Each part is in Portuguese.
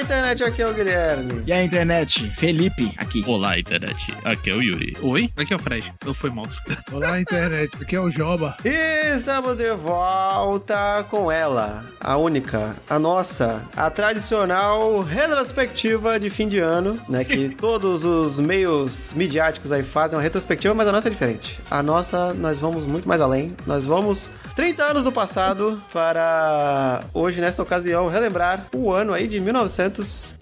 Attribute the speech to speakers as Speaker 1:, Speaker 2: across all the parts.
Speaker 1: internet aqui é o Guilherme.
Speaker 2: E a internet? Felipe, aqui.
Speaker 3: Olá, internet. Aqui é o Yuri. Oi?
Speaker 4: Aqui é o Fred. Eu fui mouse.
Speaker 5: Olá, internet. Aqui é o Joba.
Speaker 1: E estamos de volta com ela, a única, a nossa, a tradicional retrospectiva de fim de ano, né? Que todos os meios midiáticos aí fazem uma retrospectiva, mas a nossa é diferente. A nossa, nós vamos muito mais além. Nós vamos 30 anos do passado para hoje, nesta ocasião, relembrar o ano aí de 1992.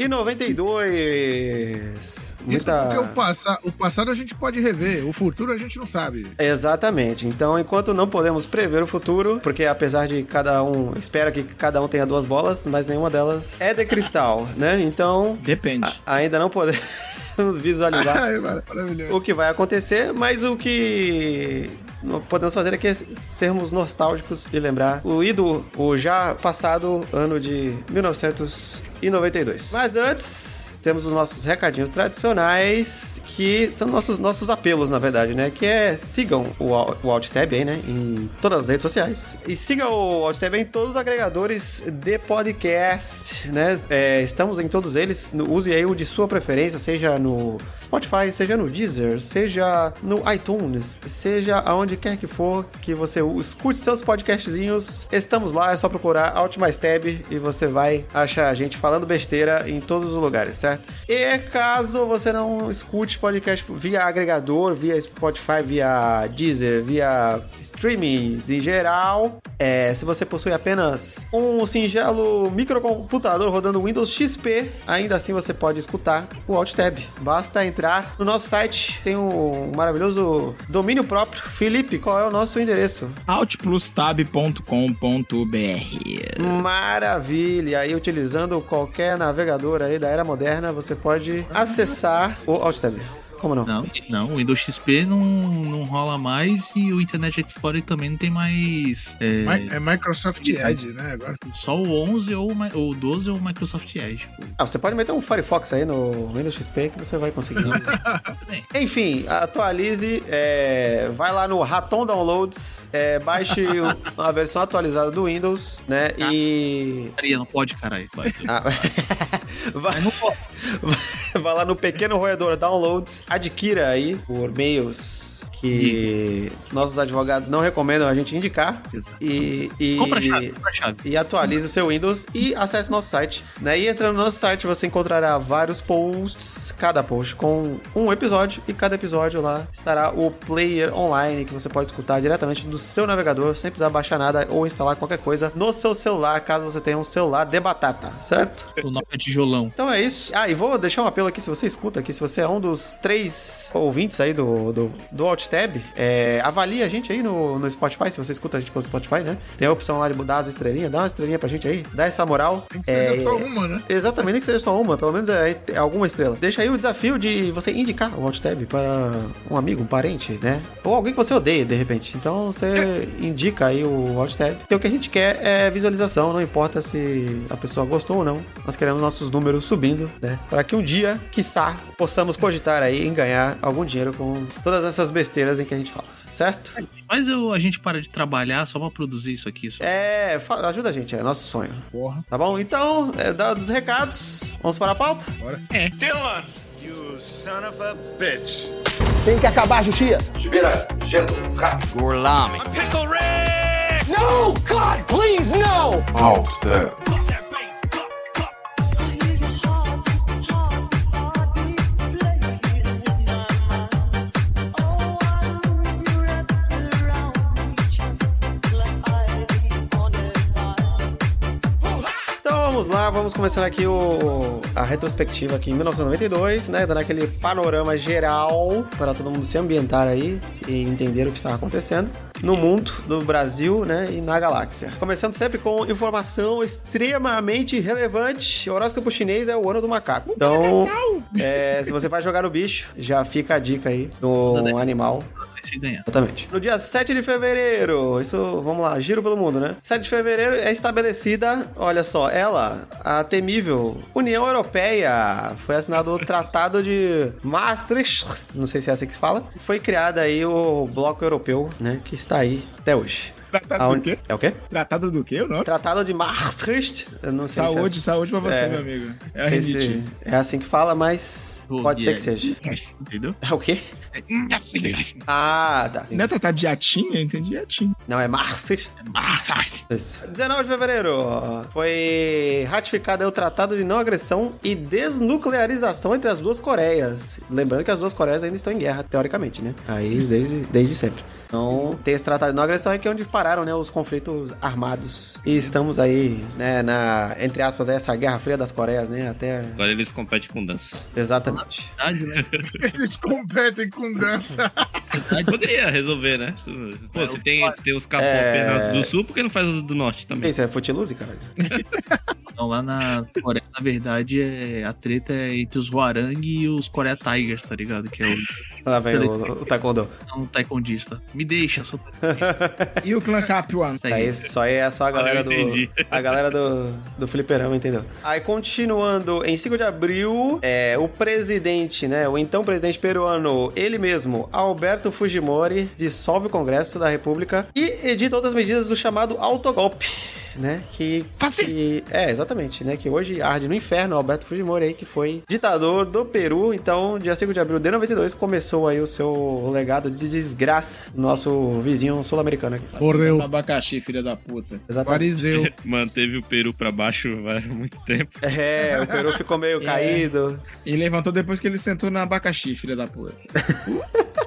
Speaker 5: Isso porque o,
Speaker 1: Muita...
Speaker 5: passa, o passado a gente pode rever, o futuro a gente não sabe.
Speaker 1: Exatamente. Então, enquanto não podemos prever o futuro, porque apesar de cada um espera que cada um tenha duas bolas, mas nenhuma delas é de cristal, né? Então,
Speaker 2: Depende.
Speaker 1: a- ainda não podemos visualizar
Speaker 5: Ai, mara- É maravilhoso.
Speaker 1: o que vai acontecer, mas o que não podemos fazer é que sermos nostálgicos e lembrar o ido, o já passado ano de 1992. Mas antes. Temos os nossos recadinhos tradicionais, que são nossos, nossos apelos, na verdade, né? Que é sigam o, Al- o AltTab aí, né? Em todas as redes sociais. E siga o AltTab em todos os agregadores de podcast, né? É, estamos em todos eles. No- Use aí o de sua preferência, seja no Spotify, seja no Deezer, seja no iTunes, seja aonde quer que for que você escute seus podcastzinhos. Estamos lá, é só procurar Alt mais Tab e você vai achar a gente falando besteira em todos os lugares, certo? E caso você não escute podcast via agregador, via Spotify, via Deezer, via streamings em geral, é, se você possui apenas um singelo microcomputador rodando Windows XP, ainda assim você pode escutar o AltTab. Basta entrar no nosso site, tem um maravilhoso domínio próprio. Felipe, qual é o nosso endereço?
Speaker 2: Altplustab.com.br
Speaker 1: Maravilha! E utilizando qualquer navegador aí da era moderna, você pode acessar o AltTab. Como não?
Speaker 4: Não, não, o Windows XP não, não rola mais e o Internet Explorer também não tem mais. É,
Speaker 5: Mi- É Microsoft Edge, né? Agora.
Speaker 4: Só o 11 ou o mi- ou o 12 ou o Microsoft Edge.
Speaker 1: Ah, você pode meter um Firefox aí no Windows XP que você vai conseguir. Enfim, atualize, é, vai lá no Raton Downloads, é, baixe o- uma versão atualizada do Windows, né? E.
Speaker 4: Putaria, Não pode, caralho. Vai.
Speaker 1: Ah, vai, vai lá no pequeno roedor Downloads, adquira aí por meios que nossos advogados não recomendam a gente indicar.
Speaker 4: Exato.
Speaker 1: E, e-
Speaker 4: Compra a chave, compra a chave.
Speaker 1: e atualize o seu Windows e acesse nosso site. Né? E entrando no nosso site você encontrará vários posts, cada post com um episódio, e cada episódio lá estará o player online que você pode escutar diretamente do seu navegador, sem precisar baixar nada ou instalar qualquer coisa no seu celular, caso você tenha um celular de batata, certo?
Speaker 4: O Nokia tijolão.
Speaker 1: Então é isso. Ah, e vou deixar um apelo aqui, se você escuta aqui, se você é um dos três ouvintes aí do, do, do AltTab, é, avalie a gente aí no, no Spotify, se você escuta a gente pelo Spotify, né? Tem a opção lá de dar as estrelinhas, dá uma estrelinha pra gente aí, dá essa moral.
Speaker 5: Tem que ser
Speaker 1: É,
Speaker 5: só uma, né?
Speaker 1: Exatamente, nem que seja só uma, pelo menos é, é alguma estrela. Deixa aí o desafio de você indicar o AltTab para um amigo, um parente, né? Ou alguém que você odeia, de repente. Então você indica aí o AltTab. Porque o que a gente quer é visualização, não importa se a pessoa gostou ou não. Nós queremos nossos números subindo, né? Para que um dia, quiçá, possamos cogitar aí em ganhar algum dinheiro com todas essas besteiras em que a gente fala, certo?
Speaker 4: Mas eu, a gente para de trabalhar só pra produzir isso aqui. Só.
Speaker 1: É, fa- ajuda a gente, é nosso sonho.
Speaker 5: Porra.
Speaker 1: Tá bom? Então, é, dados os recados, vamos para a pauta?
Speaker 6: Dylan, you son of a bitch. Tem que acabar, Juxias. Tibira, Gelo, Cap. Gorlami. Pickle Rick!
Speaker 7: No, Oh, God, please, no!
Speaker 1: Então vamos lá, vamos começando aqui o, a retrospectiva aqui em 1992, né? Dando aquele panorama geral para todo mundo se ambientar aí e entender o que está acontecendo no mundo, no Brasil, né? E na galáxia. Começando sempre com informação extremamente relevante. Horóscopo chinês é o ano do macaco. Então, é, se você vai jogar no bicho, já fica a dica aí no animal.
Speaker 4: Se ganhar.
Speaker 1: Exatamente. No dia 7 de fevereiro, isso, vamos lá, giro pelo mundo, né? 7 de fevereiro é estabelecida, olha só, ela, a temível União Europeia. Foi assinado o Tratado de Maastricht, não sei se é assim que se fala. Foi criada aí o Bloco Europeu, né, que está aí até hoje.
Speaker 8: Tratado
Speaker 1: Aonde-
Speaker 8: do quê?
Speaker 1: É o quê?
Speaker 8: Tratado do quê o nome?
Speaker 1: Tratado de Maastricht. Eu não sei
Speaker 8: Saúde,
Speaker 1: se é...
Speaker 8: saúde pra você,
Speaker 1: É.
Speaker 8: meu amigo. É
Speaker 1: não
Speaker 8: a
Speaker 1: sei
Speaker 8: rinite.
Speaker 1: se é assim que fala, mas
Speaker 4: Pô,
Speaker 1: pode ser
Speaker 4: Guilherme.
Speaker 1: que seja.
Speaker 8: Entendeu?
Speaker 1: É o quê? Ah, tá.
Speaker 8: Não é tratado de atinha? Entendi atinha.
Speaker 1: Não, é Maastricht. Isso. 19 de fevereiro foi ratificado aí o Tratado de Não Agressão e Desnuclearização entre as duas Coreias. Lembrando que as duas Coreias ainda estão em guerra, teoricamente, né? Aí, desde, desde sempre. Então, tem esse Tratado de Não Agressão aí que é onde pararam, né, os conflitos armados. E estamos aí, né, na, entre aspas, essa Guerra Fria das Coreias, né, até...
Speaker 3: Agora eles competem com dança.
Speaker 1: Exatamente.
Speaker 4: né?
Speaker 5: Eles competem com dança.
Speaker 3: Poderia resolver, né?
Speaker 4: É,
Speaker 3: Pô, se tem, tem os capô
Speaker 1: É.
Speaker 3: apenas do sul, por que não faz os do norte também?
Speaker 1: Isso é futiluzi, caralho.
Speaker 4: Então lá na Coreia, na verdade, é, a treta é entre os Warang e os Korea Tigers, tá ligado? Que é o,
Speaker 1: Lá vem o, o taekwondo.
Speaker 4: é um taekwondista. Me deixa, eu sou
Speaker 8: E o clã Capuano?
Speaker 1: Aí
Speaker 4: taekwondista.
Speaker 1: só é só a galera do.
Speaker 3: Agora eu entendi.
Speaker 1: A galera do, do fliperama, entendeu? Aí continuando, em 5 de abril, é, o presidente, né? O então presidente peruano, ele mesmo, Alberto Fujimori, dissolve o Congresso da República e edita outras medidas do chamado autogolpe. Né, que, que é exatamente, né? Que hoje arde no inferno Alberto Fujimori aí que foi ditador do Peru. Então, dia 5 de abril de 92 começou aí o seu legado de desgraça, nosso vizinho sul-americano aqui.
Speaker 5: Morreu.
Speaker 8: Abacaxi, filha da puta.
Speaker 1: Exatamente.
Speaker 5: Fariseu.
Speaker 3: Manteve o Peru pra baixo vai, há muito tempo.
Speaker 1: É, o Peru ficou meio
Speaker 8: É.
Speaker 1: caído.
Speaker 8: E levantou depois que ele sentou na abacaxi, filha da puta.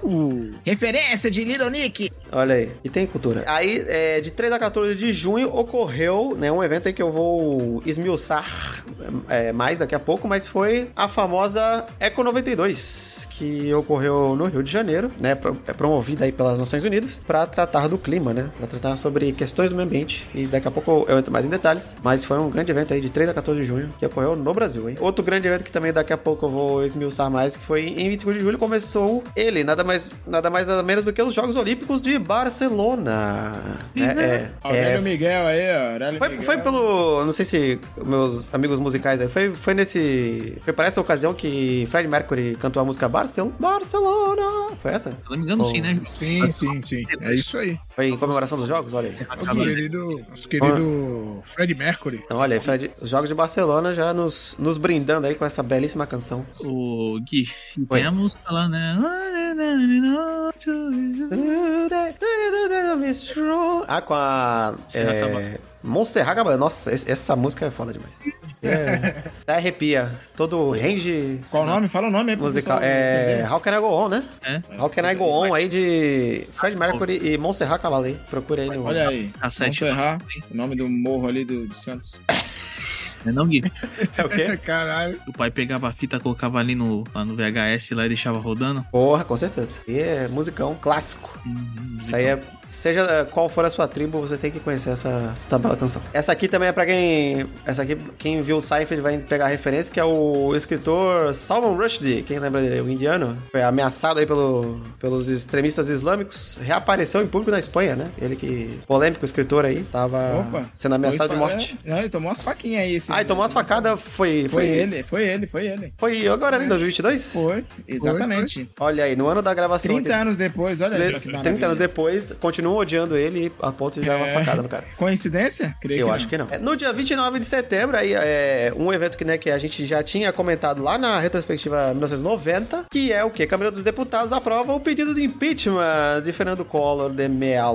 Speaker 8: Uh. Referência de Little Nick.
Speaker 1: Olha aí. E tem cultura. Aí, é, de 3 a 14 de junho, ocorreu né, um evento aí que eu vou esmiuçar é, mais daqui a pouco, mas foi a famosa Eco 92, que ocorreu no Rio de Janeiro, né? pro- é promovida aí pelas Nações Unidas, para tratar do clima, né? Para tratar sobre questões do meio ambiente. E daqui a pouco eu entro mais em detalhes, mas foi um grande evento aí de 3 a 14 de junho, que ocorreu no Brasil, hein? Outro grande evento que também daqui a pouco eu vou esmiuçar mais, que foi em 25 de julho começou ele, nada mais, nada mais, nada menos do que os Jogos Olímpicos de Barcelona. É, é,
Speaker 8: Aurélio
Speaker 1: é,
Speaker 8: Miguel aí, ó. Aurélio
Speaker 1: foi,
Speaker 8: Miguel.
Speaker 1: foi pelo. Não sei se meus amigos musicais aí. Foi, foi nesse. Foi para essa ocasião que Fred Mercury cantou a música Barcelona. Barcelona! Foi essa?
Speaker 4: Se eu não me engano, sim, né, João?
Speaker 5: Sim, sim, sim. É isso aí.
Speaker 1: Foi em comemoração dos jogos? Olha aí.
Speaker 5: Nosso querido, nosso querido Fred Mercury.
Speaker 1: Então, olha aí, Fred. Os jogos de Barcelona já nos, nos brindando aí com essa belíssima canção.
Speaker 4: O Gui, e
Speaker 1: Oi.
Speaker 4: tem a música lá, né?
Speaker 1: Ah, com a.
Speaker 4: Serra
Speaker 1: É,
Speaker 4: Cabana.
Speaker 1: Montserrat Cabana. Nossa, esse- essa música é foda demais. É, até arrepia. Todo o range
Speaker 8: Qual o nome? Fala o nome aí. pro
Speaker 1: musical.
Speaker 8: pessoal
Speaker 1: É.
Speaker 8: entender.
Speaker 1: How Can I Go On, né?
Speaker 4: É.
Speaker 1: How Can I Go On aí de Fred Mercury e Montserrat Caballé. Procure aí no.
Speaker 8: Olha aí.
Speaker 4: Cassete.
Speaker 8: Montserrat, o nome do morro ali do, de Santos.
Speaker 4: Não é não, Gui?
Speaker 1: É o quê?
Speaker 5: Caralho.
Speaker 4: O pai pegava a fita, colocava ali no, lá no VHS lá e deixava rodando. Hum,
Speaker 1: Porra, com certeza. E é musicão clássico. Isso aí é. Seja qual for a sua tribo, você tem que conhecer essa, essa bela canção. Essa aqui também é pra quem. Essa aqui, quem viu o Seinfeld vai pegar a referência, que é o escritor Salman Rushdie. Quem lembra dele? O indiano. Foi ameaçado aí pelo- pelos extremistas islâmicos. Reapareceu em público na Espanha, né? Ele que. Polêmico escritor aí. Tava
Speaker 8: Opa.
Speaker 1: Ah, sendo ameaçado
Speaker 8: Foi
Speaker 1: de
Speaker 8: só-
Speaker 1: morte.
Speaker 8: É, não, ele tomou umas faquinhas aí. esse-
Speaker 1: Ah, e tomou umas facadas, foi, foi,
Speaker 8: Foi ele, foi ele, foi ele.
Speaker 1: Foi agora, né, em 2022?
Speaker 8: Foi, exatamente.
Speaker 1: Olha aí, no ano da gravação.
Speaker 8: 30
Speaker 1: aqui,
Speaker 8: anos depois, olha
Speaker 1: de-
Speaker 8: só que
Speaker 1: 30 anos
Speaker 8: maravilha.
Speaker 1: depois, continuam odiando ele a ponto de dar uma
Speaker 8: É.
Speaker 1: facada no cara.
Speaker 8: Coincidência? Creio
Speaker 1: Eu
Speaker 8: que
Speaker 1: acho
Speaker 8: não.
Speaker 1: que não. É, No dia 29 de setembro, aí é um evento que, né, que a gente já tinha comentado lá na retrospectiva 1990, que é o que? Câmara dos Deputados aprova o pedido de impeachment de Fernando Collor de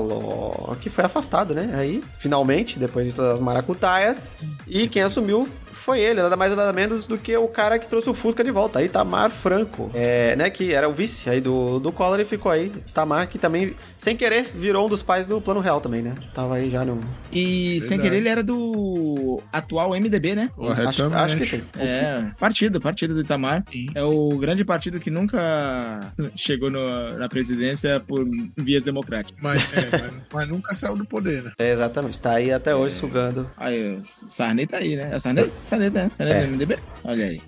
Speaker 1: Mello, que foi afastado, né? Aí, finalmente, depois de todas as maracutaias. E quem assumiu foi ele, nada mais nada menos do que o cara que trouxe o Fusca de volta, aí Tamar Franco. É, né, que era o vice aí do, do Collor e ficou aí. Tamar, que também, sem querer, virou um dos pais do Plano Real também, né? Tava aí já no,
Speaker 8: E sem
Speaker 5: Verdade.
Speaker 8: querer ele era do atual MDB, né?
Speaker 1: Acho,
Speaker 5: Corretamente.
Speaker 1: acho que sim.
Speaker 8: É, partido, partido do Itamar.
Speaker 4: Sim.
Speaker 8: É o grande partido que nunca chegou no- na presidência por vias democráticas.
Speaker 5: Mas, é, mas- mas nunca saiu do poder, né?
Speaker 1: É, exatamente. Tá aí até hoje sugando.
Speaker 8: Aí, o Sarney tá aí, né? É o Sarney? Saneta, né? Saneta
Speaker 1: É.
Speaker 8: do MDB. Olha aí.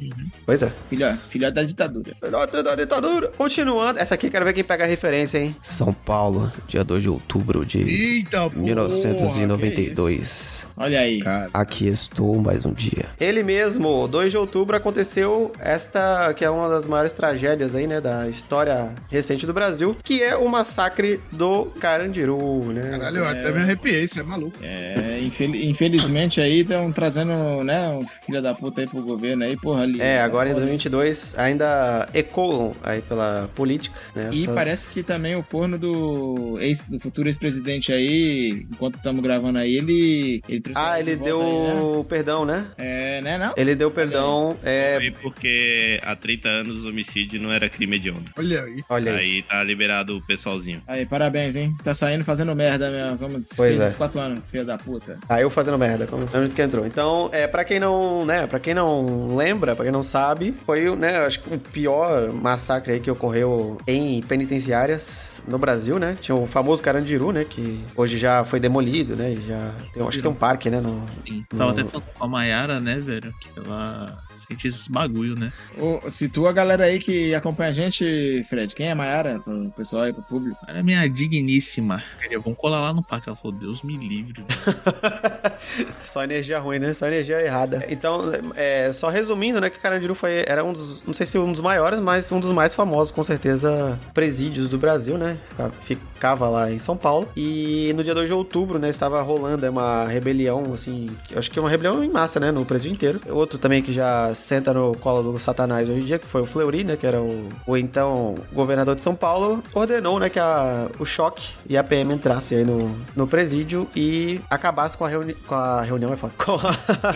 Speaker 1: Pois é.
Speaker 8: Filho, filhote da ditadura.
Speaker 1: Melhor tudo da ditadura. Continuando. Essa aqui eu quero ver quem pega a referência, hein? São Paulo, dia 2 de outubro de
Speaker 5: Eita, porra,
Speaker 1: 1992.
Speaker 8: Olha aí.
Speaker 5: Cara,
Speaker 1: Aqui estou mais um dia. Ele mesmo, 2 de outubro, aconteceu esta, que é uma das maiores tragédias aí, né, da história recente do Brasil, que é o massacre do Carandiru, né?
Speaker 5: caralho, eu até me arrepiei, isso é maluco.
Speaker 8: É, infel- infelizmente aí estão trazendo, né, um filho da puta aí pro governo aí, porra, ali.
Speaker 1: É, agora em 2022 ainda ecoam aí pela política, né?
Speaker 8: E
Speaker 1: essas-
Speaker 8: parece que também o porno do, ex, do futuro ex-presidente aí, enquanto estamos gravando aí, ele. ele trouxe
Speaker 1: Ah, ele
Speaker 8: de volta aí, né?
Speaker 1: deu perdão, né?
Speaker 8: É, né, não?
Speaker 1: Ele deu perdão, é...
Speaker 3: Foi porque há 30 anos o homicídio não era crime hediondo.
Speaker 5: Olha aí.
Speaker 1: Olha aí.
Speaker 3: Aí tá liberado o pessoalzinho.
Speaker 8: Aí, parabéns, hein? Tá saindo fazendo merda mesmo. Como
Speaker 1: Pois é.
Speaker 8: 4 anos, filho da puta.
Speaker 1: Aí eu fazendo merda, como sempre que entrou. Então, é, pra quem não, né, pra quem não lembra, pra quem não sabe, foi, o, né, acho que o pior massacre aí que ocorreu em penitenciárias no Brasil, né? Tinha o famoso Carandiru, né, que hoje já foi demolido, né, e já tem, acho que tem um parque, né, no...
Speaker 4: Sim. então, assim, Tava
Speaker 1: Não.
Speaker 4: até falando com a Mayara, né, velho? Que ela sente esses bagulho, né?
Speaker 8: Ô, situa a galera aí que acompanha a gente, Fred. Quem é a Mayara? Pro pessoal aí, pro público.
Speaker 4: Ela é minha digníssima. Queria, vamos colar lá no parque. Ela falou, Deus me livre. velho.
Speaker 1: Só energia ruim, né? Só energia errada. Então, é, só resumindo, né, que Carandiru foi, era um dos, não sei se um dos maiores, mas um dos mais famosos, com certeza, presídios do Brasil, né? Fica- Ficava lá em São Paulo. E no dia 2 de outubro, né, estava rolando uma rebelião, assim, que- acho que é uma rebelião em massa, né, no presídio inteiro. Outro também que já senta no colo do Satanás hoje em dia, que foi o Fleury, né, que era o, o então governador de São Paulo, ordenou, né, que a- o choque e a PM entrasse aí no, no presídio e acabasse com a, reuni com a reunião, é foda, com a...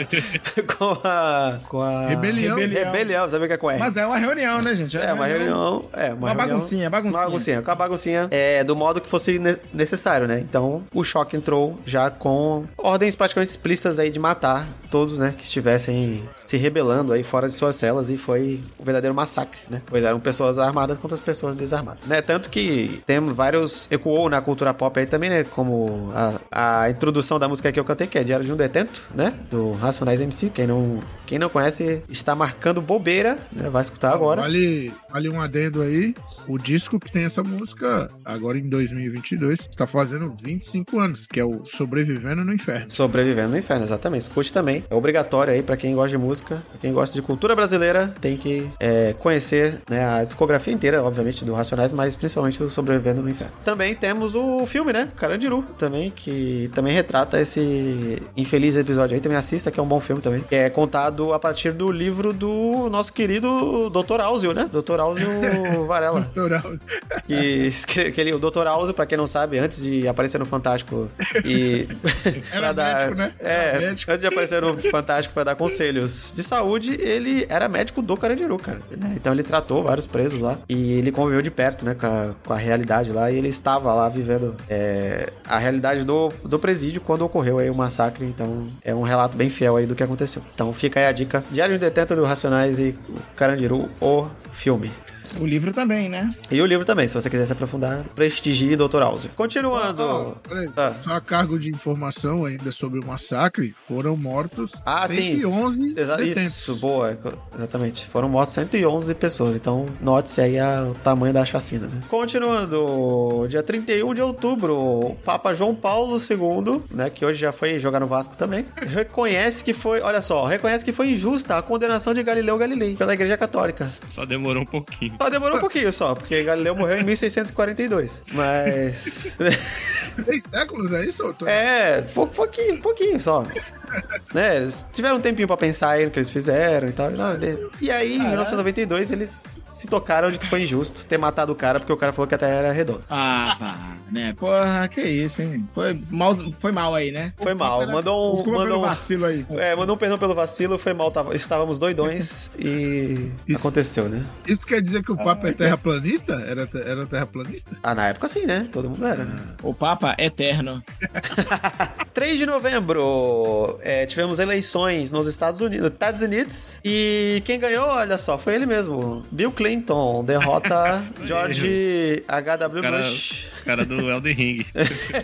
Speaker 1: com a... com a-
Speaker 5: Rebelião.
Speaker 1: Rebelião, sabe o que é com R?
Speaker 8: Mas é uma reunião, né, gente?
Speaker 1: é, uma reunião... É, uma,
Speaker 8: Uma
Speaker 1: reunião-
Speaker 8: baguncinha, baguncinha.
Speaker 1: Uma baguncinha, com a baguncinha é, do modo que fosse ne- necessário, né? Então, o choque entrou já com ordens praticamente explícitas aí de matar todos, né, que estivessem se rebelando aí fora de suas celas e foi um verdadeiro massacre, né? Pois eram pessoas armadas contra as pessoas desarmadas, né? Tanto que temos vários... ecoou na cultura pop aí também, né? Como a, a introdução da música que eu cantei, que é Diário de um Detento, né? Do Racionais MC. Quem não, quem não conhece está marcando bobeira, né? Vai escutar agora.
Speaker 5: Vale, vale um adendo aí. O disco que tem essa música, agora em 2022, está tá fazendo 25 anos, que é o Sobrevivendo no Inferno.
Speaker 1: Sobrevivendo no Inferno, exatamente. Escute também. É obrigatório aí pra quem gosta de música, pra quem gosta de cultura brasileira, tem que é, conhecer né, a discografia inteira, obviamente, do Racionais, mas principalmente do Sobrevivendo no Inferno. Também temos o filme, né? Carandiru, também, que também retrata esse infeliz episódio aí. Também assista, que é um bom filme também. Que é contado a partir do livro do nosso querido Dr. Áuzio, né? Dr. Áuzio Varela
Speaker 5: Autoral.
Speaker 1: que, escreve- que ele, o Dr. Alzo, pra quem não sabe, antes de aparecer no Fantástico e. pra
Speaker 5: Era médico, né?
Speaker 1: É,
Speaker 5: Era médico.
Speaker 1: antes de aparecer no Fantástico pra dar conselhos de saúde, ele era médico do Carandiru, cara. né? Então ele tratou vários presos lá e ele conviveu de perto, né, com a, com a realidade lá e ele estava lá vivendo é, a realidade do, do presídio quando ocorreu aí o massacre. Então é um relato bem fiel aí do que aconteceu. Então fica aí a dica: Diário de Detento do Racionais e Carandiru, o filme.
Speaker 8: O livro também, né?
Speaker 1: E o livro também, se você quiser se aprofundar, prestigie Dr. Alzio. Continuando.
Speaker 5: Peraí,
Speaker 1: Ah.
Speaker 5: Só a cargo de informação ainda sobre o massacre, foram mortos
Speaker 1: Ah, sim.
Speaker 5: 111
Speaker 1: Exa-
Speaker 5: detentos.
Speaker 1: Isso, boa, co- exatamente. Foram mortos 111 pessoas, então note-se aí a- o tamanho da chacina, né? Continuando, dia 31 de outubro, o Papa João Paulo II, né, que hoje já foi jogar no Vasco também, reconhece que foi, olha só, reconhece que foi injusta a condenação de Galileu Galilei pela Igreja Católica.
Speaker 3: Só demorou um pouquinho.
Speaker 1: Só demorou um pouquinho só, porque Galileu morreu em 1642, mas...
Speaker 5: Três séculos, é isso? Otávio?
Speaker 1: É, pou- pouquinho, pouquinho só. né, eles tiveram um tempinho pra pensar aí no que eles fizeram e tal. e lá, né. E aí, em 1992, eles se tocaram de que foi injusto ter matado o cara, porque o cara falou que a Terra era redonda.
Speaker 8: Ah, vá, né? Porra, que isso, hein? Foi mal, foi mal aí, né?
Speaker 1: Foi mal, mandou um...
Speaker 8: Desculpa
Speaker 1: mandou
Speaker 8: pelo
Speaker 1: um-
Speaker 8: vacilo aí.
Speaker 1: é, mandou um perdão pelo vacilo, foi mal, tava- estávamos doidões e
Speaker 5: Isso.
Speaker 1: aconteceu, né?
Speaker 5: Isso quer dizer que o Papa é terraplanista? Era, te- era terraplanista?
Speaker 8: é
Speaker 1: Ah, na época sim, né? Todo mundo era, né?
Speaker 8: O Papa eterno.
Speaker 1: 3 de novembro, é, tivemos eleições nos Estados Unidos, nos Estados Unidos, e quem ganhou, olha só, foi ele mesmo. Bill Clinton derrota George H.W.
Speaker 3: Cara-
Speaker 1: Bush.
Speaker 3: Cara do Elden Ring.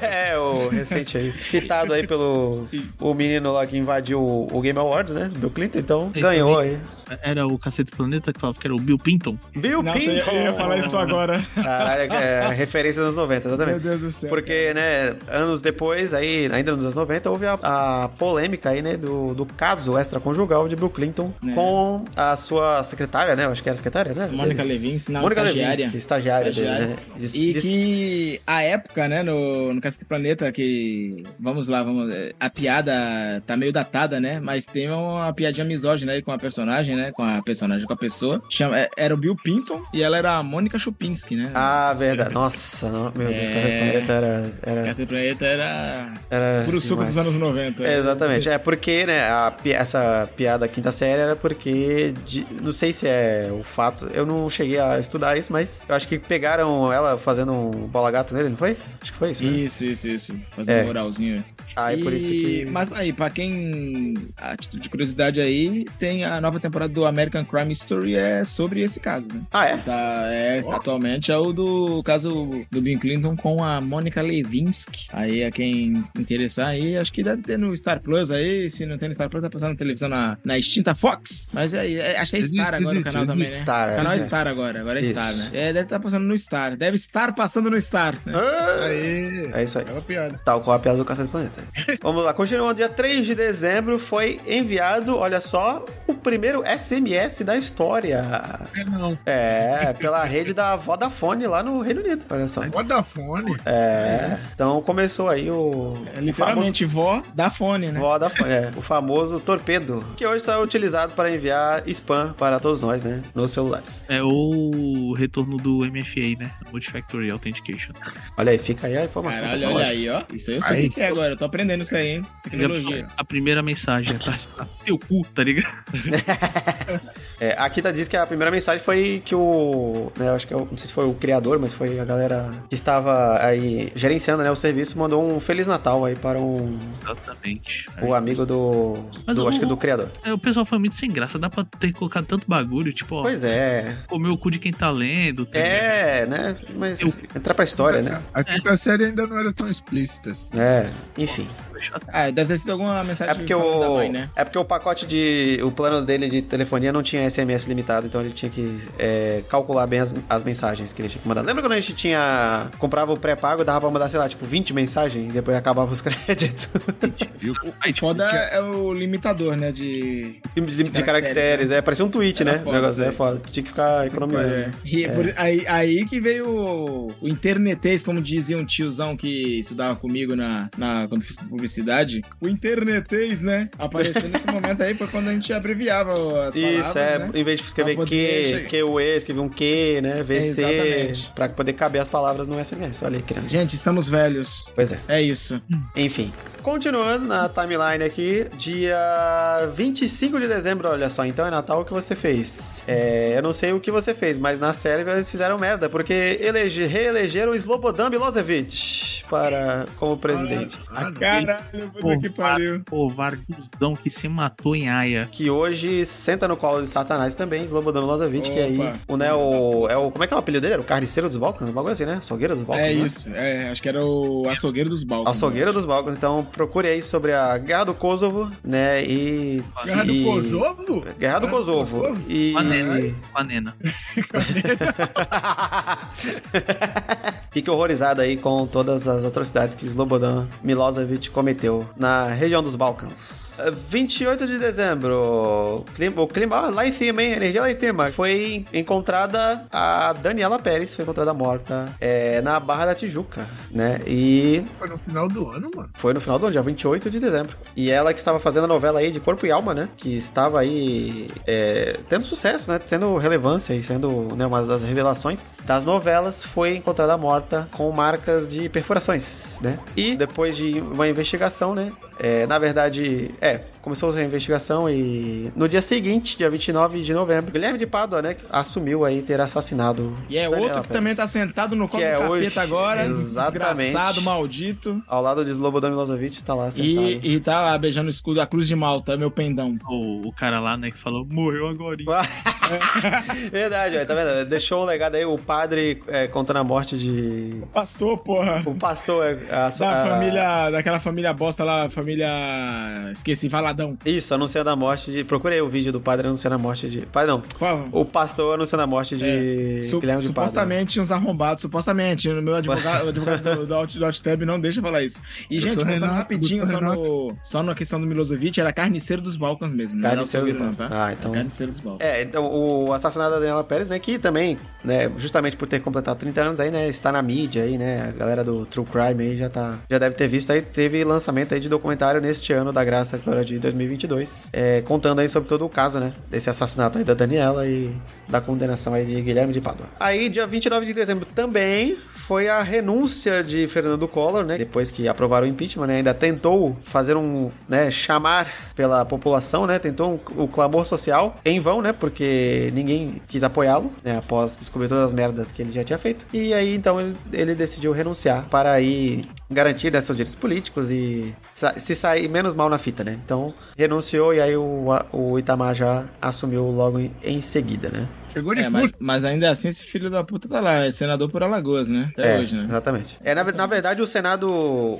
Speaker 1: é, o recente aí. Citado aí pelo o menino lá que invadiu o Game Awards, né? Bill Clinton, então
Speaker 4: Ele
Speaker 1: ganhou
Speaker 4: também.
Speaker 1: aí.
Speaker 4: Era o Cacete Planeta que falava que era o Bill Pinton.
Speaker 1: Bill
Speaker 9: Nossa, eu
Speaker 1: Clinton!
Speaker 9: ia- eu ia falar isso agora.
Speaker 1: Caralho, é, referência dos 90,
Speaker 9: Meu
Speaker 1: exatamente.
Speaker 9: Deus do céu.
Speaker 1: Porque, né, anos depois, aí, ainda nos anos 90, houve a, a polêmica aí, né, do, do caso extraconjugal de Bill Clinton
Speaker 8: É.
Speaker 1: com a sua secretária, né? Eu acho que era secretária, né?
Speaker 8: Mônica
Speaker 1: dele.
Speaker 8: Levinsky, não,
Speaker 1: Mônica
Speaker 8: estagiária.
Speaker 1: Levinsky, estagiária,
Speaker 8: Estagiária.
Speaker 1: dele, né? Diz-
Speaker 8: E
Speaker 1: diz-
Speaker 8: que a época, né, no, no Cacete Planeta, que. Vamos lá, vamos. é, A piada tá meio datada, né? Mas tem uma piadinha misógina aí com a personagem, né? Com a personagem, com a pessoa. Chama, é- era o Bill Pinton e ela era a Mônica Chupinski, né?
Speaker 1: Ah, verdade. Nossa, não- meu Deus,
Speaker 8: É.
Speaker 1: Cacete Planeta era... era,
Speaker 8: Cacete Planeta era.
Speaker 1: era
Speaker 9: Puro suco
Speaker 1: é. demais.
Speaker 9: dos anos 90.
Speaker 8: né.
Speaker 1: É, exatamente. É porque, né, a pi- essa piada quinta série era porque. de- não sei se é o fato. Eu não cheguei a estudar isso, mas eu acho que pegaram ela fazendo um bola gato nele, não foi? Acho que foi isso. Né?
Speaker 8: Isso, isso, isso. Fazer
Speaker 1: É.
Speaker 8: um moralzinho.
Speaker 1: Aí por isso
Speaker 8: E-
Speaker 1: que.
Speaker 8: Mas aí, pra quem. A título de curiosidade aí, tem a nova temporada do American Crime Story é sobre esse caso, né?
Speaker 1: Ah, é?
Speaker 8: Tá, é, Atualmente é o do caso do Bill Clinton com a Mônica Levinsky. Aí, a quem interessar aí, acho que deve ter no Star Plus aí. Se não tem no Star Plus, tá passando na televisão na, na extinta Fox. Mas aí, é, acho que é
Speaker 5: Existe,
Speaker 8: Star agora
Speaker 5: existe,
Speaker 8: o canal também, né?
Speaker 1: Star,
Speaker 8: O canal é
Speaker 1: é.
Speaker 8: Star agora, agora é
Speaker 1: Isso.
Speaker 8: Star, né? É, deve estar passando no Star. Deve estar passando no Star. né?
Speaker 1: Ah,
Speaker 5: Aí,
Speaker 1: É isso aí.
Speaker 5: bela piada.
Speaker 1: Tal qual a piada do Caça do Planeta. Vamos lá, continuando. Dia 3 de dezembro foi enviado, olha só, o primeiro SMS da história.
Speaker 5: É não.
Speaker 1: É, pela rede da Vodafone lá no Reino Unido, olha só.
Speaker 5: Vodafone.
Speaker 1: É, então começou aí o.
Speaker 8: É literalmente vó da fone, né?
Speaker 1: Voda, é, o famoso torpedo, que hoje só é utilizado para enviar spam para todos nós, né? Nos celulares.
Speaker 4: É o retorno do MFA, né? Multifactory Authentication.
Speaker 1: Olha aí, fica aí a informação.
Speaker 8: Caralho, olha
Speaker 1: tecnológica.
Speaker 8: aí, ó. Isso aí eu sei
Speaker 5: Aí.
Speaker 8: o que é agora. Eu tô aprendendo isso aí, hein?
Speaker 3: é
Speaker 8: Tecnologia.
Speaker 4: A primeira mensagem é pra tá teu cu, tá ligado?
Speaker 1: É, aqui tá diz que a primeira mensagem foi que o. Né, eu acho que é o- não sei se foi o criador, mas foi a galera que estava aí gerenciando né, o serviço, mandou um Feliz Natal aí para um,
Speaker 4: Exatamente.
Speaker 1: o amigo do.
Speaker 4: Mas
Speaker 1: do
Speaker 4: o-
Speaker 1: acho que do criador.
Speaker 4: É, o pessoal foi muito sem graça, dá pra ter colocado tanto bagulho, tipo, ó,
Speaker 1: Pois é.
Speaker 4: comer o cu de quem tá lendo. tá ligado?
Speaker 1: É, né? Mas
Speaker 4: Eu-
Speaker 1: entrar pra história, né?
Speaker 5: A quinta série ainda não era tão explícita. assim.
Speaker 1: É, enfim.
Speaker 8: Ah, deve ter sido alguma mensagem
Speaker 1: É porque,
Speaker 8: falando da
Speaker 1: o,
Speaker 8: mãe, né?
Speaker 1: é porque o pacote de. O plano dele de telefonia não tinha SMS limitado, então ele tinha que é, calcular bem as, as mensagens que ele tinha que mandar. Lembra quando a gente tinha. comprava o pré-pago, dava pra mandar, sei lá, tipo 20 mensagens e depois acabava os créditos
Speaker 4: Aí, tipo,
Speaker 8: Foda é o limitador, né? De.
Speaker 1: de, de
Speaker 8: Caracteres,
Speaker 1: caracteres? É, parecia um tweet,
Speaker 8: Era
Speaker 1: né?
Speaker 8: foda,
Speaker 1: o negócio
Speaker 8: isso
Speaker 1: é
Speaker 8: aí. Tipo, é.
Speaker 1: foda. Tu tinha que ficar economizando.
Speaker 9: É.
Speaker 1: É.
Speaker 8: E por- aí, aí que veio o, o internetês, como dizia um tiozão que estudava comigo na, na- quando fiz publicidade. O internetês, né? Apareceu nesse momento aí, foi quando a gente abreviava as palavras,
Speaker 1: Isso, é,
Speaker 8: né?
Speaker 1: em vez de escrever
Speaker 8: Pra poder
Speaker 1: Q,
Speaker 8: chegar.
Speaker 1: QE, escrever um Q, né? VC,
Speaker 8: Exatamente.
Speaker 1: pra poder caber as palavras no SMS. Olha aí, crianças.
Speaker 8: Gente, estamos velhos.
Speaker 1: Pois é.
Speaker 8: É isso.
Speaker 1: Enfim. Continuando na timeline aqui, dia 25 de dezembro, olha só, então é Natal o que você fez. É, eu não sei o que você fez, mas na série eles fizeram merda, porque elege, reelegeram Slobodan Milosevic para, como presidente.
Speaker 5: Ah, não.
Speaker 9: Caralho,
Speaker 3: é
Speaker 9: puta que pariu.
Speaker 4: Pô, varguzão que se matou em Aia.
Speaker 1: Que hoje senta no colo de Satanás também, Slobodan Milosevic, que aí
Speaker 8: Opa.
Speaker 1: o, né, o, é o. Como é que é o apelido dele? Era o Carniceiro dos Balcãs? Um bagulho assim, né? Açougueiro dos Balcãs.
Speaker 8: É
Speaker 1: né?
Speaker 8: isso. É, acho que era o açougueiro dos né? balcões.
Speaker 1: Açougueiro dos Balcãs. Então procure aí sobre a Guerra do Kosovo, né? E.
Speaker 5: Guerra do
Speaker 1: e-
Speaker 5: Kosovo?
Speaker 1: Guerra do Kosovo.
Speaker 5: Kosovo?
Speaker 1: E.
Speaker 4: Panena, panena.
Speaker 1: Fique horrorizado aí com todas as atrocidades que Slobodan Milosevic cometeu na região dos Balcãs. Eh, 28 de dezembro, clima- o clima ah, lá em cima, hein? Energia lá em cima. Foi encontrada a Daniela Pérez, foi encontrada morta eh, na Barra da Tijuca, né? E
Speaker 5: Foi no final do ano, mano.
Speaker 1: foi no final do ano, dia 28 de dezembro. E ela que estava fazendo a novela aí de Corpo e Alma, né? Que estava aí é, tendo sucesso, né? Tendo relevância e sendo né, uma das revelações das novelas, foi encontrada morta com marcas de perfurações, né? E depois de uma investigação, né? é, na verdade, é. começou a investigação e no dia seguinte, dia 29 de novembro, Guilherme de Pádua, né, assumiu aí ter assassinado.
Speaker 9: E é
Speaker 1: Daniela
Speaker 9: outro que
Speaker 1: Pérez.
Speaker 9: também tá sentado no colo
Speaker 1: Que
Speaker 9: do
Speaker 1: é
Speaker 9: capeta
Speaker 1: hoje,
Speaker 9: agora.
Speaker 1: exatamente.
Speaker 9: Desgraçado, maldito.
Speaker 1: Ao lado de Slobodan Milosevic, tá lá sentado.
Speaker 8: E, e tá beijando o escudo, a cruz de Malta, meu pendão.
Speaker 4: O, o cara lá, né, que falou, morreu agora. hein?"
Speaker 1: Verdade, ó, tá vendo? Deixou um legado aí, o padre é, contando a morte de.
Speaker 9: Pastor, porra.
Speaker 1: O pastor é a sua.
Speaker 9: Da família, daquela família bosta lá, família. Esqueci, Valadão.
Speaker 1: Isso, anunciando a morte de. Procurei o vídeo do padre anunciando a morte de. Padre não.
Speaker 9: Qual?
Speaker 1: O pastor anunciando a morte de
Speaker 9: É, Su-
Speaker 1: Guilherme de Pádua.
Speaker 9: supostamente uns arrombados, supostamente. O meu advogado, o advogado do, do, Out- do OutTab não deixa eu falar isso. E, gente,
Speaker 5: Doutor
Speaker 9: voltando
Speaker 5: Renato,
Speaker 9: rapidinho
Speaker 5: doutor
Speaker 9: só, no, só na questão do Milosevic, era carniceiro dos Balcãs mesmo. não era
Speaker 1: Carniceiro do
Speaker 9: alqueiro, não,
Speaker 8: né?
Speaker 1: Papa. Ah, então.
Speaker 9: Carniceiro dos Balcãs.
Speaker 1: É, então o assassinato da Daniela Pérez, né, que também, né, justamente por ter completado 30 anos aí, né, está na mídia aí, né, a galera do True Crime aí já tá, já deve ter visto aí, teve lançamento aí de documentário neste ano da graça, agora de 2022, é, contando aí sobre todo o caso, né, desse assassinato aí da Daniela e da condenação aí de Guilherme de Pádua. Aí, dia 29 de dezembro também foi a renúncia de Fernando Collor, né, depois que aprovaram o impeachment, né, ainda tentou fazer um, né, chamar pela população, né, tentou um- o clamor social em vão, né, porque ninguém quis apoiá-lo, né, após descobrir todas as merdas que ele já tinha feito. E aí, então, ele, ele decidiu renunciar para aí garantir né, seus direitos políticos e sa- se sair menos mal na fita, né. Então, renunciou e aí o, a- o Itamar já assumiu logo em, em seguida, né.
Speaker 5: Chegou de
Speaker 8: É, mas,
Speaker 5: furto.
Speaker 8: mas ainda assim esse filho da puta tá lá, é senador por Alagoas, né? Até
Speaker 1: é,
Speaker 8: hoje, né?
Speaker 1: Exatamente. É, na, ve- na verdade, o Senado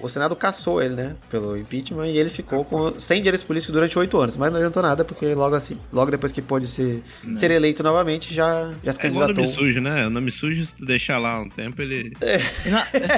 Speaker 1: o Senado caçou ele, né? Pelo impeachment, e ele ficou com, sem direitos políticos durante oito anos, mas não adiantou nada, porque logo assim, logo depois que pôde ser,
Speaker 8: Né.
Speaker 1: ser eleito novamente, já, já se
Speaker 3: É igual o
Speaker 1: candidatou.
Speaker 3: nome sujo, né? O nome sujo, se tu deixar lá um tempo, ele.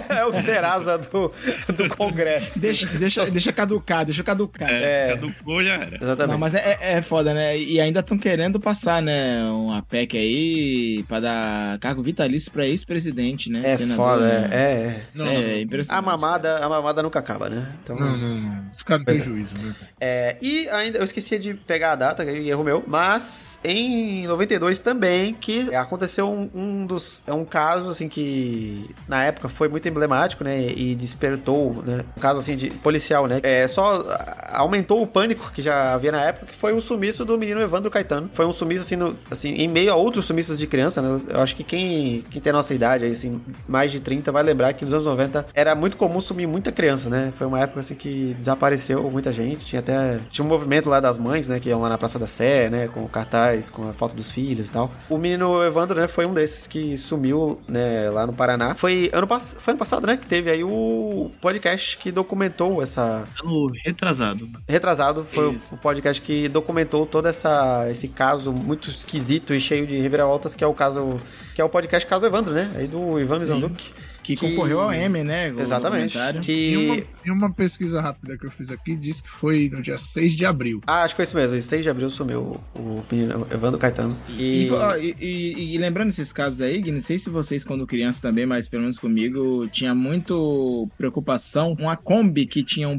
Speaker 1: É o Serasa do, do Congresso.
Speaker 9: Deixa, deixa, deixa caducar, deixa caducar.
Speaker 3: É. Caducou já era.
Speaker 8: Não,
Speaker 1: Exatamente.
Speaker 8: mas é, é- é foda, né? E ainda estão querendo passar, né? Uma PEC aí pra dar cargo vitalício pra ex-presidente, né?
Speaker 1: É
Speaker 8: Senador,
Speaker 1: foda,
Speaker 8: né?
Speaker 1: é, é, é.
Speaker 5: Não,
Speaker 8: É,
Speaker 1: A
Speaker 8: impressionante.
Speaker 1: mamada, a mamada nunca acaba, né? Então,
Speaker 5: não, não, não. Os caras não têm
Speaker 1: Pois é.
Speaker 5: juízo, né?
Speaker 1: É, e ainda, eu esqueci de pegar a data, que é erro meu, mas em 92 também que aconteceu um, um dos, é um caso assim que na época foi muito emblemático, né, e despertou, né, um caso assim de policial, né, é, só a- aumentou o pânico que já havia na época, que foi o sumiço do menino Evandro Caetano. Foi um sumiço assim, no- assim em meio a outros sumiços de criança, né, eu acho que quem, quem tem a nossa idade, aí, assim, mais de 30, vai lembrar que nos anos 90 era muito comum sumir muita criança, né? Foi uma época assim que desapareceu muita gente. Tinha até. Tinha um movimento lá das mães, né? Que iam lá na Praça da Sé, né? Com cartaz, com a foto dos filhos e tal. O menino Evandro, né? Foi um desses que sumiu, né? Lá no Paraná. Foi ano, pass... foi ano passado, né? Que teve aí o podcast que documentou essa.
Speaker 4: Tá no retrasado. né?
Speaker 1: Retrasado foi o-
Speaker 4: Isso.
Speaker 1: o podcast que documentou todo essa, esse caso muito esquisito e cheio de reviravoltas, que é o caso. Que é o podcast Caso Evandro, né? Aí do Ivan Mizanzuki.
Speaker 8: Que,
Speaker 1: que-
Speaker 8: concorreu ao M, né? o
Speaker 1: Exatamente.
Speaker 8: documentário.
Speaker 5: E uma,
Speaker 1: Que.
Speaker 5: e uma pesquisa rápida que eu fiz aqui diz que foi no dia 6 de abril.
Speaker 1: Ah, acho que foi isso mesmo. Em 6 de abril sumiu o menino Evandro Caetano.
Speaker 8: E,
Speaker 1: E.
Speaker 8: ó, e- e- e lembrando esses casos aí, Gui, não sei se vocês, quando criança também, mas pelo menos comigo, tinha muito preocupação com a Kombi que tinha um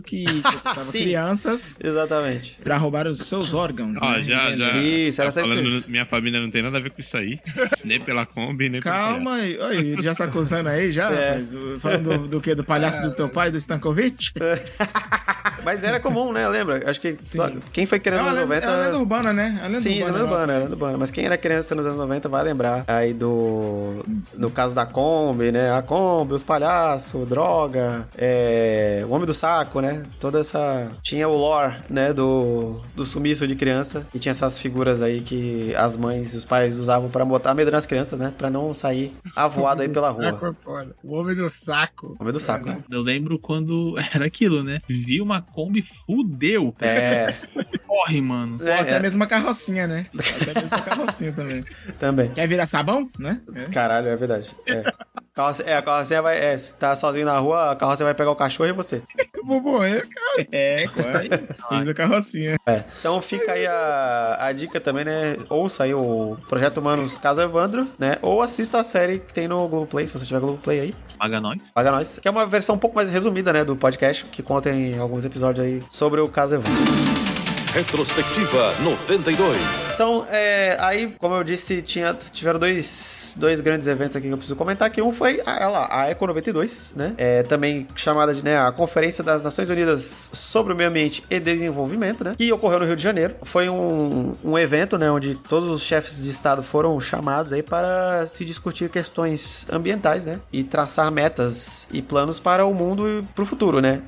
Speaker 8: que sequestrava
Speaker 1: Sim.
Speaker 8: crianças
Speaker 1: Exatamente.
Speaker 8: pra roubar os seus órgãos.
Speaker 3: Ó,
Speaker 8: né?
Speaker 3: já,
Speaker 8: Entende?
Speaker 3: já.
Speaker 1: Isso, era
Speaker 3: tá
Speaker 1: sempre
Speaker 3: falando,
Speaker 1: isso.
Speaker 3: Minha família não tem nada a ver com isso aí. nem pela Kombi, nem pela.
Speaker 8: Calma aí, Olha, ele já sacosando aí já?
Speaker 1: É.
Speaker 8: rapaz? O- Falando do, do que? Do palhaço do teu pai, do Stankovic?
Speaker 1: Mas era comum, né? Lembra? Acho que só- quem foi
Speaker 8: É
Speaker 1: criança nos
Speaker 8: uma
Speaker 1: anos 90.
Speaker 8: lenda, é uma lenda urbana, né? É uma lenda
Speaker 1: tá- Sim, é lenda
Speaker 8: nossa.
Speaker 1: urbana, é lenda urbana. Mas quem era criança nos anos 90 vai lembrar aí do. No caso da Kombi, né? A Kombi, os palhaços, droga, é, o Homem do Saco, né? Toda essa. Tinha o lore, né? Do, do sumiço de criança. E tinha essas figuras aí que as mães e os pais usavam pra botar medo nas crianças, né? Pra não sair avoado aí pela
Speaker 5: Saco
Speaker 1: rua.
Speaker 5: é foda. O homem do saco.
Speaker 1: Homem do Saco, né?
Speaker 4: Eu lembro quando era aquilo, né? Vi uma Kombi, fudeu.
Speaker 1: É,
Speaker 4: Corre, mano.
Speaker 8: Ou né? até
Speaker 1: é,
Speaker 8: mesmo uma carrocinha, né? Até mesmo uma carrocinha também.
Speaker 1: também.
Speaker 8: Quer virar sabão, né? É.
Speaker 1: Caralho, é verdade. É. Carroça- é, a carrocinha vai. É, se tá sozinho na rua, a carrocinha vai pegar o cachorro e você.
Speaker 5: Eu vou morrer.
Speaker 8: É, corre. Vira carrocinha.
Speaker 1: Então fica aí a, a dica também, né? Ouça aí o Projeto Humanos Caso Evandro, né? Ou assista a série que tem no Globoplay, se você tiver Globoplay aí.
Speaker 4: Paga nós.
Speaker 1: Paga nós. Que é uma versão um pouco mais resumida, né? Do podcast, que conta em alguns episódios aí sobre o Caso Evandro.
Speaker 10: Retrospectiva 92.
Speaker 1: Então, é, aí, como eu disse, tinha, tiveram dois, dois grandes eventos aqui que eu preciso comentar, que um foi a, ela, a Eco 92, né? É, também chamada de né, a Conferência das Nações Unidas sobre o Meio Ambiente e Desenvolvimento, né? Que ocorreu no Rio de Janeiro. Foi um, um evento, né? Onde todos os chefes de Estado foram chamados aí para se discutir questões ambientais, né? E traçar metas e planos para o mundo e para o futuro, né?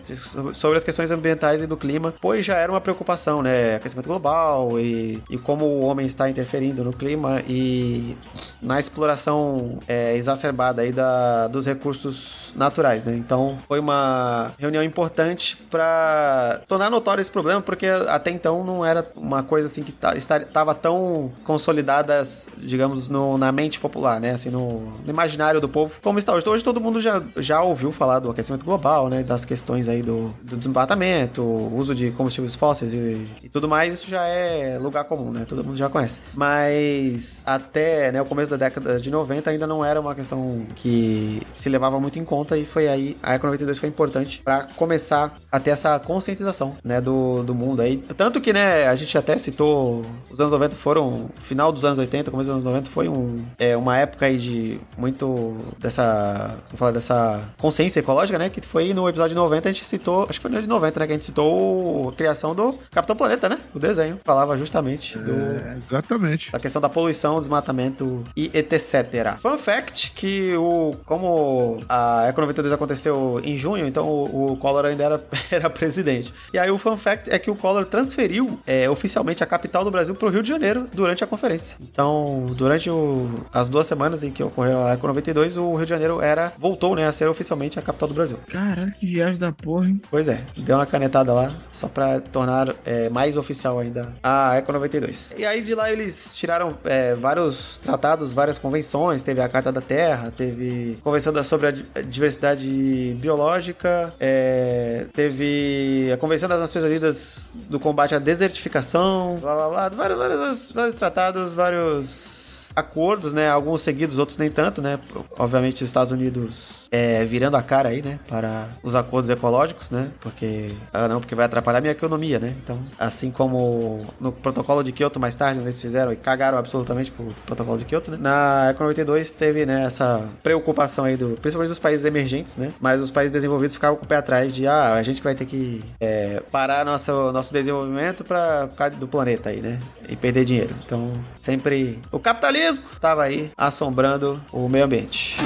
Speaker 1: Sobre as questões ambientais e do clima, pois já era uma preocupação, né? Aquecimento global e, e como o homem está interferindo no clima e na exploração é, exacerbada aí da, dos recursos naturais, né? Então foi uma reunião importante para tornar notório esse problema, porque até então não era uma coisa assim que estava tão consolidada, digamos, no, na mente popular, né? Assim, no, no, imaginário do povo, como está hoje. Hoje todo mundo já, já ouviu falar do aquecimento global, né? Das questões aí do, do desmatamento, uso de combustíveis fósseis e, e tudo mais, isso já é lugar comum, né? Todo mundo já conhece. Mas até né, o começo da década de 90 ainda não era uma questão que se levava muito em conta e foi aí a Eco 92 foi importante para começar a ter essa conscientização, né, do, do mundo aí. Tanto que, né, a gente até citou os anos 90 foram final dos anos 80, começo dos anos 90 foi um é, uma época aí de muito dessa, vou falar dessa consciência ecológica, né, que foi no episódio 90 a gente citou, acho que foi no de 90, né, que a gente citou a criação do Capitão Planeta, né? O desenho falava justamente do
Speaker 5: é, exatamente.
Speaker 1: Da questão da poluição, desmatamento e etc. Fun fact que o como a Eco 92 aconteceu em junho, então o, o Collor ainda era, era presidente. E aí o fun fact é que o Collor transferiu é, oficialmente a capital do Brasil para o Rio de Janeiro durante a conferência. Então, durante o, as duas semanas em que ocorreu a Eco 92, o Rio de Janeiro era voltou, né, a ser oficialmente a capital do Brasil.
Speaker 4: Caralho, que viagem da porra, hein?
Speaker 1: Pois é, deu uma canetada lá só para tornar é, mais oficial ainda a Eco 92. E aí de lá eles tiraram é, vários tratados, várias convenções, teve a Carta da Terra, teve Convenção sobre a Diversidade Biológica, é, teve a Convenção das Nações Unidas do Combate à Desertificação, blá blá blá, vários, vários, vários tratados, vários acordos, né? Alguns seguidos, outros nem tanto, né? Obviamente, os Estados Unidos é, virando a cara aí, né? Para os acordos ecológicos, né? Porque. Ah, não, porque vai atrapalhar minha economia, né? Então, assim como no protocolo de Kyoto mais tarde, eles fizeram e cagaram absolutamente pro protocolo de Kyoto, né? Na Eco 92 teve, né? Essa preocupação aí, do, principalmente dos países emergentes, né? Mas os países desenvolvidos ficavam com o pé atrás de, ah, a gente vai ter que é, parar nosso, nosso desenvolvimento para do planeta aí, né? E perder dinheiro. Então, sempre. O capitalismo estava aí assombrando o meio ambiente.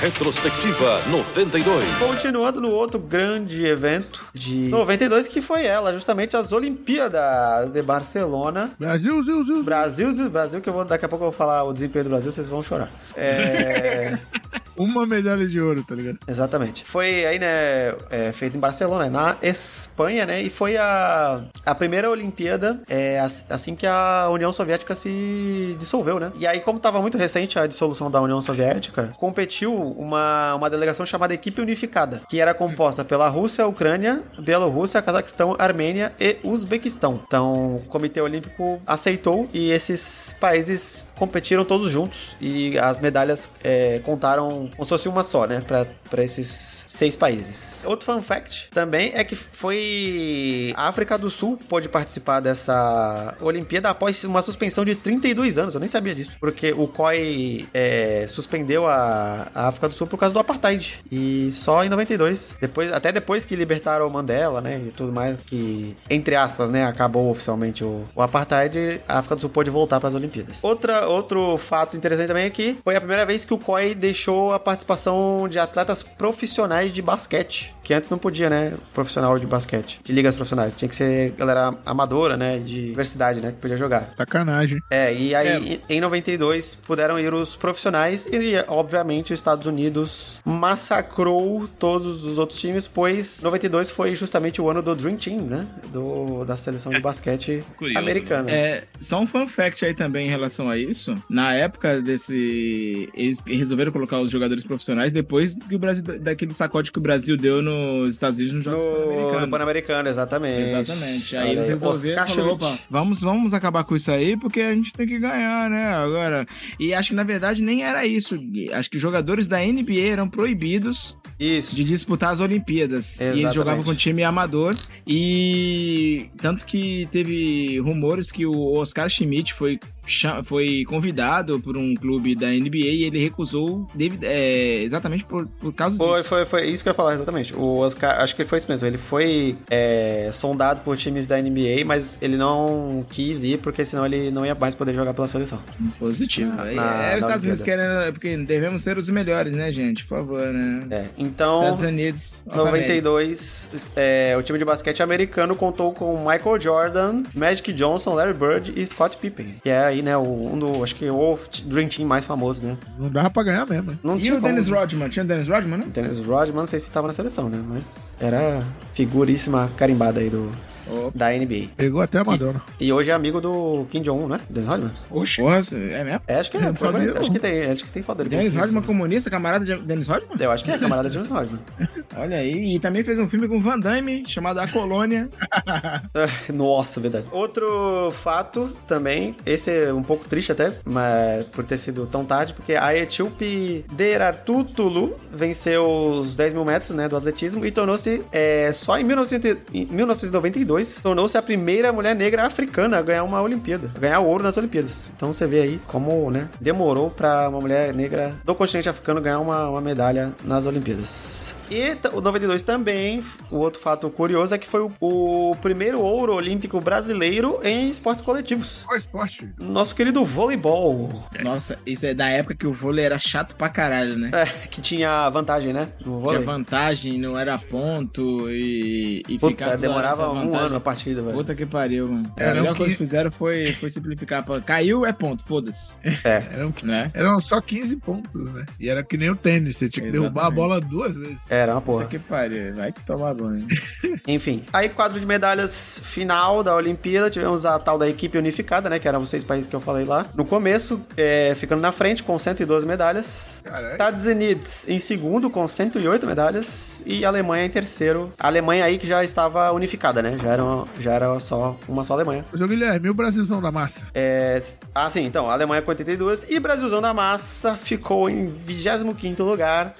Speaker 10: Retrospectiva 92.
Speaker 1: Continuando no outro grande evento de 92, que foi ela, justamente as Olimpíadas de Barcelona.
Speaker 5: Brasil, Zil, Zil.
Speaker 1: Brasil, Zil, Brasil, que eu vou, daqui a pouco eu vou falar o desempenho do Brasil, vocês vão chorar. É...
Speaker 5: Uma medalha de ouro, tá ligado?
Speaker 1: Exatamente. Foi aí, né, é, feito em Barcelona, na Espanha, né, e foi a, a primeira Olimpíada é, assim que a União Soviética se dissolveu, né? E aí, como tava muito recente a dissolução da União Soviética, competiu uma, uma delegação chamada Equipe Unificada, que era composta pela Rússia, Ucrânia, Bielorrússia, Cazaquistão, Armênia e Uzbequistão. Então, o Comitê Olímpico aceitou e esses países competiram todos juntos e as medalhas é, contaram como se fosse uma só, né? Pra, pra esses seis países. Outro fun fact também é que foi a África do Sul pôde participar dessa Olimpíada após uma suspensão de 32 anos. Eu nem sabia disso, porque o COI é, suspendeu a, a África do Sul por causa do apartheid. E só em 92, depois, até depois que libertaram Mandela, né, e tudo mais, que entre aspas, né, acabou oficialmente o, o apartheid, a África do Sul pôde voltar para as Olimpíadas. Outra, outro fato interessante também é que foi a primeira vez que o COI deixou a participação de atletas profissionais de basquete, que antes não podia, né, profissional de basquete, de ligas profissionais, tinha que ser galera amadora, né, de universidade, né, que podia jogar.
Speaker 5: Sacanagem.
Speaker 1: É, e aí é. em 92 puderam ir os profissionais e obviamente o estado Estados Unidos massacrou todos os outros times, pois 92 foi justamente o ano do Dream Team, né? Do, da seleção de basquete É. Curioso, né? americana.
Speaker 8: É, só um fun fact aí também em relação a isso. Na época desse. Eles resolveram colocar os jogadores profissionais depois que o Brasil, daquele sacode que o Brasil deu nos Estados Unidos nos Jogos Pan-Americanos. No
Speaker 1: Pan-Americano, exatamente. é,
Speaker 8: Exatamente. Aí, aí eles resolveram. Falou, opa, vamos, vamos acabar com isso aí, porque a gente tem que ganhar, né? Agora. E acho que na verdade nem era isso. Acho que os jogadores da NBA eram proibidos
Speaker 1: Isso.
Speaker 8: de disputar as Olimpíadas. E ele
Speaker 1: Exatamente.
Speaker 8: jogava com time amador. E tanto que teve rumores que o Oscar Schmidt foi, cha- foi convidado por um clube da NBA e ele recusou devi- é, exatamente por, por causa
Speaker 1: Foi,
Speaker 8: disso.
Speaker 1: foi, foi isso que eu ia falar, exatamente. O Oscar, acho que foi isso mesmo. Ele foi é, sondado por times da NBA, mas ele não quis ir, porque senão ele não ia mais poder jogar pela seleção.
Speaker 8: Positivo.
Speaker 1: Na-
Speaker 8: É,
Speaker 1: na-
Speaker 8: é, os
Speaker 1: na
Speaker 8: Estados Unidos
Speaker 1: Olimpíada.
Speaker 8: querendo. Porque devemos ser os melhores, né, gente? Por favor, né?
Speaker 1: É, então,
Speaker 8: Estados Unidos. of America.
Speaker 1: 92, é, o time de basquete americano contou com Michael Jordan, Magic Johnson, Larry Bird e Scott Pippen. Que é aí, né, o, um do, acho que o t- Dream Team mais famoso, né?
Speaker 5: Não dava pra ganhar mesmo, hein?
Speaker 1: Não
Speaker 8: E
Speaker 1: tinha
Speaker 8: o
Speaker 1: como-
Speaker 8: Dennis Rodman? Tinha o Dennis Rodman, né? não?
Speaker 1: Dennis Rodman, não sei se tava na seleção, né? Mas era figuríssima carimbada aí do, da NBA.
Speaker 5: Pegou até a Madonna.
Speaker 1: E hoje é amigo do Kim Jong-un, né? Dennis Rodman?
Speaker 8: Oxe. é mesmo?
Speaker 1: É, acho que é.
Speaker 5: Não
Speaker 1: foi-
Speaker 5: sabia,
Speaker 1: acho
Speaker 5: não.
Speaker 1: que tem, acho que tem foto dele. com
Speaker 8: Dennis
Speaker 1: o Kim.
Speaker 8: Rodman comunista, camarada de Dennis Rodman?
Speaker 1: Eu acho que é camarada de James Rodman.
Speaker 8: Olha aí, e também fez um filme com Van Damme chamado A Colônia.
Speaker 1: Ah, Nossa, verdade. Outro fato também, esse é um pouco triste até, mas por ter sido tão tarde, porque a etíope Derartutulu venceu os 10 mil metros né, do atletismo e tornou-se, é, só em, 1900 e- em 1992, tornou-se a primeira mulher negra africana a ganhar uma Olimpíada, a ganhar ouro nas Olimpíadas. Então você vê aí como né, demorou pra uma mulher negra do continente africano ganhar uma, uma medalha nas Olimpíadas. E t- o 92 também, o outro fato curioso é que foi o, o primeiro ouro olímpico brasileiro em esportes coletivos.
Speaker 5: Qual esporte?
Speaker 1: Nosso querido voleibol,
Speaker 8: Nossa, isso é da época que o vôlei era chato pra caralho, né?
Speaker 1: que tinha vantagem, né? No
Speaker 8: Tinha
Speaker 1: vôlei.
Speaker 8: vantagem, não era ponto e, e
Speaker 1: Puta,
Speaker 8: toda
Speaker 1: demorava
Speaker 8: essa
Speaker 1: um
Speaker 8: vantagem.
Speaker 1: ano a partida, velho. É,
Speaker 8: Puta que pariu, mano.
Speaker 5: Era
Speaker 8: a melhor
Speaker 5: um
Speaker 8: coisa
Speaker 5: que-
Speaker 8: que fizeram foi, foi simplificar. Pra... Caiu é ponto, foda-se.
Speaker 5: Eram,
Speaker 8: Né?
Speaker 5: um eram só 15 pontos, né? E era que nem o tênis, você tinha que derrubar a bola duas vezes.
Speaker 1: Era uma
Speaker 8: Puta
Speaker 1: porra.
Speaker 8: que pariu, vai tomar banho.
Speaker 1: Enfim. Aí, quadro de medalhas final da Olimpíada. Tivemos a tal da equipe unificada, né? Que eram os seis países que eu falei lá. No começo, é, ficando na frente com 112 medalhas.
Speaker 5: Caralho.
Speaker 1: Estados Unidos em segundo com 108 medalhas e Alemanha em terceiro. A Alemanha aí que já estava unificada, né? Já era, uma- já era só uma só Alemanha.
Speaker 5: Ô, Guilherme, e o Brasilzão da massa?
Speaker 1: É, ah, sim, então, a Alemanha com 82 e Brasilzão da Massa ficou em 25º lugar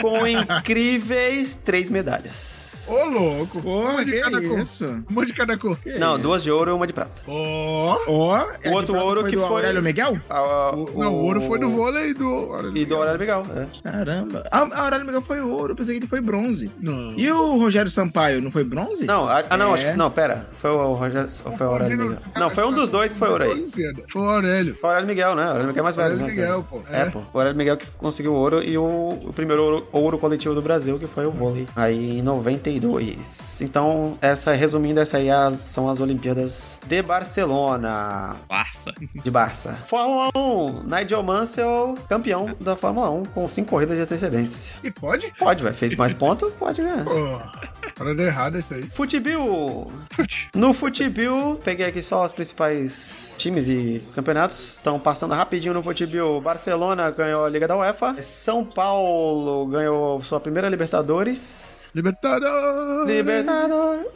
Speaker 1: com incríveis três medalhas.
Speaker 5: Ô, louco!
Speaker 8: Pô,
Speaker 5: Uma de
Speaker 8: que
Speaker 5: cada cor.
Speaker 8: isso?
Speaker 5: Uma de cada cor.
Speaker 1: Não, duas de ouro e uma de prata.
Speaker 5: Ó!
Speaker 8: Ó, é
Speaker 1: O outro ouro que
Speaker 8: do
Speaker 1: foi-
Speaker 8: Aurélio Miguel?
Speaker 1: A- a-
Speaker 5: O- Não, o ouro foi do vôlei e do. Olha,
Speaker 1: Ah, E do Aurélio Miguel, é.
Speaker 8: Caramba. Ah, o Aurélio Miguel foi ouro, eu pensei que ele foi bronze.
Speaker 5: Não.
Speaker 8: E o Rogério Sampaio, não foi bronze?
Speaker 1: Não, a- ah, não,
Speaker 8: É.
Speaker 1: acho que. Não, pera. Foi o Rogério. ou Foi o Aurélio Miguel. Não, foi um dos dois que foi ouro aí.
Speaker 5: Olimpíada. Foi o Aurélio.
Speaker 1: Foi o Aurélio Miguel, né? O Aurélio Miguel é mais velho.
Speaker 5: Aurélio
Speaker 1: né?
Speaker 5: Miguel, pô.
Speaker 1: É, pô. O Aurélio Miguel que conseguiu o ouro e o, o primeiro ouro, ouro coletivo do Brasil, que foi o vôlei. Aí em 92. Então, essa, resumindo, essa aí é as- são as Olimpíadas de Barcelona,
Speaker 3: Passa.
Speaker 1: de Barça. Fórmula 1, Nigel Mansell, campeão da Fórmula 1, com cinco corridas de antecedência.
Speaker 5: E pode?
Speaker 1: Pode, velho. Fez mais ponto? Pode né? ganhar.
Speaker 5: Pô, para dar errado isso aí.
Speaker 1: Futebol. No Futebol, peguei aqui só os principais times e campeonatos. Estão passando rapidinho no Futebol. Barcelona ganhou a Liga da UEFA. São Paulo ganhou sua primeira Libertadores.
Speaker 5: Libertador!
Speaker 1: Libertadores.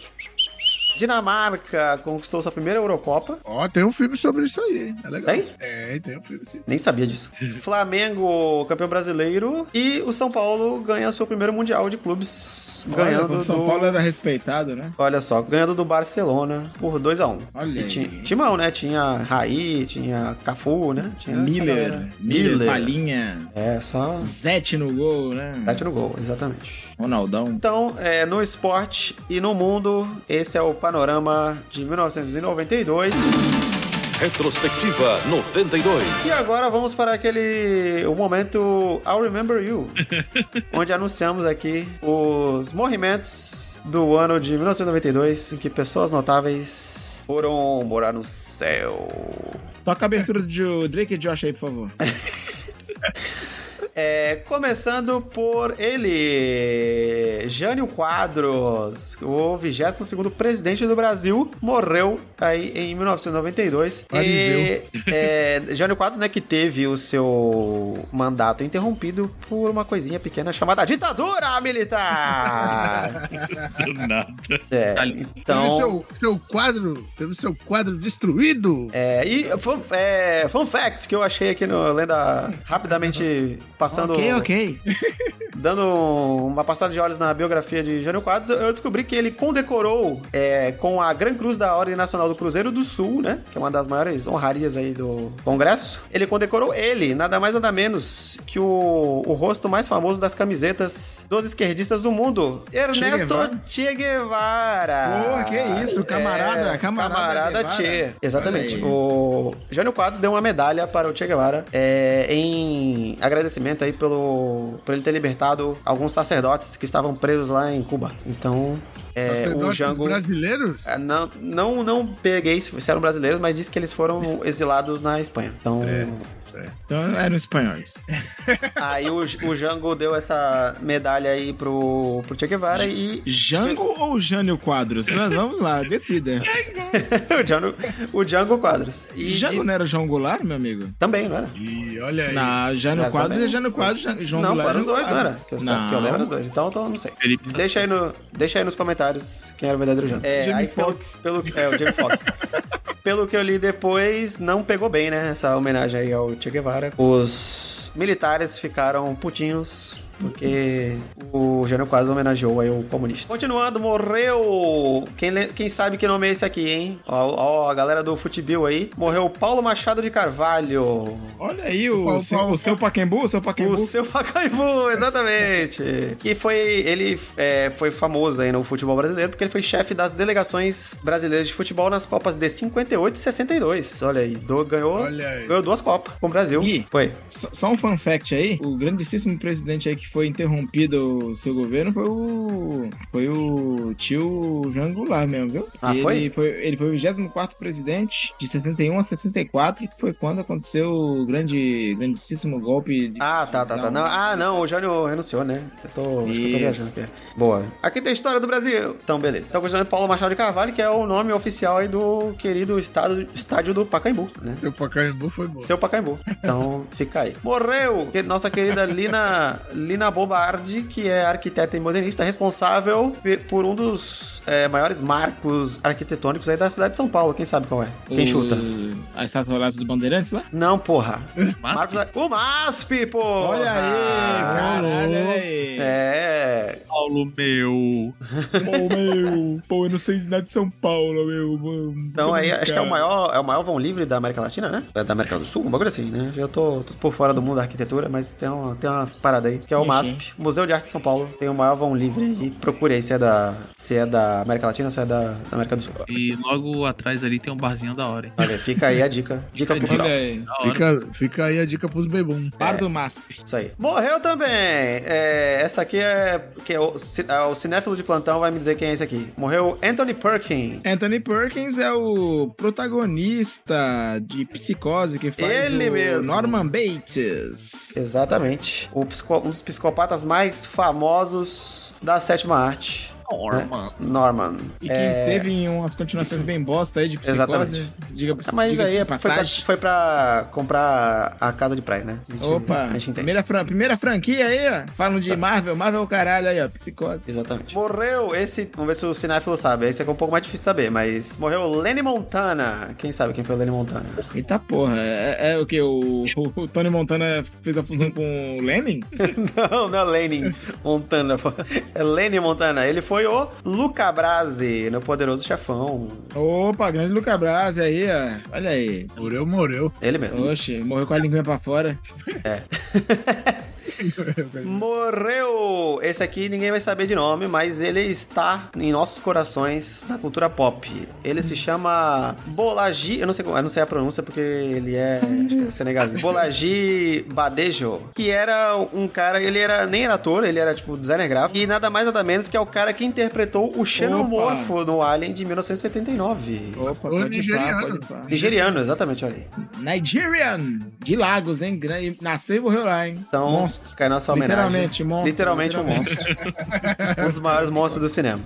Speaker 1: Dinamarca conquistou sua primeira Eurocopa.
Speaker 5: Ó, tem um filme sobre isso aí, hein? É legal.
Speaker 1: Tem?
Speaker 5: Tem, tem um filme sim.
Speaker 1: Nem sabia disso. Flamengo, campeão brasileiro. E o São Paulo ganha seu primeiro Mundial de Clubes.
Speaker 8: Olha,
Speaker 1: Ganhando
Speaker 8: como
Speaker 1: do...
Speaker 8: São Paulo era respeitado, né?
Speaker 1: Olha só, ganhando do Barcelona por 2x1.
Speaker 8: Olha
Speaker 1: E
Speaker 8: aí.
Speaker 1: ti- Timão, né? Tinha Raí, tinha Cafu, né? Tinha essa galera.
Speaker 8: Miller, Miller,
Speaker 1: Miller.
Speaker 8: Palinha,
Speaker 1: É, só
Speaker 8: Zete no gol, né?
Speaker 1: bate no gol, exatamente.
Speaker 8: Ronaldão.
Speaker 1: Então, é, no esporte e no mundo, esse é o panorama de 1992.
Speaker 11: Retrospectiva 92.
Speaker 1: E agora vamos para aquele o momento I'll Remember You, onde anunciamos aqui os morrimentos do ano de 1992, em que pessoas notáveis foram morar no céu.
Speaker 8: Toca a abertura de Drake e Josh aí, por favor.
Speaker 1: É, começando por ele, Jânio Quadros, o 22º presidente do Brasil, morreu aí em 1992. E, é, Jânio Quadros, né, que teve o seu mandato interrompido por uma coisinha pequena chamada ditadura militar.
Speaker 3: Do nada.
Speaker 1: É,
Speaker 5: Teve
Speaker 1: então...
Speaker 5: seu, seu quadro, teve seu quadro destruído.
Speaker 1: É, e fun, é, fun fact que eu achei aqui no Lenda rapidamente passando.
Speaker 8: Ok, ok.
Speaker 1: Dando um- uma passada de olhos na biografia de Jânio Quadros, eu descobri que ele condecorou é, com a Gran Cruz da Ordem Nacional do Cruzeiro do Sul, né? Que é uma das maiores honrarias aí do Congresso. Ele condecorou ele, nada mais nada menos que o, o rosto mais famoso das camisetas dos esquerdistas do mundo, Ernesto
Speaker 5: Guevara.
Speaker 1: Che Guevara.
Speaker 5: Porra, que isso, camarada, camarada Guevara.
Speaker 1: Che. Exatamente.
Speaker 12: É, Olha aí.
Speaker 1: O Jânio Quadros deu uma medalha para o Che Guevara é, em agradecimento aí pelo por ele ter libertado alguns sacerdotes que estavam presos lá em Cuba. Então, é, o
Speaker 5: Sacerdotes
Speaker 1: Jango
Speaker 5: brasileiros?
Speaker 1: é, Não, não, não peguei se se eram brasileiros, mas disse que eles foram exilados na Espanha. Então,
Speaker 5: É.
Speaker 12: Então
Speaker 8: é
Speaker 12: eram espanhóis.
Speaker 1: aí o, o Jango deu essa medalha aí pro, pro Che Guevara e
Speaker 8: Jango ou Jânio Quadros? Mas vamos lá, decida.
Speaker 1: o Django, o Django Quadros. E
Speaker 8: Jango
Speaker 1: disse-
Speaker 5: né?
Speaker 8: não era João Goulart, meu amigo?
Speaker 1: Também, É. não era?
Speaker 5: E olha aí.
Speaker 8: Não,
Speaker 1: Era
Speaker 8: Jânio Quadros
Speaker 1: também.
Speaker 8: é Jânio Quadros, Jan- João
Speaker 1: não,
Speaker 8: Goulart.
Speaker 1: foram os
Speaker 8: Jânio
Speaker 1: dois, não era?
Speaker 8: Quadros.
Speaker 1: Que eu, sa- que eu lembro era os dois, então, então eu não sei.
Speaker 3: Felipe tá
Speaker 1: Deixa aí, no, deixa aí nos comentários quem era o verdadeiro Jango. É,
Speaker 8: Jamie
Speaker 1: aí pelo-
Speaker 8: Foxx.
Speaker 1: Pelo, é, o Jamie Foxx. pelo que eu li depois, não pegou bem, né? Essa homenagem aí ao Che Guevara. Os militares ficaram putinhos. Porque o Jânio quase homenageou aí o comunista. Continuando, morreu. Quem, le- quem sabe que nome é esse aqui, hein? Ó, ó, a galera do Futebol aí. Morreu Paulo Machado de Carvalho.
Speaker 8: Olha aí o,
Speaker 5: Paulo,
Speaker 8: seu,
Speaker 5: Paulo,
Speaker 8: o seu Paquembu, o seu Paquembu.
Speaker 1: O seu Pacaembu, exatamente. que foi. Ele é, foi famoso aí no futebol brasileiro, porque ele foi chefe das delegações brasileiras de futebol nas Copas de 58 e 62. Olha aí, do- ganhou,
Speaker 5: Olha aí.
Speaker 1: ganhou duas Copas com o Brasil.
Speaker 8: Ih.
Speaker 1: Foi.
Speaker 8: Só, só um fun fact aí, o grandíssimo presidente aí que foi interrompido o seu governo foi o foi o tio Jean Goulart mesmo, viu?
Speaker 1: Ah,
Speaker 8: ele
Speaker 1: foi?
Speaker 8: Ele foi o 24 presidente de 61 a 64, que foi quando aconteceu o grande grandíssimo golpe de...
Speaker 1: Ah, tá, tá, tá. Não, ah, não, o Jânio renunciou, né? Eu tô, acho que eu tô
Speaker 8: Isso.
Speaker 1: viajando aqui. Boa. Aqui tem a história do Brasil. Então, beleza. Então, continuando, Paulo Machado de Carvalho, que é o nome oficial aí do querido estado, estádio do Pacaembu, né?
Speaker 5: Seu Pacaembu foi bom.
Speaker 1: Seu Pacaembu. Então, fica aí. Morreu! que- Nossa querida Lina, Lina Bobardi, que é arquiteta e modernista, responsável pe- por um dos é, maiores marcos arquitetônicos aí da cidade de São Paulo. Quem sabe qual é? Quem
Speaker 8: O-
Speaker 1: chuta?
Speaker 8: A estátua lá dos Bandeirantes lá?
Speaker 1: Não, porra.
Speaker 3: Mas
Speaker 1: Marcos, da- o MASP, pô!
Speaker 8: Olha aí,
Speaker 1: Ah,
Speaker 8: caralho, olha aí.
Speaker 1: É,
Speaker 3: Paulo, meu.
Speaker 8: Pô, meu, pô, eu não sei nada de São Paulo, meu. mano.
Speaker 1: então aí acho que é o
Speaker 8: Cara.
Speaker 1: maior, é o maior vão livre da América Latina, né? É da América do Sul, um bagulho assim, né? Já tô, tô por fora do mundo da arquitetura, mas tem uma, tem uma parada aí, que é o
Speaker 8: Sim,
Speaker 1: MASP, Museu de Arte de São Paulo. Tem o maior vão livre e procure aí se é da, se é da América Latina ou se é da, da América do Sul.
Speaker 3: E logo atrás ali tem um barzinho da hora, hein?
Speaker 1: Olha, fica aí a dica. Dica
Speaker 8: Olha
Speaker 1: cultural.
Speaker 8: aí.
Speaker 3: Da hora.
Speaker 5: Fica, fica aí a dica pros bebum.
Speaker 8: Bar É do MASP.
Speaker 1: Isso aí. Morreu também! É, essa aqui é. Que é o, ci- é o cinéfilo de plantão vai me dizer quem é esse aqui. Morreu Anthony Perkin.
Speaker 8: Anthony Perkins é o protagonista de Psicose que faz
Speaker 1: Ele
Speaker 8: o
Speaker 1: mesmo.
Speaker 8: Norman Bates.
Speaker 1: Exatamente. O psico- um dos psicopatas mais famosos da sétima arte. Norman. Norman.
Speaker 8: E que esteve em umas continuações bem bosta aí de Psicose.
Speaker 1: Exatamente.
Speaker 8: Diga pra
Speaker 1: Mas
Speaker 8: diga-se
Speaker 1: aí
Speaker 8: de
Speaker 1: é- foi pra,
Speaker 8: passagem.
Speaker 1: foi pra comprar a casa de praia, né? A gente-
Speaker 8: Opa,
Speaker 1: a gente entende.
Speaker 8: primeira, fran- primeira franquia aí, ó. Falam de Marvel, Marvel é o caralho aí, ó. Psicose.
Speaker 1: Exatamente. Morreu esse. Vamos ver se o cinéfilo sabe. Esse aqui é um pouco mais difícil de saber, mas morreu Lenny Montana. Quem sabe quem foi o Lenny Montana?
Speaker 8: Eita porra, é, é o que? O, o Tony Montana fez a fusão com o Lenin?
Speaker 1: Não, não é Lenny Montana. pô. É Lenny Montana. Ele foi o Luca Brasi no Poderoso Chefão.
Speaker 8: Opa, grande Luca Brasi aí, ó. Olha aí.
Speaker 5: Moreu, moreu.
Speaker 1: Ele mesmo.
Speaker 8: Oxe, morreu com a linguinha pra fora.
Speaker 1: Morreu! Esse aqui ninguém vai saber de nome, mas ele está em nossos corações na cultura pop. Ele se chama Bolaji. Eu não sei como, eu não sei a pronúncia porque ele é, acho que é senegalês. Bolaji Badejo, que era um cara, ele era nem era ator, ele era tipo designer gráfico e nada mais nada menos que é o cara que interpretou o xenomorfo no Alien de 1979.
Speaker 8: Opa,
Speaker 5: Ô,
Speaker 8: pode
Speaker 5: nigeriano.
Speaker 8: nigeriano. Pá, pode pá.
Speaker 1: Nigeriano, exatamente, olha aí.
Speaker 8: Nigerian! De Lagos, hein? Grande- Nasceu e morreu lá, hein?
Speaker 1: Então,
Speaker 8: monstro.
Speaker 1: cai nossa homenagem.
Speaker 8: Literalmente, monstro.
Speaker 1: Literalmente um monstro. um dos maiores monstros do cinema.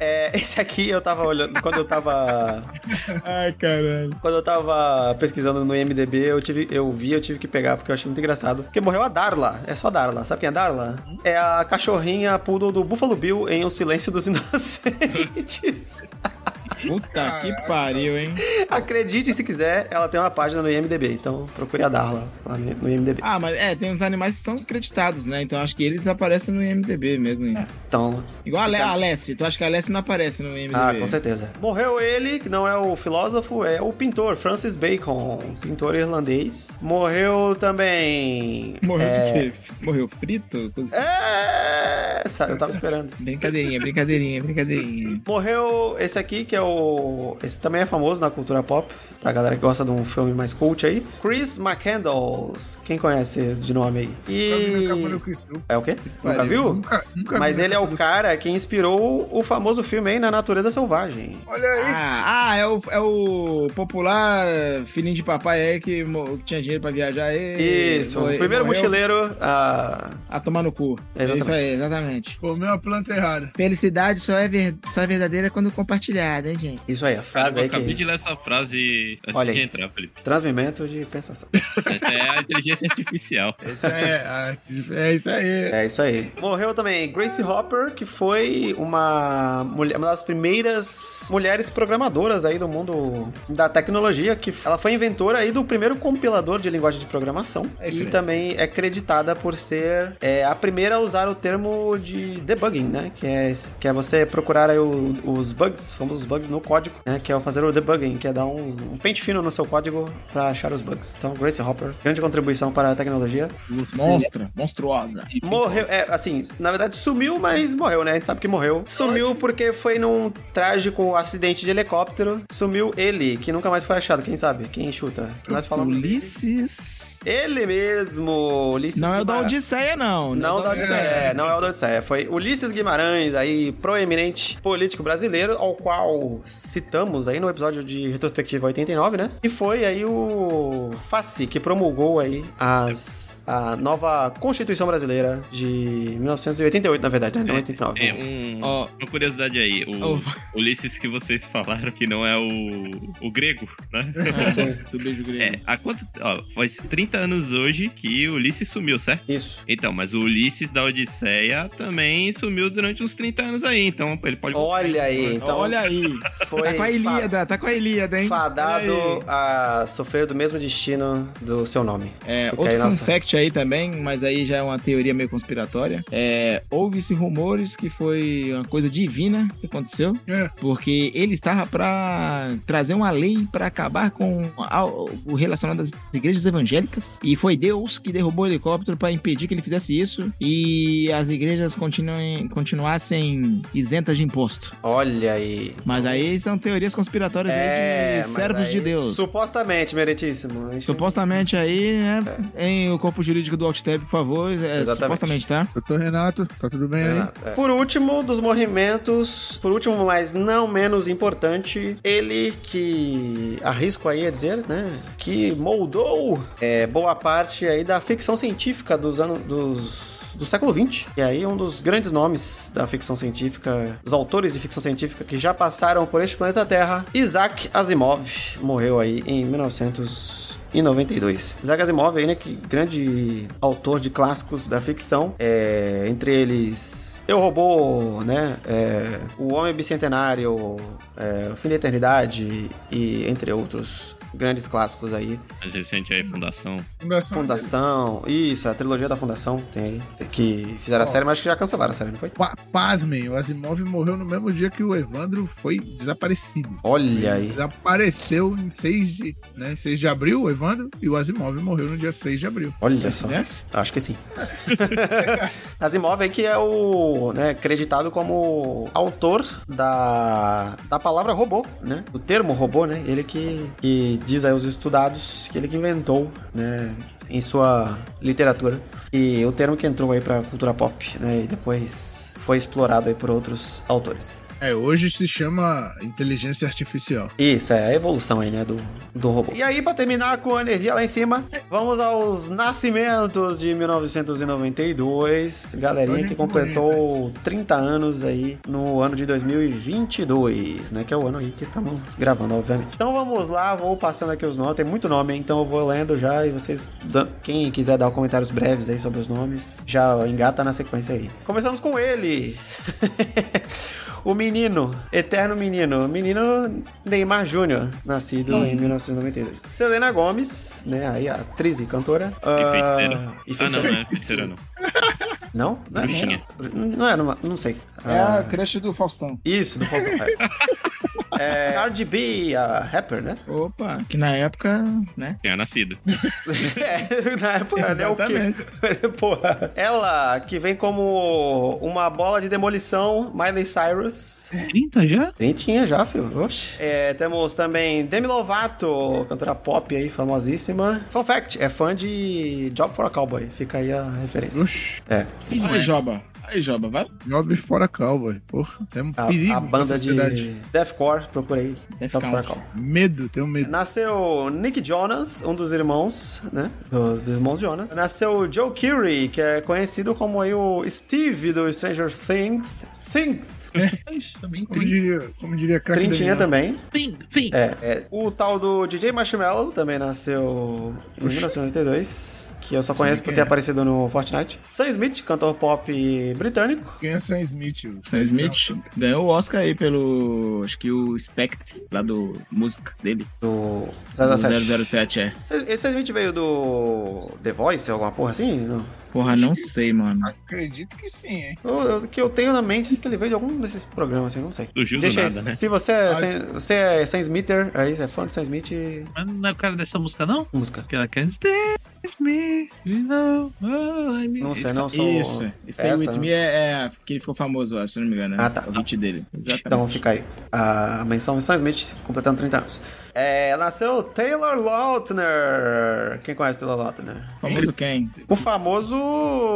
Speaker 1: É, esse aqui eu tava olhando. Quando eu tava.
Speaker 8: Ai, caralho.
Speaker 1: Quando eu tava pesquisando no IMDB, eu, tive, eu vi, eu tive que pegar, porque eu achei muito engraçado. Porque morreu a Darla. É só Darla. Sabe quem é Darla? É a cachorrinha poodle do Buffalo Bill em O Silêncio dos Inocentes.
Speaker 8: Puta que pariu, hein?
Speaker 1: Acredite se quiser, ela tem uma página no IMDB, então procure a Darla lá no no IMDB.
Speaker 8: Ah, mas é, tem uns animais que são creditados, né? Então acho que eles aparecem no IMDB mesmo. hein?
Speaker 1: Então,
Speaker 8: Igual a, Le a Alessi. Tu acha que a Alessi não aparece no IMDB?
Speaker 1: ah, com certeza. Morreu ele, que não é o filósofo, é o pintor, Francis Bacon, um pintor irlandês. Morreu também.
Speaker 8: Morreu
Speaker 1: é...
Speaker 8: de quê? Morreu frito? Coisa assim.
Speaker 1: É, sabe, eu tava esperando.
Speaker 8: Brincadeirinha, brincadeirinha, brincadeirinha.
Speaker 1: Morreu esse aqui, que é o. Esse também é famoso na cultura pop, pra galera que gosta de um filme mais cult aí. Chris McCandles. Quem conhece de nome aí? E. É o quê? Nunca viu?
Speaker 5: Nunca, nunca
Speaker 1: Mas
Speaker 5: vi
Speaker 1: ele é o cara que inspirou o famoso filme aí na natureza selvagem.
Speaker 5: Olha aí,
Speaker 8: Ah, ah, é o, é o popular filhinho de papai aí que, mo- que tinha dinheiro pra viajar aí.
Speaker 1: Isso, o primeiro mochileiro. ah,
Speaker 8: A tomar no cu. É
Speaker 1: Exatamente.
Speaker 8: isso aí, exatamente.
Speaker 5: comeu a planta errada.
Speaker 8: Felicidade só é, ver- só é verdadeira quando compartilhada, hein, gente?
Speaker 1: Isso aí, a frase
Speaker 3: eu
Speaker 1: aí
Speaker 3: acabei
Speaker 1: que.
Speaker 3: de ler essa frase antes
Speaker 1: Olha aí.
Speaker 3: de entrar, Felipe.
Speaker 1: Transmimento de pensação.
Speaker 3: Essa é a inteligência artificial.
Speaker 5: Isso aí é, arte- é isso aí.
Speaker 1: É isso aí. Morreu também Grace Hopper, que foi uma mulher, uma das primeiras mulheres programadoras aí do mundo da tecnologia, que ela foi inventora aí do primeiro compilador de linguagem de programação e também é creditada por ser é, a primeira a usar o termo de debugging, né? Que é, que é você procurar aí o- os bugs, famosos bugs no código, né? Que é o fazer o debugging, que é dar um, um pente fino no seu código pra achar os bugs. Então, Grace Hopper, grande contribuição para a tecnologia.
Speaker 8: Monstra, monstruosa.
Speaker 9: então.
Speaker 1: Morreu, é, assim, na verdade sumiu, mas morreu, né? A gente sabe que morreu. Sumiu porque foi num trágico acidente de helicóptero. Sumiu ele, que nunca mais foi achado, quem sabe? Quem chuta? Que nós falamos. dele.
Speaker 9: Ulisses.
Speaker 1: Ele mesmo, Ulisses
Speaker 9: Não é o da
Speaker 1: Guimarães.
Speaker 9: Odisseia, não.
Speaker 8: é
Speaker 1: Não da Odisseia, não é o da Odisseia. Foi Ulisses Guimarães, aí, proeminente político brasileiro, ao qual citamos aí no episódio de Retrospectiva 89, né? E foi aí o Faci que promulgou aí as, a nova Constituição Brasileira de 1988, na verdade, né? Não
Speaker 3: É
Speaker 1: 89.
Speaker 3: um...
Speaker 8: Ó,
Speaker 3: Uma curiosidade aí, o Ulisses que vocês falaram que não é o, o grego, né?
Speaker 8: do beijo grego.
Speaker 3: É, há quanto. Ó, faz 30 anos hoje que o Ulisses sumiu, certo?
Speaker 1: Isso.
Speaker 3: Então, mas o Ulisses da Odisseia também sumiu durante uns 30 anos aí, então ele pode.
Speaker 1: Olha aí, então
Speaker 9: Olha aí.
Speaker 1: foi
Speaker 9: tá com a Ilíada, tá com a Ilíada, hein?
Speaker 1: fadado a sofrer do mesmo destino do seu nome.
Speaker 8: É,
Speaker 1: Fica
Speaker 8: outro
Speaker 1: aí
Speaker 8: fun
Speaker 1: nossa-
Speaker 8: fact aí também, mas aí já é uma teoria meio conspiratória. É, Houve-se rumores que foi uma coisa divina que aconteceu,
Speaker 5: É.
Speaker 8: porque ele estava pra trazer uma lei pra acabar com a- o relacionado às igrejas evangélicas. E foi Deus que derrubou o helicóptero pra impedir que ele fizesse isso e as igrejas continuem, continuassem isentas de imposto.
Speaker 1: Olha aí.
Speaker 8: Mas aí são teorias conspiratórias aí de
Speaker 1: É, mas
Speaker 8: servos de
Speaker 1: aí,
Speaker 8: Deus.
Speaker 1: Supostamente, meritíssimo. A gente-
Speaker 8: Supostamente aí, né? Em o corpo jurídico do Alttab, por favor. É,
Speaker 1: Exatamente.
Speaker 8: supostamente, tá?
Speaker 5: Doutor Renato, tá tudo bem aí?
Speaker 1: Exato, é. Por último, dos movimentos, por último, mas não menos importante, ele que arrisco aí a dizer, né, que moldou é, boa parte aí da ficção científica dos anos dos do século XX. E aí, um dos grandes nomes da ficção científica, dos autores de ficção científica que já passaram por este planeta Terra, Isaac Asimov, morreu aí em 1900 em 92. Isaac Asimov aí, né, que grande autor de clássicos da ficção, é, entre eles Eu Robô, né, é, O Homem Bicentenário, é, O Fim da Eternidade e entre outros grandes clássicos aí.
Speaker 3: Mais recente aí, Fundação.
Speaker 5: Fundação.
Speaker 1: Fundação, isso, é a trilogia da Fundação, tem, tem que fizeram a
Speaker 5: Ó.
Speaker 1: série, mas acho que já cancelaram a série, não foi?
Speaker 5: Pa pasmem, o Asimov morreu no mesmo dia que o Evandro foi desaparecido.
Speaker 1: Olha
Speaker 5: Ele
Speaker 1: aí.
Speaker 5: Desapareceu em 6 de, né, 6 de abril, o Evandro, e o Asimov morreu no dia 6 de abril.
Speaker 1: Olha só.
Speaker 5: É?
Speaker 8: Nessa?
Speaker 1: Acho que sim. Asimov aí que é o, né, creditado como autor da, da palavra robô, né? Do termo robô, né? Ele que, que diz aí aos estudados que ele que inventou, né, em sua literatura. E o termo que entrou aí pra cultura pop, né? E depois foi explorado aí por outros autores.
Speaker 5: É, hoje se chama inteligência artificial.
Speaker 1: Isso, é a evolução aí, né, do, do robô. E aí, pra terminar com a energia lá em cima, vamos aos nascimentos de 1992. Galerinha
Speaker 5: Hoje
Speaker 1: que
Speaker 5: é
Speaker 1: completou 30 anos aí no ano de 2022, né? Que é o ano aí que estamos gravando, obviamente. Então vamos lá, vou passando aqui os nomes. Tem muito nome, hein, então eu vou lendo já e vocês, dan- quem quiser dar comentários breves aí sobre os nomes, já engata na sequência aí. Começamos com ele. O menino, eterno menino, menino Neymar Júnior, nascido em 1992. Selena Gomes, né, aí a atriz e cantora.
Speaker 3: E
Speaker 1: Ah,
Speaker 3: feiticeira.
Speaker 1: e
Speaker 3: Ah, não,
Speaker 1: feiticeira.
Speaker 3: não é feiticeira, não.
Speaker 1: não, não, é-
Speaker 3: Bruxinha.
Speaker 1: não, não era uma, não sei.
Speaker 10: É a
Speaker 1: Ah,
Speaker 10: crush do Faustão.
Speaker 1: isso, do Faustão. É. É, Cardi B, a rapper, né?
Speaker 8: Opa, que na época, né?
Speaker 3: Quem é nascido.
Speaker 1: É, na época, né? O quê?
Speaker 8: Exatamente.
Speaker 1: Porra. Ela, que vem como uma bola de demolição, Miley Cyrus.
Speaker 4: 30 já?
Speaker 1: Nem tinha já, filho. Oxe. É, temos também Demi Lovato, cantora pop aí, famosíssima. Fun fact, é fã de Job for a Cowboy. Fica aí a referência.
Speaker 5: Oxi,
Speaker 1: É.
Speaker 8: Aí, Joba. Aí, Joba, vai.
Speaker 5: job fora cowboy. Porra, isso é um
Speaker 1: A,
Speaker 5: perigo.
Speaker 1: a
Speaker 5: pra
Speaker 1: banda de
Speaker 5: sociedade.
Speaker 1: Deathcore, procura aí. Job for a
Speaker 8: Country.
Speaker 1: Cowboy.
Speaker 5: Medo, tenho medo.
Speaker 1: Nasceu Nick Jonas, um dos irmãos, né? Dos irmãos Jonas. Nasceu Joe Curry, que é conhecido como aí o Steve do Stranger Things. Things.
Speaker 4: É isso, também
Speaker 5: Como
Speaker 4: 30.
Speaker 5: diria, como diria craque
Speaker 1: Trintinha
Speaker 5: Daniel.
Speaker 1: também.
Speaker 4: Fim, fim.
Speaker 1: É, é. O tal do DJ Marshmallow também nasceu em 1992, que eu só conheço por ter aparecido no Fortnite. Sam Smith, cantor pop britânico.
Speaker 5: Quem é Sam Smith? o-
Speaker 9: Sam Smith ganhou o Oscar aí pelo. Acho que o Spectre, lá do música dele.
Speaker 1: Do
Speaker 9: Do
Speaker 1: 007.
Speaker 9: 007, é.
Speaker 1: Esse Sam Smith veio do The Voice, alguma porra assim? Não.
Speaker 9: Porra, não sei, mano.
Speaker 5: Acredito que sim, hein?
Speaker 1: O, o que eu tenho na mente é que ele veio de algum desses programas, assim, não sei.
Speaker 3: Do Gil do
Speaker 1: Deixa aí,
Speaker 3: nada, né?
Speaker 1: se você
Speaker 8: Ah,
Speaker 1: é, Sam, você é Sam Smither, aí você é fã de Sam Smith,
Speaker 4: Mas não é o cara dessa música, não?
Speaker 1: música.
Speaker 4: Aquela que é Stay with me, you know, all I mean.
Speaker 1: Não sei, não sou...
Speaker 8: Isso. Stay
Speaker 1: essa,
Speaker 8: With
Speaker 1: né?
Speaker 8: Me é, é a- que ele ficou famoso, eu acho, se não me engano. né?
Speaker 1: Ah, tá.
Speaker 8: O hit dele. Exatamente.
Speaker 1: Então fica aí a menção Sam Smith completando 30 anos. É, nasceu Taylor Lautner. Quem conhece Taylor Lautner?
Speaker 8: famoso quem?
Speaker 1: O famoso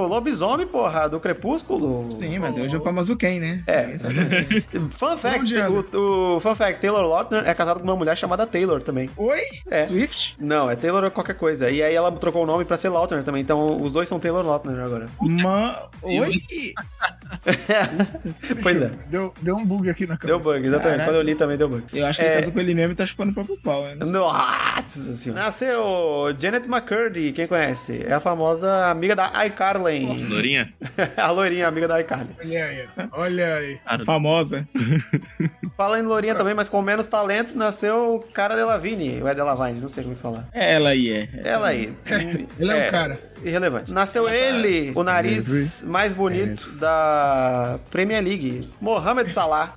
Speaker 1: lobisomem, porra, do Crepúsculo.
Speaker 8: Sim, mas hoje é o famoso quem, né?
Speaker 1: É. Fun fact, o, o fun fact, Taylor Lautner é casado com uma mulher chamada Taylor também.
Speaker 8: Oi?
Speaker 1: É.
Speaker 8: Swift?
Speaker 1: Não, é Taylor ou qualquer coisa. E aí ela trocou o nome pra ser Lautner também. Então os dois são Taylor Lautner agora.
Speaker 8: Ma... Oi?
Speaker 1: pois é.
Speaker 5: Deu, deu um bug aqui na
Speaker 1: Deu
Speaker 5: cabeça.
Speaker 1: bug, exatamente.
Speaker 8: Caraca.
Speaker 1: Quando eu li também deu bug.
Speaker 8: Eu acho que ele
Speaker 1: É.
Speaker 8: casou com ele mesmo e tá chupando o próprio pau, né?
Speaker 1: Nossa senhora. Nasceu Janet McCurdy, quem conhece? É a famosa amiga da iCarly.
Speaker 3: Lourinha?
Speaker 1: a loirinha, amiga da iCarly.
Speaker 5: Olha aí, olha aí.
Speaker 4: Cara,
Speaker 8: Famosa.
Speaker 1: Fala em lourinha também, mas com menos talento, nasceu o cara Delavine. Ou é Delavine, não sei como é que fala.
Speaker 8: É ela aí, é.
Speaker 1: Ela aí.
Speaker 5: Ele é, um cara.
Speaker 1: Irrelevante. Nasceu ele, o nariz mais bonito da Premier League. Mohamed Salah.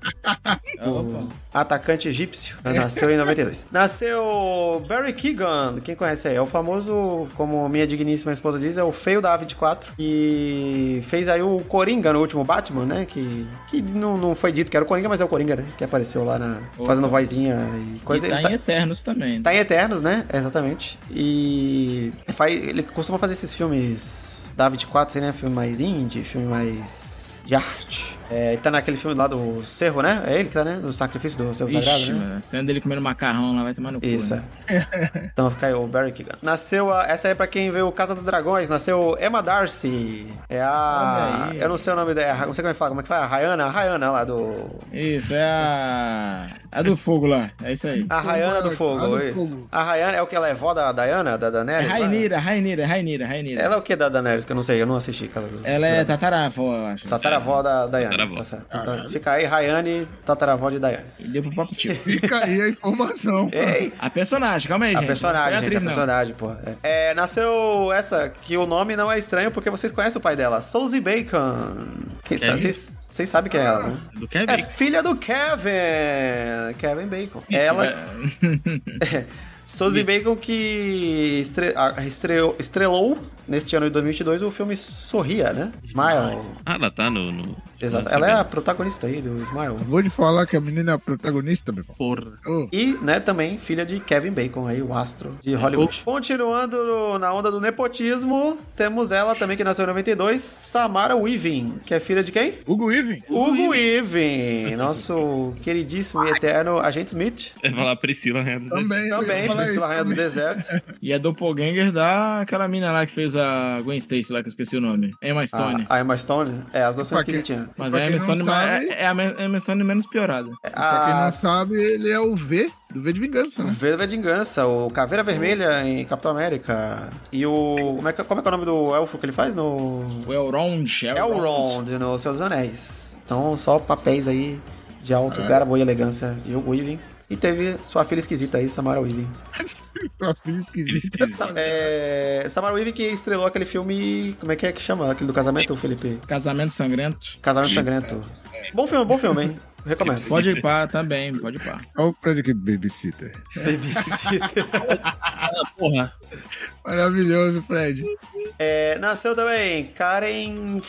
Speaker 1: o atacante egípcio. Nasceu em 92. Nasceu Barry Keegan. Quem conhece aí? É o famoso, como minha digníssima esposa diz, é o feio da A24. E fez aí o Coringa no último Batman, né? Que, que não, não foi dito que era o Coringa, mas é o Coringa, né? Que apareceu lá na, fazendo vozinha e coisa.
Speaker 8: e
Speaker 1: Ele
Speaker 8: tá em Eternos também. né?
Speaker 1: Tá em Eternos, né? Exatamente. E faz, ele costuma fazer esses filmes da 24, assim, né? Filme mais indie, filme mais de arte. É, ele tá naquele filme lá do Cerro, né? É ele que tá, né? Do Sacrifício do Cerro Sagrado,
Speaker 8: Ixi,
Speaker 1: né?
Speaker 8: mano. A cena dele comendo macarrão lá vai tomar no cu.
Speaker 1: Isso.
Speaker 8: né?
Speaker 1: é. então fica aí o Barry Keegan. Nasceu a, essa aí é pra quem vê o Casa dos Dragões, nasceu Emma Darcy. É a
Speaker 8: Olha aí.
Speaker 1: eu não sei o nome dela, não sei como é que fala, como é que fala? A Rayana, a Rayana lá do
Speaker 8: Isso, é a. A do fogo lá. É isso aí.
Speaker 1: a Rayana do Fogo,
Speaker 5: a do
Speaker 1: isso.
Speaker 5: Fogo.
Speaker 1: A Rayana é o que ela é vó da Diana, da
Speaker 8: É
Speaker 1: Daenerys? né? lá?
Speaker 8: Rainira, Rainira, Rainira, Rainira.
Speaker 1: Ela é o que da Daenerys? Que eu não sei, eu não assisti Casa dos
Speaker 8: Ela é Ah,
Speaker 1: Dragões.
Speaker 8: tataravó, eu acho.
Speaker 1: Tataravó da Daiane.
Speaker 3: Tataravó.
Speaker 1: Tá certo. Tata- Fica aí, Rayane, tataravó de Daiane.
Speaker 8: E Deu pro papo tio.
Speaker 5: Fica aí a informação.
Speaker 1: Ei!
Speaker 8: A personagem, calma aí,
Speaker 1: A
Speaker 8: gente.
Speaker 1: personagem,
Speaker 8: Não
Speaker 1: gente,
Speaker 8: foi
Speaker 1: a
Speaker 8: atriz,
Speaker 1: personagem, pô. É. É, nasceu essa, que o nome não é estranho, porque vocês conhecem o pai dela, Suzy Bacon. Quem
Speaker 4: É
Speaker 1: sa-
Speaker 4: isso?
Speaker 1: Vocês vocês sabem quem é ela, né?
Speaker 4: do Kevin.
Speaker 1: É filha do Kevin! Kevin Bacon. Ela, Suzy Bacon que estre- a- estreou- estrelou neste ano de 2022 o filme Sorria, né? Smile.
Speaker 3: Ah, ela tá no. no...
Speaker 1: Exato.
Speaker 3: no-
Speaker 1: Ela é a protagonista aí do Smile.
Speaker 5: Acabou de falar que a menina é a protagonista, meu irmão.
Speaker 4: Porra.
Speaker 5: Ô,
Speaker 1: E, né, também filha de Kevin Bacon, aí, o astro de Hollywood. Continuando no- na onda do nepotismo, temos ela também que nasceu em 92, Samara Weaving, que é filha de quem?
Speaker 5: Hugo Weaving.
Speaker 1: Hugo Weaving, nosso queridíssimo e eterno agente Smith.
Speaker 3: Eu ia falar É, Priscila né? Rendas.
Speaker 5: Também, eu ia
Speaker 1: Também,
Speaker 5: falar
Speaker 1: Priscila Rainha
Speaker 5: isso
Speaker 1: do
Speaker 5: também.
Speaker 1: Deserto.
Speaker 8: não. E a doppelganger daquela mina lá que fez a Gwen Stacy lá, que eu esqueci o nome. Emma Stone.
Speaker 1: A, a Emma Stone. É, as duas são
Speaker 5: Pra quem-
Speaker 1: esquisitinhas.
Speaker 8: Mas
Speaker 5: Pra
Speaker 8: a
Speaker 5: quem
Speaker 8: Ah, Emma
Speaker 5: não
Speaker 8: Stone
Speaker 5: sabe-
Speaker 8: é, é a Me- Emma Stone menos piorada.
Speaker 5: Pra quem não
Speaker 1: As-
Speaker 5: sabe, ele é o V do V de Vingança,
Speaker 1: O
Speaker 5: né?
Speaker 1: Vedova de Vingança, o Caveira Vermelha em Capitão América. E o. Como é, que, como é que é o nome do elfo que ele faz? No.
Speaker 8: O Elrond.
Speaker 1: É né? Elrond no Senhor dos Anéis. Então, só papéis aí de alto
Speaker 8: É.
Speaker 1: garbo e elegância de Weaving. E teve sua filha esquisita aí, Samara Weaving.
Speaker 5: Tua filha esquisita.
Speaker 1: Sa é, Samara Weaving que estrelou aquele filme. Como é que é que chama? Aquele do casamento, Felipe?
Speaker 8: Casamento Sangrento.
Speaker 1: Casamento Sangrento. Bom filme, bom filme, hein? Recomendo.
Speaker 8: Pode ir pá também, pode ir pá.
Speaker 5: Olha É o Fred que babysitter.
Speaker 1: Babysitter.
Speaker 4: Porra.
Speaker 5: Maravilhoso, Fred.
Speaker 1: É, nasceu também Karen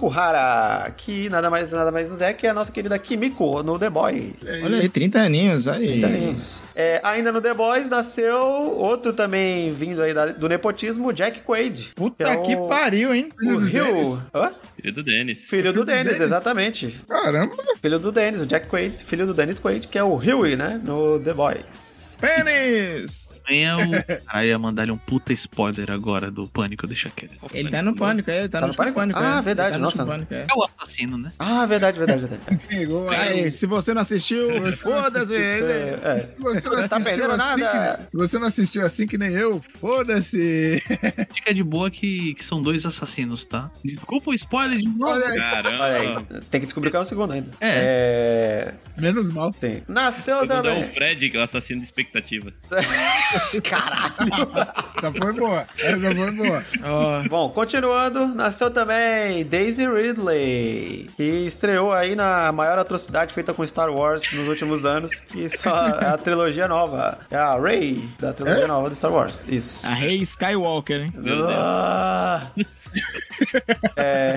Speaker 1: Fukuhara, que nada mais nada mais nos é que a nossa querida Kimiko no The Boys.
Speaker 8: Olha aí, 30 aninhos, olha aí.
Speaker 1: 30 aninhos. É, ainda no The Boys nasceu outro também vindo aí da- do nepotismo, Jack Quaid.
Speaker 8: Puta
Speaker 1: é
Speaker 8: que
Speaker 1: o-
Speaker 8: pariu, hein?
Speaker 1: O Rio. Hã?
Speaker 3: Filho do Dennis.
Speaker 1: Filho do Dennis, exatamente.
Speaker 5: Caramba,
Speaker 1: Filho do Dennis, o Jack Quaid, filho do Dennis Quaid, que é o Huey, né? No The Boys.
Speaker 8: Pênis!
Speaker 4: Também é o. Caralho, ia mandar ele um puta spoiler agora do pânico, deixa quieto.
Speaker 8: Ele tá no pânico, é, ele tá,
Speaker 1: Tá
Speaker 8: no,
Speaker 1: no
Speaker 8: último
Speaker 1: pânico?
Speaker 8: pânico.
Speaker 1: Ah,
Speaker 8: é. Ele
Speaker 1: verdade,
Speaker 8: tá no
Speaker 1: nossa.
Speaker 8: último Pânico, é.
Speaker 4: É o assassino, né?
Speaker 1: Ah, verdade, verdade, verdade.
Speaker 5: pegou.
Speaker 8: Aí, se você não assistiu, foda-se ele.
Speaker 1: Você- é.
Speaker 5: Você
Speaker 1: Não tá
Speaker 5: assistiu
Speaker 1: perdendo
Speaker 5: assim
Speaker 1: nada.
Speaker 5: que- você não assistiu assim que nem eu? Foda-se!
Speaker 4: Fica de boa que, que são dois assassinos, tá? Desculpa o spoiler de novo.
Speaker 5: Olha aí,
Speaker 1: Olha
Speaker 3: Caramba.
Speaker 1: aí, tem que descobrir qual é o segundo ainda. É.
Speaker 5: menos mal.
Speaker 1: tem. Nasceu
Speaker 3: Segundo é o
Speaker 1: também.
Speaker 3: Fred, que é o assassino de expectativa.
Speaker 1: Caralho.
Speaker 5: Essa foi boa. Essa foi boa.
Speaker 8: Ó,
Speaker 1: Bom, continuando, nasceu também Daisy Ridley, que estreou aí na maior atrocidade feita com Star Wars nos últimos anos, que só é a trilogia nova. É a Rey, da trilogia nova do Star Wars. Isso.
Speaker 8: a Rei Skywalker, hein?
Speaker 3: Meu Deus.
Speaker 1: Ah. É,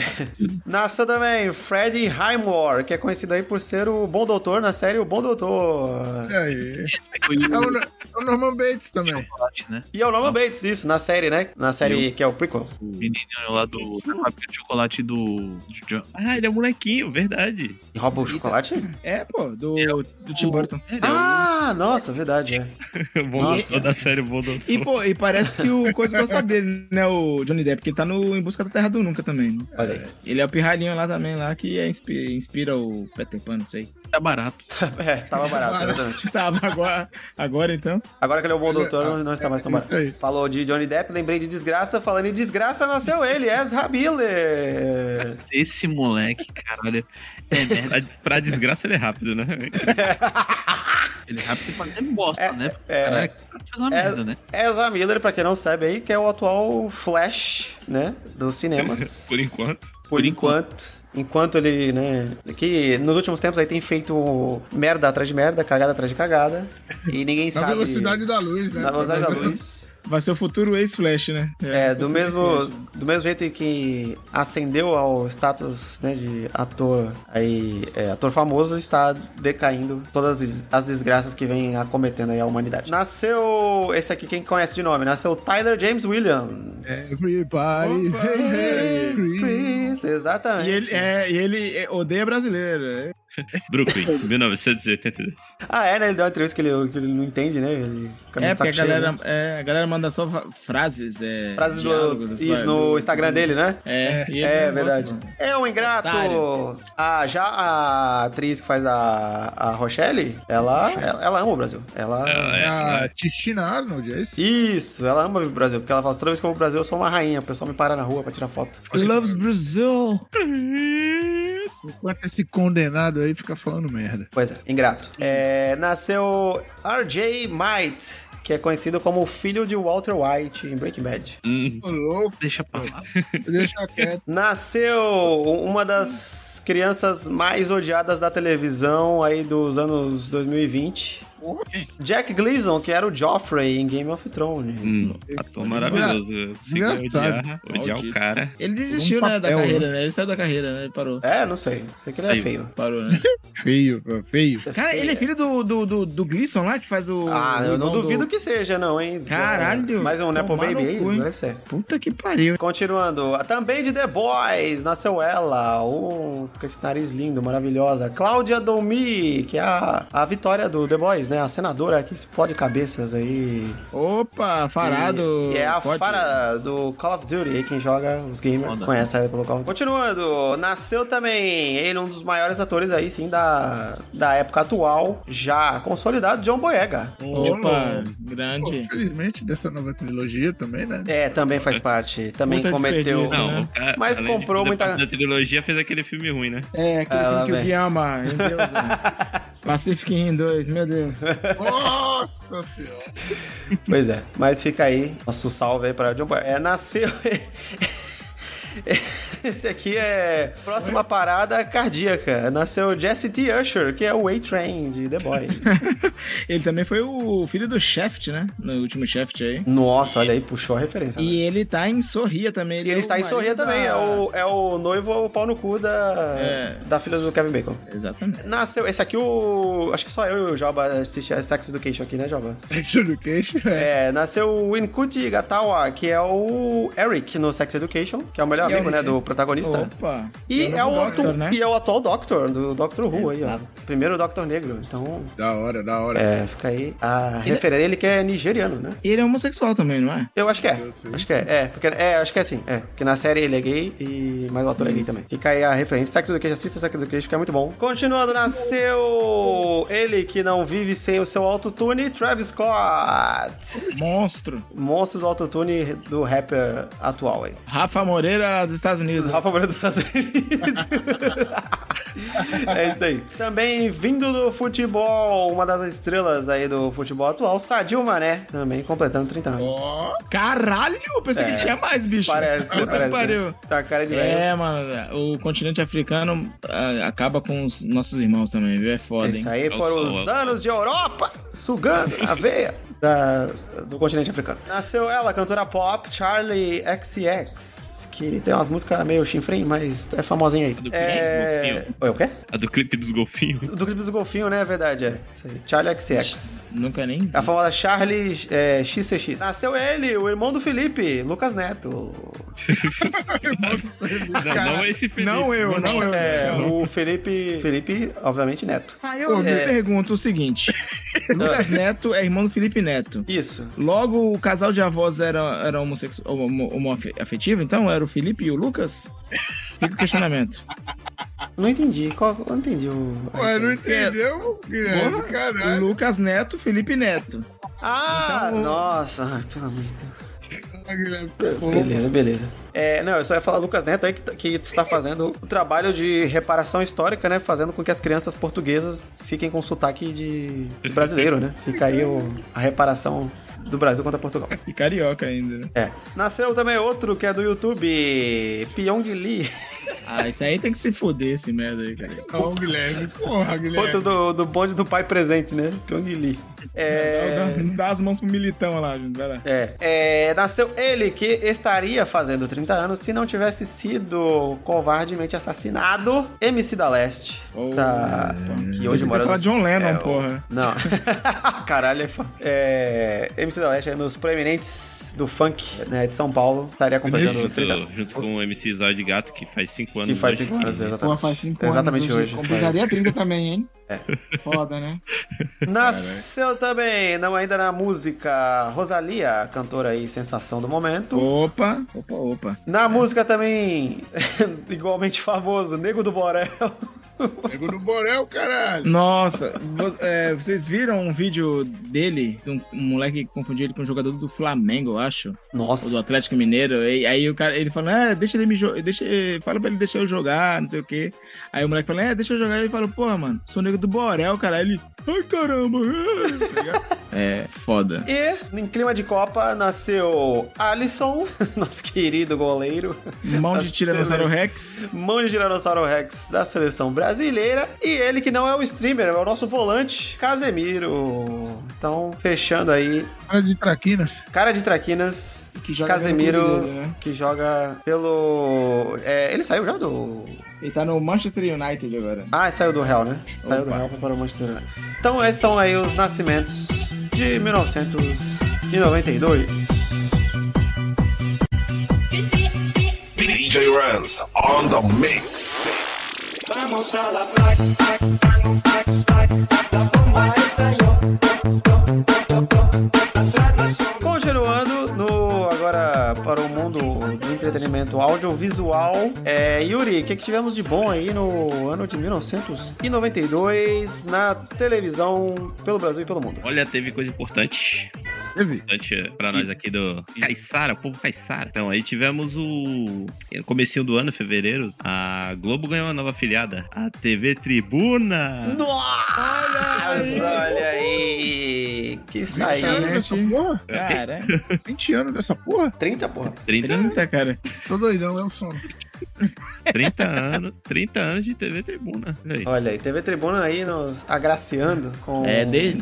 Speaker 1: nasceu também Freddy Highmore, que é conhecido aí por ser o bom doutor na série O Bom Doutor.
Speaker 5: E aí?
Speaker 4: Foi o
Speaker 5: É o, No- é o Norman Bates também.
Speaker 4: chocolate, né?
Speaker 1: E é o Norman Bates, isso, na série, né? Na série que é o prequel.
Speaker 4: O menininho lá do papel de chocolate do. de John.
Speaker 3: Ah, ele é um molequinho, verdade.
Speaker 1: E rouba o chocolate?
Speaker 8: É, pô, do, do Tim Burton.
Speaker 1: Ah, nossa, verdade, é.
Speaker 3: O bom
Speaker 1: Nossa.
Speaker 3: doutor da série Bom Doutor.
Speaker 8: E, pô, e parece que o Coisa gosta dele, né, o Johnny Depp, porque ele tá no Em Busca da Terra do Nunca também. né?
Speaker 1: Olha aí.
Speaker 8: Ele é o pirralhinho lá também, lá, que é inspi- inspira o Peter Pan, não sei.
Speaker 4: Tá barato.
Speaker 1: É, tava barato, exatamente.
Speaker 8: Tava agora, agora então.
Speaker 1: Agora que ele é o bom doutor, não- não está mais tão barato.
Speaker 5: Ah, é Isso aí.
Speaker 1: Falou de Johnny Depp, lembrei de desgraça. Falando em desgraça, nasceu ele, Ezra Miller.
Speaker 4: Esse moleque, caralho. É merda.
Speaker 3: Pra, pra desgraça ele é rápido, né?
Speaker 4: Ele é rápido pra até bosta,
Speaker 1: É,
Speaker 4: né?
Speaker 1: é.
Speaker 4: Caralho, faz uma
Speaker 1: É.
Speaker 4: merda, né?
Speaker 1: Ezra Miller, pra quem não sabe aí, que é o atual Flash, né, dos cinemas.
Speaker 3: Por enquanto.
Speaker 1: Por enquanto. Enquanto ele, né. Que nos últimos tempos aí tem feito merda atrás de merda, cagada atrás de cagada. E ninguém
Speaker 5: Na
Speaker 1: sabe.
Speaker 5: velocidade da luz, né?
Speaker 1: Na velocidade da luz.
Speaker 8: Vai ser o futuro ex-Flash, né?
Speaker 1: É, do mesmo, do mesmo jeito em que ascendeu ao status né, de ator aí, é, ator famoso, está decaindo todas as- as desgraças que vêm acometendo aí a humanidade. Nasceu, esse aqui quem conhece de nome, nasceu Tyler James Williams.
Speaker 5: Everybody,
Speaker 8: Opa.
Speaker 5: hey, hey,
Speaker 1: Chris,
Speaker 5: Chris.
Speaker 1: Chris, exatamente.
Speaker 8: É, E ele, é, e ele é, odeia brasileiro. é.
Speaker 3: Brooklyn, 1982.
Speaker 1: Ah, é, né? Ele deu uma entrevista que ele, que ele não entende, né? Ele fica meio
Speaker 8: É,
Speaker 1: de saco
Speaker 8: porque a
Speaker 1: cheio,
Speaker 8: galera,
Speaker 1: né?
Speaker 8: é, a galera manda só fa- frases. É,
Speaker 1: Frases do,
Speaker 8: diálogos,
Speaker 1: isso no Instagram dele, né?
Speaker 8: É, e ele
Speaker 1: É
Speaker 8: não gosta,
Speaker 1: verdade.
Speaker 8: não.
Speaker 1: É um ingrato.
Speaker 8: Otário.
Speaker 1: Ah, já a atriz que faz a, a Rochelle, ela, ela, ela ama o Brasil. Ela.
Speaker 3: É,
Speaker 5: A Tichina Ah, Arnold, é isso?
Speaker 1: Isso, ela ama o Brasil, porque ela fala: toda vez que eu vou pro Brasil, eu sou uma rainha. O pessoal me para na rua pra tirar foto.
Speaker 8: Loves Brazil.
Speaker 5: Enquanto esse condenado aí fica falando merda.
Speaker 1: Pois é, ingrato. É, nasceu RJ Might, que é conhecido como o filho de Walter White em Breaking Bad.
Speaker 3: hum,
Speaker 5: Ô, louco,
Speaker 4: Deixa pra lá.
Speaker 5: deixa quieto.
Speaker 1: Nasceu uma das crianças mais odiadas da televisão aí dos anos 2020. Jack Gleason, que era o Joffrey em Game of Thrones.
Speaker 3: hum, ator maravilhoso. Eu consigo
Speaker 5: Engraçado.
Speaker 8: né?
Speaker 3: odiar, odiar o
Speaker 8: Maldito.
Speaker 3: cara.
Speaker 8: Ele desistiu,
Speaker 5: Por um
Speaker 8: né, da
Speaker 5: papel,
Speaker 8: carreira, né? Ele saiu da carreira, né? Ele parou.
Speaker 1: É, não sei. Sei que ele é
Speaker 3: Aí.
Speaker 1: feio.
Speaker 8: Parou, né?
Speaker 5: Feio, feio.
Speaker 8: Cara, ele é filho do, do, do, do Gleason lá, que faz o...
Speaker 1: Ah, eu não
Speaker 8: irmão do-
Speaker 1: duvido que seja, não, hein?
Speaker 8: Caralho,
Speaker 1: Mais um Nepo
Speaker 8: tomar
Speaker 1: Baby
Speaker 8: no
Speaker 1: aí,
Speaker 8: cu, hein?
Speaker 1: deve ser.
Speaker 8: Puta que pariu.
Speaker 1: Continuando, também de The Boys, nasceu ela, um, com esse nariz lindo, maravilhosa. Cláudia Domi, que é a, a vitória do The Boys, mulheres, né? A senadora que explode cabeças aí.
Speaker 8: Opa, farado.
Speaker 1: E, e é a
Speaker 8: Pode-
Speaker 1: Fara do Call of Duty. Aí quem joga os gamers
Speaker 4: Foda.
Speaker 1: conhece ela pelo Call of Duty. Continuando, nasceu também ele, um dos maiores atores aí, sim, da, da época atual, já consolidado, John Boyega.
Speaker 8: Opa,
Speaker 5: Pô,
Speaker 8: grande.
Speaker 5: infelizmente, dessa nova trilogia também, né?
Speaker 1: É, também faz parte. Também
Speaker 9: Puta
Speaker 1: cometeu. um-
Speaker 9: desperdício,
Speaker 3: Não,
Speaker 9: né?
Speaker 3: o cara,
Speaker 1: Mas
Speaker 3: além de
Speaker 1: comprou
Speaker 3: fazer
Speaker 1: muita-
Speaker 3: parte da trilogia fez aquele filme ruim, né?
Speaker 9: É, aquele
Speaker 1: Ah,
Speaker 9: filme
Speaker 1: lá
Speaker 9: que
Speaker 1: vem.
Speaker 9: o Gui ama, em Deus. né? Pacific Rim 2, meu Deus.
Speaker 5: Nossa senhora.
Speaker 1: Pois é, mas fica aí nosso salve aí pra John Boy. É, nasceu. Esse aqui é. Próxima parada cardíaca. Nasceu Jesse T. Usher, que é o A-Train de The Boys.
Speaker 8: Ele também foi o filho do Shaft, né? No último Shaft aí.
Speaker 1: Nossa, olha aí, puxou a referência.
Speaker 8: E
Speaker 1: né?
Speaker 8: ele tá em Sorria também.
Speaker 1: E ele
Speaker 8: é
Speaker 1: está
Speaker 8: o
Speaker 1: em Sorria
Speaker 8: marido
Speaker 1: também,
Speaker 8: da-
Speaker 1: é o, é o noivo o pau no cu da,
Speaker 8: É.
Speaker 1: da filha do Kevin Bacon.
Speaker 8: Exatamente.
Speaker 1: Nasceu, esse aqui o. Acho que só eu e o Joba assiste a Sex Education aqui, né, Joba?
Speaker 5: Sex Education, é.
Speaker 1: É, nasceu o Inkuti Gatawa, que é o Eric no Sex Education, que é o melhor
Speaker 8: E é o
Speaker 1: amigo, né,
Speaker 8: Eric.
Speaker 1: do protagonista.
Speaker 8: Opa.
Speaker 1: E
Speaker 8: Eu
Speaker 1: é, o
Speaker 8: não gosto,
Speaker 1: atu-
Speaker 8: né?
Speaker 1: e é o atual Doctor, do Doctor Who aí, ó.
Speaker 8: Exato.
Speaker 1: Primeiro Doctor Negro. Então,
Speaker 5: Da hora, da hora.
Speaker 1: é, fica aí a referência. Ele que é nigeriano, né?
Speaker 8: E ele é homossexual também, não é?
Speaker 1: Eu acho que é.
Speaker 5: Eu sei,
Speaker 1: Acho que é. É, porque, é, acho que é assim. É. Porque na série ele é gay, e... mas o ator é gay também. Fica aí a referência. Sex Education, assista Sex Education, que é muito bom. Continuando, nasceu ele que não vive sem o seu autotune, Travis Scott.
Speaker 8: Monstro.
Speaker 1: Monstro do autotune do rapper atual aí.
Speaker 8: Rafa Moreira dos Estados Unidos.
Speaker 1: Rafa Moreira dos Estados Unidos. É isso aí. Também vindo do futebol, uma das estrelas aí do futebol atual, Sadio Mané, também completando 30 anos.
Speaker 5: Ó,
Speaker 8: Caralho, eu pensei que tinha mais, bicho.
Speaker 1: É. Parece, né?
Speaker 8: Puta que
Speaker 1: Parece.
Speaker 8: pariu.
Speaker 1: Né? Tá a cara de velho.
Speaker 8: É, mano, o continente africano ah, acaba com os nossos irmãos também, viu? É foda, hein?
Speaker 1: Isso aí
Speaker 3: Eu
Speaker 1: foram
Speaker 3: sou
Speaker 1: os
Speaker 3: louco.
Speaker 1: anos de Europa sugando a veia da- do continente africano. Nasceu ela, cantora pop, Charlie XCX, que tem umas músicas meio chinfrim, mas é famosinha aí.
Speaker 3: Do
Speaker 1: É...
Speaker 3: Pinheiro,
Speaker 1: Oi, o quê?
Speaker 3: A do clipe dos golfinhos.
Speaker 1: Do clipe do golfinho, né? É verdade, é. Isso aí. Charlie XCX.
Speaker 8: Nunca nem.
Speaker 1: A famosa Charlie é, XCX. Nasceu ele, o irmão do Felipe, Lucas Neto.
Speaker 3: Não, não esse Felipe.
Speaker 8: Não eu, não eu.
Speaker 1: É, o Felipe. Felipe, obviamente, Neto.
Speaker 8: Ah, eu
Speaker 1: é.
Speaker 8: me pergunto o seguinte: Lucas Neto é irmão do Felipe Neto.
Speaker 1: Isso.
Speaker 8: Logo, o casal de avós era, era homossexual, homoafetivo, então? Era o Felipe e o Lucas? Fica o questionamento.
Speaker 1: Não entendi. Qual, eu não entendi o.
Speaker 5: ué, não entendeu? Guilherme? Caralho.
Speaker 8: Lucas Neto, Felipe Neto.
Speaker 1: Ah, nossa. Ai, pelo amor de Deus.
Speaker 5: Guilherme.
Speaker 1: Beleza, beleza. É, não, eu só ia falar Lucas Neto aí que, tá- que está fazendo o trabalho de reparação histórica, né? Fazendo com que as crianças portuguesas fiquem com sotaque de, de brasileiro, né? Fica aí o- a reparação do Brasil contra Portugal.
Speaker 8: E carioca ainda, né?
Speaker 1: É. Nasceu também outro que é do YouTube, Pyong Lee.
Speaker 8: Ah, isso aí tem que se foder, esse merda aí, cara.
Speaker 5: Ó, o Guilherme. Porra, Guilherme.
Speaker 1: Outro do, do bonde do pai presente, né? Pyong Lee. É...
Speaker 8: Dá, dá as mãos pro militão lá, gente. Vai lá.
Speaker 1: É, é, nasceu ele que estaria fazendo 30 anos se não tivesse sido covardemente assassinado MC da Leste.
Speaker 8: Oh,
Speaker 1: tá, que hoje
Speaker 8: Pensei que
Speaker 1: mora
Speaker 8: ia falar
Speaker 1: no
Speaker 8: John
Speaker 1: céu.
Speaker 8: Lennon, porra.
Speaker 1: Não. Caralho, é, fã. é MC da Leste é nos proeminentes do funk né, de São Paulo. Estaria completando
Speaker 3: Junto,
Speaker 1: 30
Speaker 8: né?
Speaker 1: anos.
Speaker 3: junto com o MC Zóio de Gato, que faz 5 anos.
Speaker 1: E faz
Speaker 3: hoje.
Speaker 1: 5 anos, é.
Speaker 9: Pô,
Speaker 1: exatamente.
Speaker 9: faz 5 anos.
Speaker 1: Exatamente hoje. É.
Speaker 9: Complicaria 30 também, hein? Foda, né?
Speaker 1: Nasceu também, não ainda na música, Rosalia, cantora aí, sensação do momento.
Speaker 8: Opa, opa, opa.
Speaker 1: Na música também, igualmente famoso, Nego do Borel.
Speaker 5: Pegou no Borel, caralho.
Speaker 8: Nossa, vo- é, vocês viram um vídeo dele, de um, um moleque que confundiu ele com um jogador do Flamengo, eu acho, ou do
Speaker 1: Nossa.
Speaker 8: Atlético Mineiro. E, aí o cara, ele falou, é, deixa ele me jogar, deixa, fala pra ele deixar eu jogar, não sei o quê. Aí o moleque falou, é, deixa eu jogar. Ele falou, porra, mano, sou negro do Borel, cara. Aí ele, ai caramba, é, tá ligado? é foda.
Speaker 1: E, em clima de Copa, nasceu Alisson, nosso querido goleiro,
Speaker 8: Mão Um de
Speaker 1: Tá
Speaker 8: Tiranossauro
Speaker 1: sendo-
Speaker 8: Rex.
Speaker 1: mão de Tiranossauro Rex da seleção brasileira, e ele que não é o streamer, é o nosso volante, Casemiro. Então, fechando aí,
Speaker 5: Cara de traquinas.
Speaker 1: cara de traquinas,
Speaker 9: Que joga
Speaker 1: Casemiro,
Speaker 9: no clube dele, né?
Speaker 1: que joga pelo... é, ele saiu já do...
Speaker 9: Ele tá no Manchester United agora.
Speaker 1: Ah, saiu do Real, né? Saiu do Real foi para o Manchester United. Então, esses são aí os nascimentos de 1992.
Speaker 6: DJ Rance on the mix.
Speaker 7: Vamos a la playa, la bomba estalló.
Speaker 1: entretenimento audiovisual. É, Yuri, o que, que tivemos de bom aí no ano de 1992 na televisão pelo Brasil e pelo mundo?
Speaker 3: Olha, teve coisa importante.
Speaker 5: Teve.
Speaker 3: importante pra nós aqui do Caissara, o povo Caissara. Então, aí tivemos o... No comecinho do ano, fevereiro, a Globo ganhou uma nova afiliada, a TV Tribuna.
Speaker 1: Nossa, olha aí! Que está aí? né,
Speaker 5: 20 anos dessa porra?
Speaker 8: Cara,
Speaker 5: 20 anos dessa porra?
Speaker 1: 30, porra?
Speaker 3: 30,
Speaker 8: 30, cara.
Speaker 5: Tô doidão, é o sono.
Speaker 3: 30 anos, 30 anos de TV Tribuna. Aí.
Speaker 1: Olha aí, TV Tribuna aí nos agraciando com...
Speaker 4: É dele.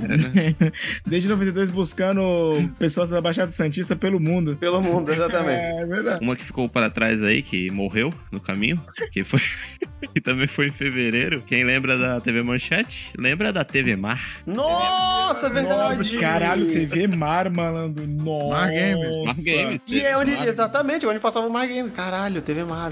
Speaker 8: Desde 92 buscando pessoas da Baixada Santista pelo mundo.
Speaker 1: Pelo mundo, exatamente.
Speaker 8: É verdade.
Speaker 3: Uma que ficou para trás aí, que morreu no caminho, que foi que também foi em fevereiro. Quem lembra da TV Manchete, lembra da TV Mar.
Speaker 9: É
Speaker 1: Nossa, verdade!
Speaker 8: Caralho, TV Mar, malandro. Nossa.
Speaker 5: Mar Games,
Speaker 3: Mar Games.
Speaker 1: E é onde, exatamente, onde passava o Mar Games. Caralho, TV Mar.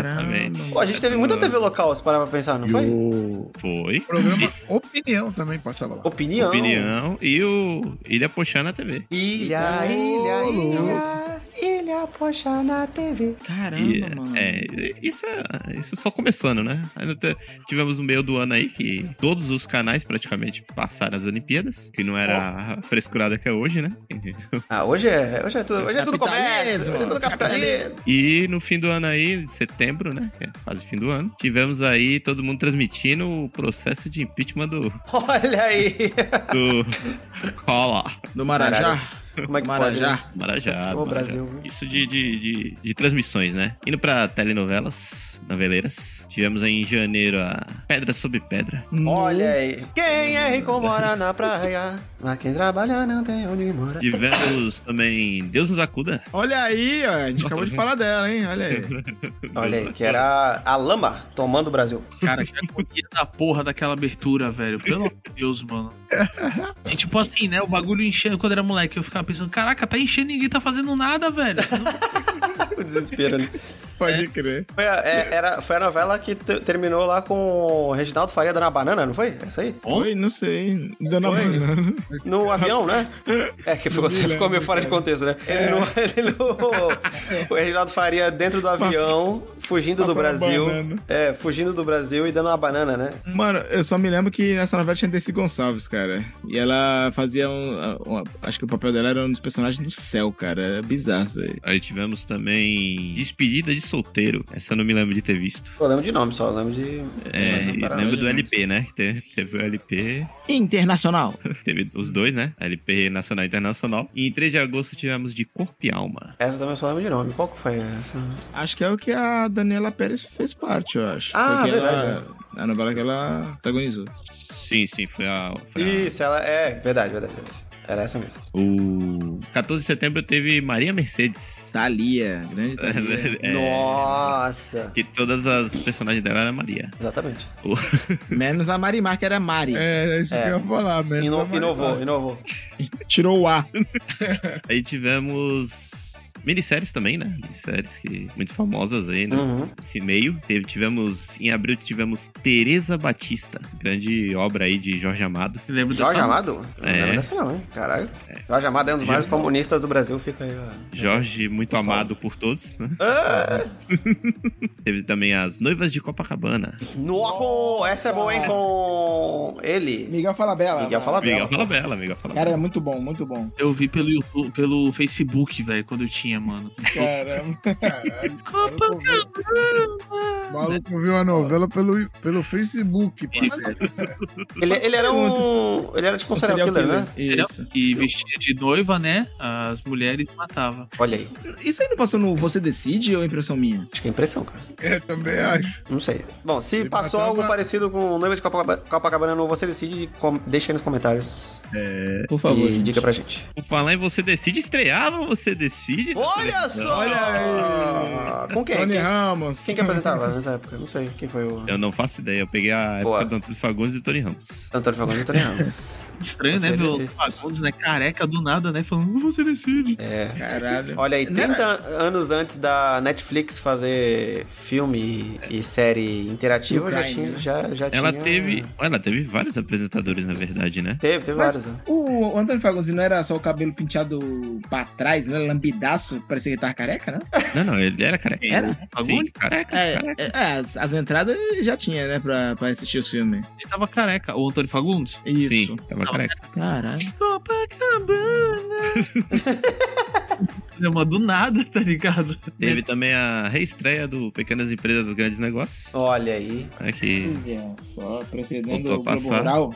Speaker 3: Exatamente.
Speaker 1: Pô, a gente teve muita TV local, se parar pra pensar, não
Speaker 5: E
Speaker 1: foi?
Speaker 5: o
Speaker 3: Foi.
Speaker 5: programa Opinião também passava lá.
Speaker 1: Opinião.
Speaker 3: Opinião e o Ilha Pochana TV.
Speaker 1: Ilha, ilha, ilha, ilha, poxa, na TV.
Speaker 3: E,
Speaker 8: Caramba, mano.
Speaker 3: é, isso, é, isso só começando, né? Ainda te- tivemos no meio do ano aí que todos os canais praticamente passaram as Olimpíadas, que não era a frescurada que é hoje, né?
Speaker 1: Ah, hoje é, hoje é tudo, hoje é tudo comércio,
Speaker 8: Capitalismo.
Speaker 1: hoje é tudo capitalismo.
Speaker 3: E no fim do ano aí, em setembro, né? Que é quase fim do ano, tivemos aí todo mundo transmitindo o processo de impeachment do,
Speaker 1: Olha aí.
Speaker 3: do Collor.
Speaker 8: Do Marajá.
Speaker 1: Caralho. Como é que pode? né?
Speaker 8: Marajá.
Speaker 3: Marajá. do
Speaker 1: Ô,
Speaker 3: Marajá.
Speaker 1: Brasil. viu?
Speaker 3: Isso de, de, de, de transmissões, né? Indo pra telenovelas, noveleiras. Tivemos aí em janeiro a Pedra sobre Pedra.
Speaker 1: Olha aí. Quem é rico mora na praia, mas quem trabalha não tem onde morar.
Speaker 3: Tivemos também Deus nos acuda.
Speaker 8: Olha aí, ó. A gente
Speaker 3: Nossa,
Speaker 8: acabou de
Speaker 3: gente.
Speaker 8: falar dela, hein? Olha aí.
Speaker 1: Olha aí, que era a lama tomando o Brasil.
Speaker 4: Cara, que agonia da porra daquela abertura, velho. Pelo amor de Deus, mano. E, tipo assim, né? O bagulho enchendo quando era moleque. Eu ficava pensando, caraca, tá enchendo e ninguém tá fazendo nada, velho.
Speaker 1: O desespero, né?
Speaker 5: Pode crer.
Speaker 1: Foi a, é- era, foi a novela que te- terminou lá com o Reginaldo Faria dando a banana, não foi? Essa aí?
Speaker 8: Oi, não sei. Dando a
Speaker 1: Foi?
Speaker 8: banana.
Speaker 1: No avião, né? É, que ficou,
Speaker 8: lembro,
Speaker 1: ficou meio fora de contexto, né? Ele no, ele no- o Reginaldo Faria dentro do avião, fugindo do
Speaker 8: passando
Speaker 1: Brasil.
Speaker 8: banana.
Speaker 1: É, fugindo do Brasil e dando uma banana, né?
Speaker 8: Mano, eu só me lembro que nessa novela tinha Desi Gonçalves, cara. E ela fazia um, um- Acho que o papel dela era um dos personagens do céu, cara. Era bizarro isso aí.
Speaker 3: Aí tivemos também Despedida de Solteiro. Essa eu não me lembro de ter visto.
Speaker 1: Eu lembro de nome só, eu lembro de.
Speaker 3: É,
Speaker 1: Não, não,
Speaker 3: lembro
Speaker 1: não,
Speaker 3: do
Speaker 1: não.
Speaker 3: LP, né? Que teve, teve o LP,
Speaker 9: Internacional.
Speaker 3: teve os dois, né? LP Nacional e Internacional. E em 3 de agosto tivemos de Corpo e Alma.
Speaker 1: Essa também eu só lembro de nome. Qual que foi essa?
Speaker 8: Acho que é o que a Daniela Pérez fez parte, eu acho.
Speaker 1: Ah,
Speaker 8: Foi que
Speaker 1: verdade,
Speaker 8: Ela, a novela que ela protagonizou.
Speaker 3: Sim, sim, foi a. Foi a-
Speaker 1: Isso, ela. É, verdade, verdade, verdade. Era essa mesmo.
Speaker 3: O 14 de setembro teve Maria Mercedes.
Speaker 8: Thalia, grande Thalia.
Speaker 3: É,
Speaker 1: Nossa!
Speaker 3: Que todas as personagens dela era Maria.
Speaker 1: Exatamente.
Speaker 8: Menos a Marimar, que era Mari.
Speaker 5: É, era isso
Speaker 1: É.
Speaker 5: que eu ia falar, mano.
Speaker 1: Ino-
Speaker 5: Tá
Speaker 1: inovou,
Speaker 5: maneiro.
Speaker 1: inovou.
Speaker 8: Tirou o A.
Speaker 3: Aí tivemos minisséries também, né? Minisséries que muito famosas aí, né?
Speaker 1: Uhum.
Speaker 3: Esse meio. Teve, tivemos, em abril tivemos Teresa Batista, grande obra aí de Jorge Amado.
Speaker 4: Eu lembro
Speaker 1: Jorge
Speaker 4: dessa-
Speaker 1: Amado? Não
Speaker 3: É.
Speaker 1: lembro dessa não, hein? Caralho. Jorge Amado é um dos maiores comunistas do Brasil, fica aí, ó.
Speaker 3: Jorge, muito
Speaker 1: Salve.
Speaker 3: amado por todos. né?
Speaker 1: Ah,
Speaker 3: Teve também as Noivas de Copacabana.
Speaker 1: Noco! Essa é boa, hein? Com ele.
Speaker 8: Miguel Falabella.
Speaker 1: Miguel
Speaker 8: mano.
Speaker 1: Falabella.
Speaker 3: Miguel fala bela, Miguel fala
Speaker 8: Cara,
Speaker 3: bela.
Speaker 8: era muito bom, muito bom.
Speaker 4: Eu vi pelo YouTube, pelo Facebook, velho, quando eu tinha, mano.
Speaker 5: É
Speaker 8: Caramba.
Speaker 5: Caralho, o maluco viu- O maluco viu a novela pelo, pelo Facebook, parceiro.
Speaker 1: Ele, ele era um. Ele era tipo um serial killer, né?
Speaker 8: Isso.
Speaker 4: E vestia de noiva, né? As mulheres matava.
Speaker 1: Olha aí.
Speaker 8: Isso aí não passou no Você Decide ou é impressão minha?
Speaker 1: Acho que é impressão, cara.
Speaker 5: Eu também acho.
Speaker 1: Não sei. Bom, se
Speaker 5: Ele
Speaker 1: passou
Speaker 5: matava-
Speaker 1: algo parecido com o Noiva de Copacabana, Copacabana no Você Decide, com... deixa aí nos comentários
Speaker 8: Por favor.
Speaker 1: e
Speaker 8: gente.
Speaker 1: diga pra gente.
Speaker 3: Por falar em Você Decide, estreava Você Decide.
Speaker 1: Olha só!
Speaker 8: Olha aí.
Speaker 1: Com quem?
Speaker 8: Tony
Speaker 1: Quem, é
Speaker 8: Ramos.
Speaker 1: quem que apresentava? nessa época. Não sei quem foi o.
Speaker 3: Eu não faço ideia. Eu peguei a
Speaker 1: Boa.
Speaker 3: época do Antônio Fagundes e do Tony Ramos.
Speaker 1: Antônio Fagundes e Antônio Ramos.
Speaker 4: Estranho,
Speaker 1: Você
Speaker 4: né? Ver o
Speaker 1: decide.
Speaker 4: Fagundes, né? Careca do nada, né? Falando, você decide.
Speaker 9: Caralho.
Speaker 1: Olha aí, 30 anos antes da Netflix fazer filme e série interativa, já
Speaker 9: Prime,
Speaker 1: tinha.
Speaker 9: né?
Speaker 1: Já, já
Speaker 3: Ela
Speaker 1: tinha-
Speaker 3: teve. Ela teve vários apresentadores, na verdade, né?
Speaker 1: Teve, teve
Speaker 9: Mas-
Speaker 1: vários. né?
Speaker 9: O Antônio Fagundes não era só o cabelo penteado pra trás, né? Lambidaço, parecia que ele tava careca, né?
Speaker 3: Não, não, ele era careca.
Speaker 4: Era?
Speaker 3: Sim,
Speaker 4: Fagundes?
Speaker 3: careca,
Speaker 9: É,
Speaker 3: careca.
Speaker 9: é, é, as, as entradas já tinha, né? Pra, pra assistir os filmes.
Speaker 4: Ele tava careca. O Antônio Fagundes?
Speaker 9: Isso.
Speaker 3: Sim, tava
Speaker 4: Tava
Speaker 3: careca.
Speaker 9: Caralho.
Speaker 4: Copacabana! Cinema do nada, tá ligado?
Speaker 3: Teve também a reestreia do Pequenas Empresas Grandes Negócios. né,
Speaker 1: Olha aí.
Speaker 3: Aqui.
Speaker 9: Só precedendo
Speaker 3: Voltou a
Speaker 9: o Globo
Speaker 3: passar.
Speaker 9: Rural.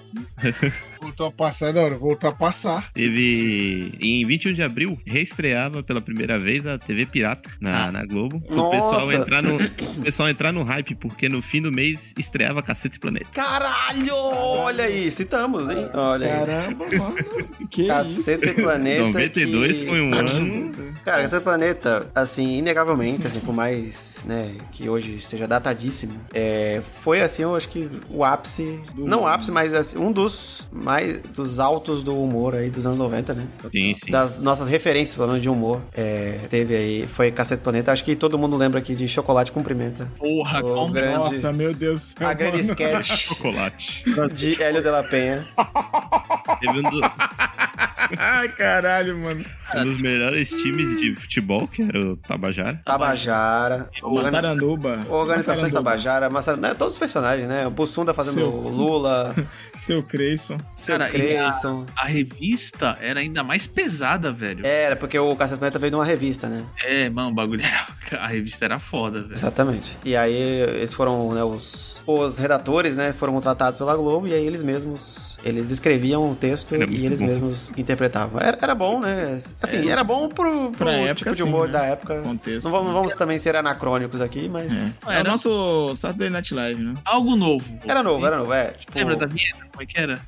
Speaker 5: Voltou a passar, da hora. Voltou a passar.
Speaker 3: Teve. Em 21 de abril, reestreava pela primeira vez a TV Pirata na, na Globo. O
Speaker 1: Ah. Nossa!
Speaker 3: pessoal, entrar no, o pessoal entrar no hype, porque no fim do mês estreava Cacete Planeta.
Speaker 1: Caralho! Olha aí, citamos, hein? Olha aí.
Speaker 9: É. Caramba, mano. Que
Speaker 1: Caceta e Planeta.
Speaker 3: 92
Speaker 1: que- tá
Speaker 3: foi um ano.
Speaker 1: Cara, Caceta e Planeta, assim, inegavelmente, assim, por mais, né, que hoje esteja datadíssimo, é, foi, assim, eu acho que o ápice, não ápice, mas assim, um dos mais, dos altos do humor aí dos anos 90, né?
Speaker 3: Sim, sim.
Speaker 1: Das nossas referências, pelo menos, de humor, é, teve aí, foi Caceta e Planeta. Acho que todo mundo lembra aqui de Chocolate Cumprimenta.
Speaker 3: Ah,
Speaker 4: Porra,
Speaker 1: O
Speaker 4: como
Speaker 1: grande-
Speaker 9: Nossa, meu Deus. do céu,
Speaker 1: A grande
Speaker 9: mano.
Speaker 1: sketch
Speaker 3: Chocolate.
Speaker 1: de Hélio de la Penha.
Speaker 3: Teve um, do-
Speaker 9: Ai, caralho, mano.
Speaker 3: um dos melhores times de futebol, que era o Tabajara.
Speaker 1: Tabajara. Organi-
Speaker 9: Massaranduba.
Speaker 1: Organizações
Speaker 9: Massaranduba.
Speaker 1: Tabajara, Massa- né, todos os personagens, né? O Bussunda fazendo
Speaker 9: Seu-
Speaker 1: o Lula,
Speaker 9: Seu Creyson.
Speaker 1: seu
Speaker 4: Cara, e a-
Speaker 1: Creyson.
Speaker 4: a revista era ainda mais pesada, velho.
Speaker 1: Era, porque o Cacete Planeta veio de uma revista, né?
Speaker 4: É, mano, o bagulho era... A revista era foda, velho.
Speaker 1: Exatamente. E aí eles foram, né, os, os redatores, né, foram contratados pela Globo e aí eles mesmos, eles escreviam o texto
Speaker 3: Era
Speaker 1: e
Speaker 3: muito
Speaker 1: eles
Speaker 3: bom. É.
Speaker 1: mesmos interpretavam. Era, era bom, né? Assim, era bom pro, pro
Speaker 9: Pra época,
Speaker 1: tipo
Speaker 9: sim,
Speaker 1: de humor
Speaker 9: né?
Speaker 1: da época.
Speaker 9: Contexto.
Speaker 1: Não vamos, não vamos também ser anacrônicos aqui, mas...
Speaker 9: É o
Speaker 4: Era
Speaker 9: nosso Saturday Night Live, né?
Speaker 4: algo novo.
Speaker 1: Era novo, era novo, é. Tipo,
Speaker 4: Lembra da vinheta? Como é que era?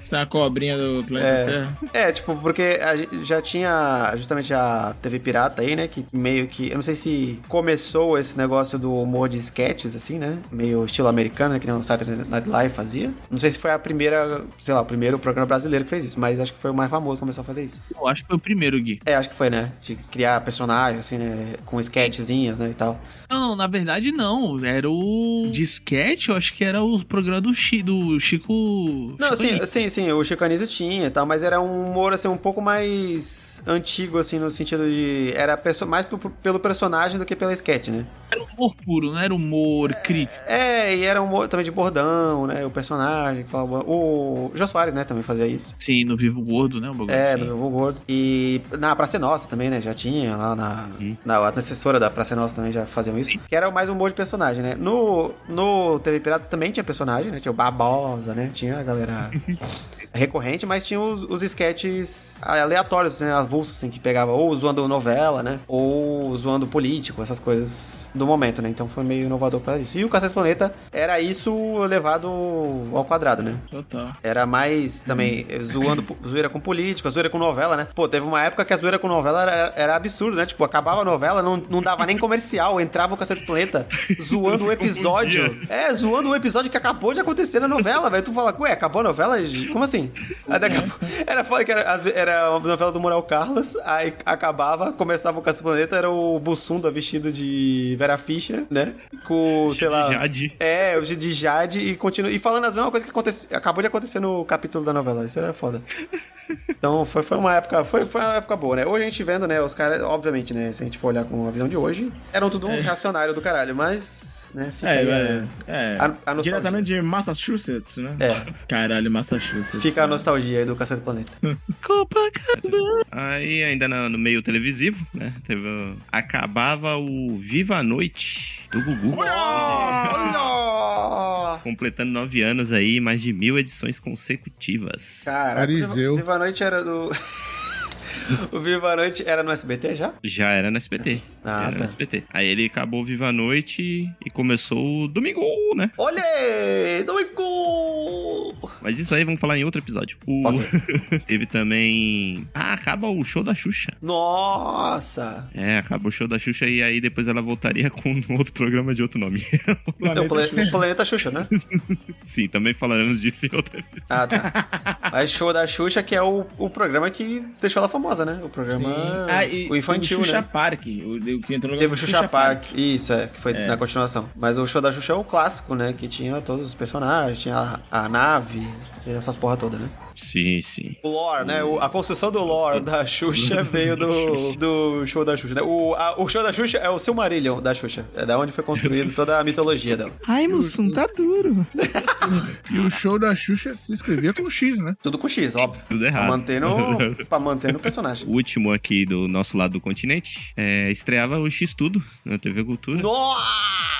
Speaker 9: Você é a cobrinha do
Speaker 1: É.
Speaker 9: planeta Terra.
Speaker 1: É, tipo, porque a gente já tinha justamente a TV Pirata aí, né? Que meio que. Eu não sei se começou esse negócio do humor de sketches, assim, né? Meio estilo americano, né? Que nem o Saturday Night Live fazia. Não sei se foi a primeira, sei lá, o primeiro programa brasileiro que fez isso, mas acho que foi o mais famoso que começou a fazer isso.
Speaker 4: Eu acho que foi o primeiro, Gui.
Speaker 1: É, acho que foi, né? De criar personagens, assim, né? Com sketchzinhas, né? E tal.
Speaker 4: Não, não, na verdade não. Era o disquete, eu acho que era o programa do, Chi, do Chico.
Speaker 1: Não,
Speaker 4: Chico
Speaker 1: sim,
Speaker 4: Anísio.
Speaker 1: sim, sim, o Chico Anísio tinha e tal, mas era um humor, assim, um pouco mais antigo, assim, no sentido de... Era perso- mais pro- pelo personagem do que pela sketch, né?
Speaker 4: Era humor puro, não era humor crítico.
Speaker 1: É, e era um mo- também de bordão, né? O personagem que falava. O Jô Soares, né? Também fazia isso.
Speaker 4: Sim, assim, no Vivo Gordo, né? O bagulho
Speaker 1: É,
Speaker 4: assim.
Speaker 1: do meu avô gordo. E na Praça é Nossa também, né? Já tinha lá na. Na a assessora da Praça é Nossa também já faziam isso. Que era mais um humor de personagem, né? No, no TV Pirata também tinha personagem, né? Tinha o Barbosa, né? Tinha a galera recorrente, mas tinha os, os sketches aleatórios, né? Avulsos, assim, que pegava ou zoando novela, né? Ou zoando político, essas coisas do momento, né? Então foi meio inovador pra isso. E o Cacete Planeta era isso levado ao quadrado, né?
Speaker 9: Total.
Speaker 1: Era mais também eh, zoando, po- zoeira com política, zoeira com novela, né? Pô, teve uma época que a zoeira com novela era, era absurdo, né? Tipo, acabava a novela, não, não dava nem comercial, entrava o Cacete Planeta zoando o episódio. É, zoando o episódio que acabou de acontecer na novela, velho. Tu fala, ué, acabou a novela? Como assim? Aí daqui a pouco- era foda que era, às ve- era uma novela do Moral Carlos, aí acabava, começava o Cacete Planeta, era o Bussunda vestido de Vera Fischer, né? Com, sei lá.
Speaker 3: Jade.
Speaker 1: É, o de Jade e continua. E falando as mesmas coisas que aconte- acabou de acontecer no capítulo da novela. Isso era foda. Então foi, foi uma época. Foi, foi uma época boa, né? Hoje a gente vendo, né? Os caras, obviamente, né? Se a gente for olhar com a visão de hoje, eram tudo uns racionários do caralho, mas. Né, fica
Speaker 9: É,
Speaker 1: aí,
Speaker 9: é,
Speaker 1: né?
Speaker 9: é.
Speaker 1: A- a nostalgia.
Speaker 9: Diretamente de Massachusetts, né?
Speaker 1: É.
Speaker 9: Caralho, Massachusetts.
Speaker 1: Fica a nostalgia aí do Cacete do Planeta.
Speaker 3: Aí, ainda na- no meio televisivo, né? Teve, o- acabava o Viva a Noite do Gugu.
Speaker 1: Olha!
Speaker 3: Completando nove anos aí, mais de mil edições consecutivas.
Speaker 1: Cara, Viva,
Speaker 5: Fariseu.
Speaker 1: Viva a Noite era do. o Viva a Noite era no SBT já?
Speaker 3: Já era no SBT.
Speaker 1: Ah,
Speaker 3: era no
Speaker 1: tá.
Speaker 3: SBT. Aí ele acabou o Viva a Noite e começou o Domingo, né?
Speaker 1: Olha aí! Domingo!
Speaker 3: Mas isso aí vamos falar em outro episódio. O- Teve também. Ah, acaba o show da Xuxa.
Speaker 1: Nossa!
Speaker 3: É, acaba o show da Xuxa e aí depois ela voltaria com um outro programa de outro nome.
Speaker 1: É o Plane- Planeta Xuxa, né?
Speaker 3: Sim, também falaremos disso em outro episódio.
Speaker 1: Ah, tá. Aí show da Xuxa, que é o, o programa que deixou ela famosa, né? O programa.
Speaker 8: Ah, e
Speaker 1: o infantil,
Speaker 8: o Xuxa
Speaker 1: né?
Speaker 8: Park. O, o que entrou no lugar
Speaker 1: Teve o
Speaker 8: do
Speaker 1: Xuxa, Park. Isso, é, que foi na continuação. Mas o show da Xuxa é o clássico, né? Que tinha todos os personagens, tinha a, a nave, essas porra toda, né?
Speaker 3: Sim, sim.
Speaker 1: O lore, né? O- a construção do lore da Xuxa veio do, do show da Xuxa. né? O, a- o show da Xuxa é o Silmarillion da Xuxa. É da onde foi construída toda a mitologia dela.
Speaker 2: Ai, Mussum, tá duro.
Speaker 5: E o show da Xuxa se escrevia com X, né?
Speaker 1: Tudo com X, óbvio.
Speaker 3: Tudo
Speaker 1: Pra
Speaker 3: errado.
Speaker 1: manter no, pra manter no personagem.
Speaker 3: O último aqui do nosso lado do continente é, estreava o X Tudo na TV Cultura.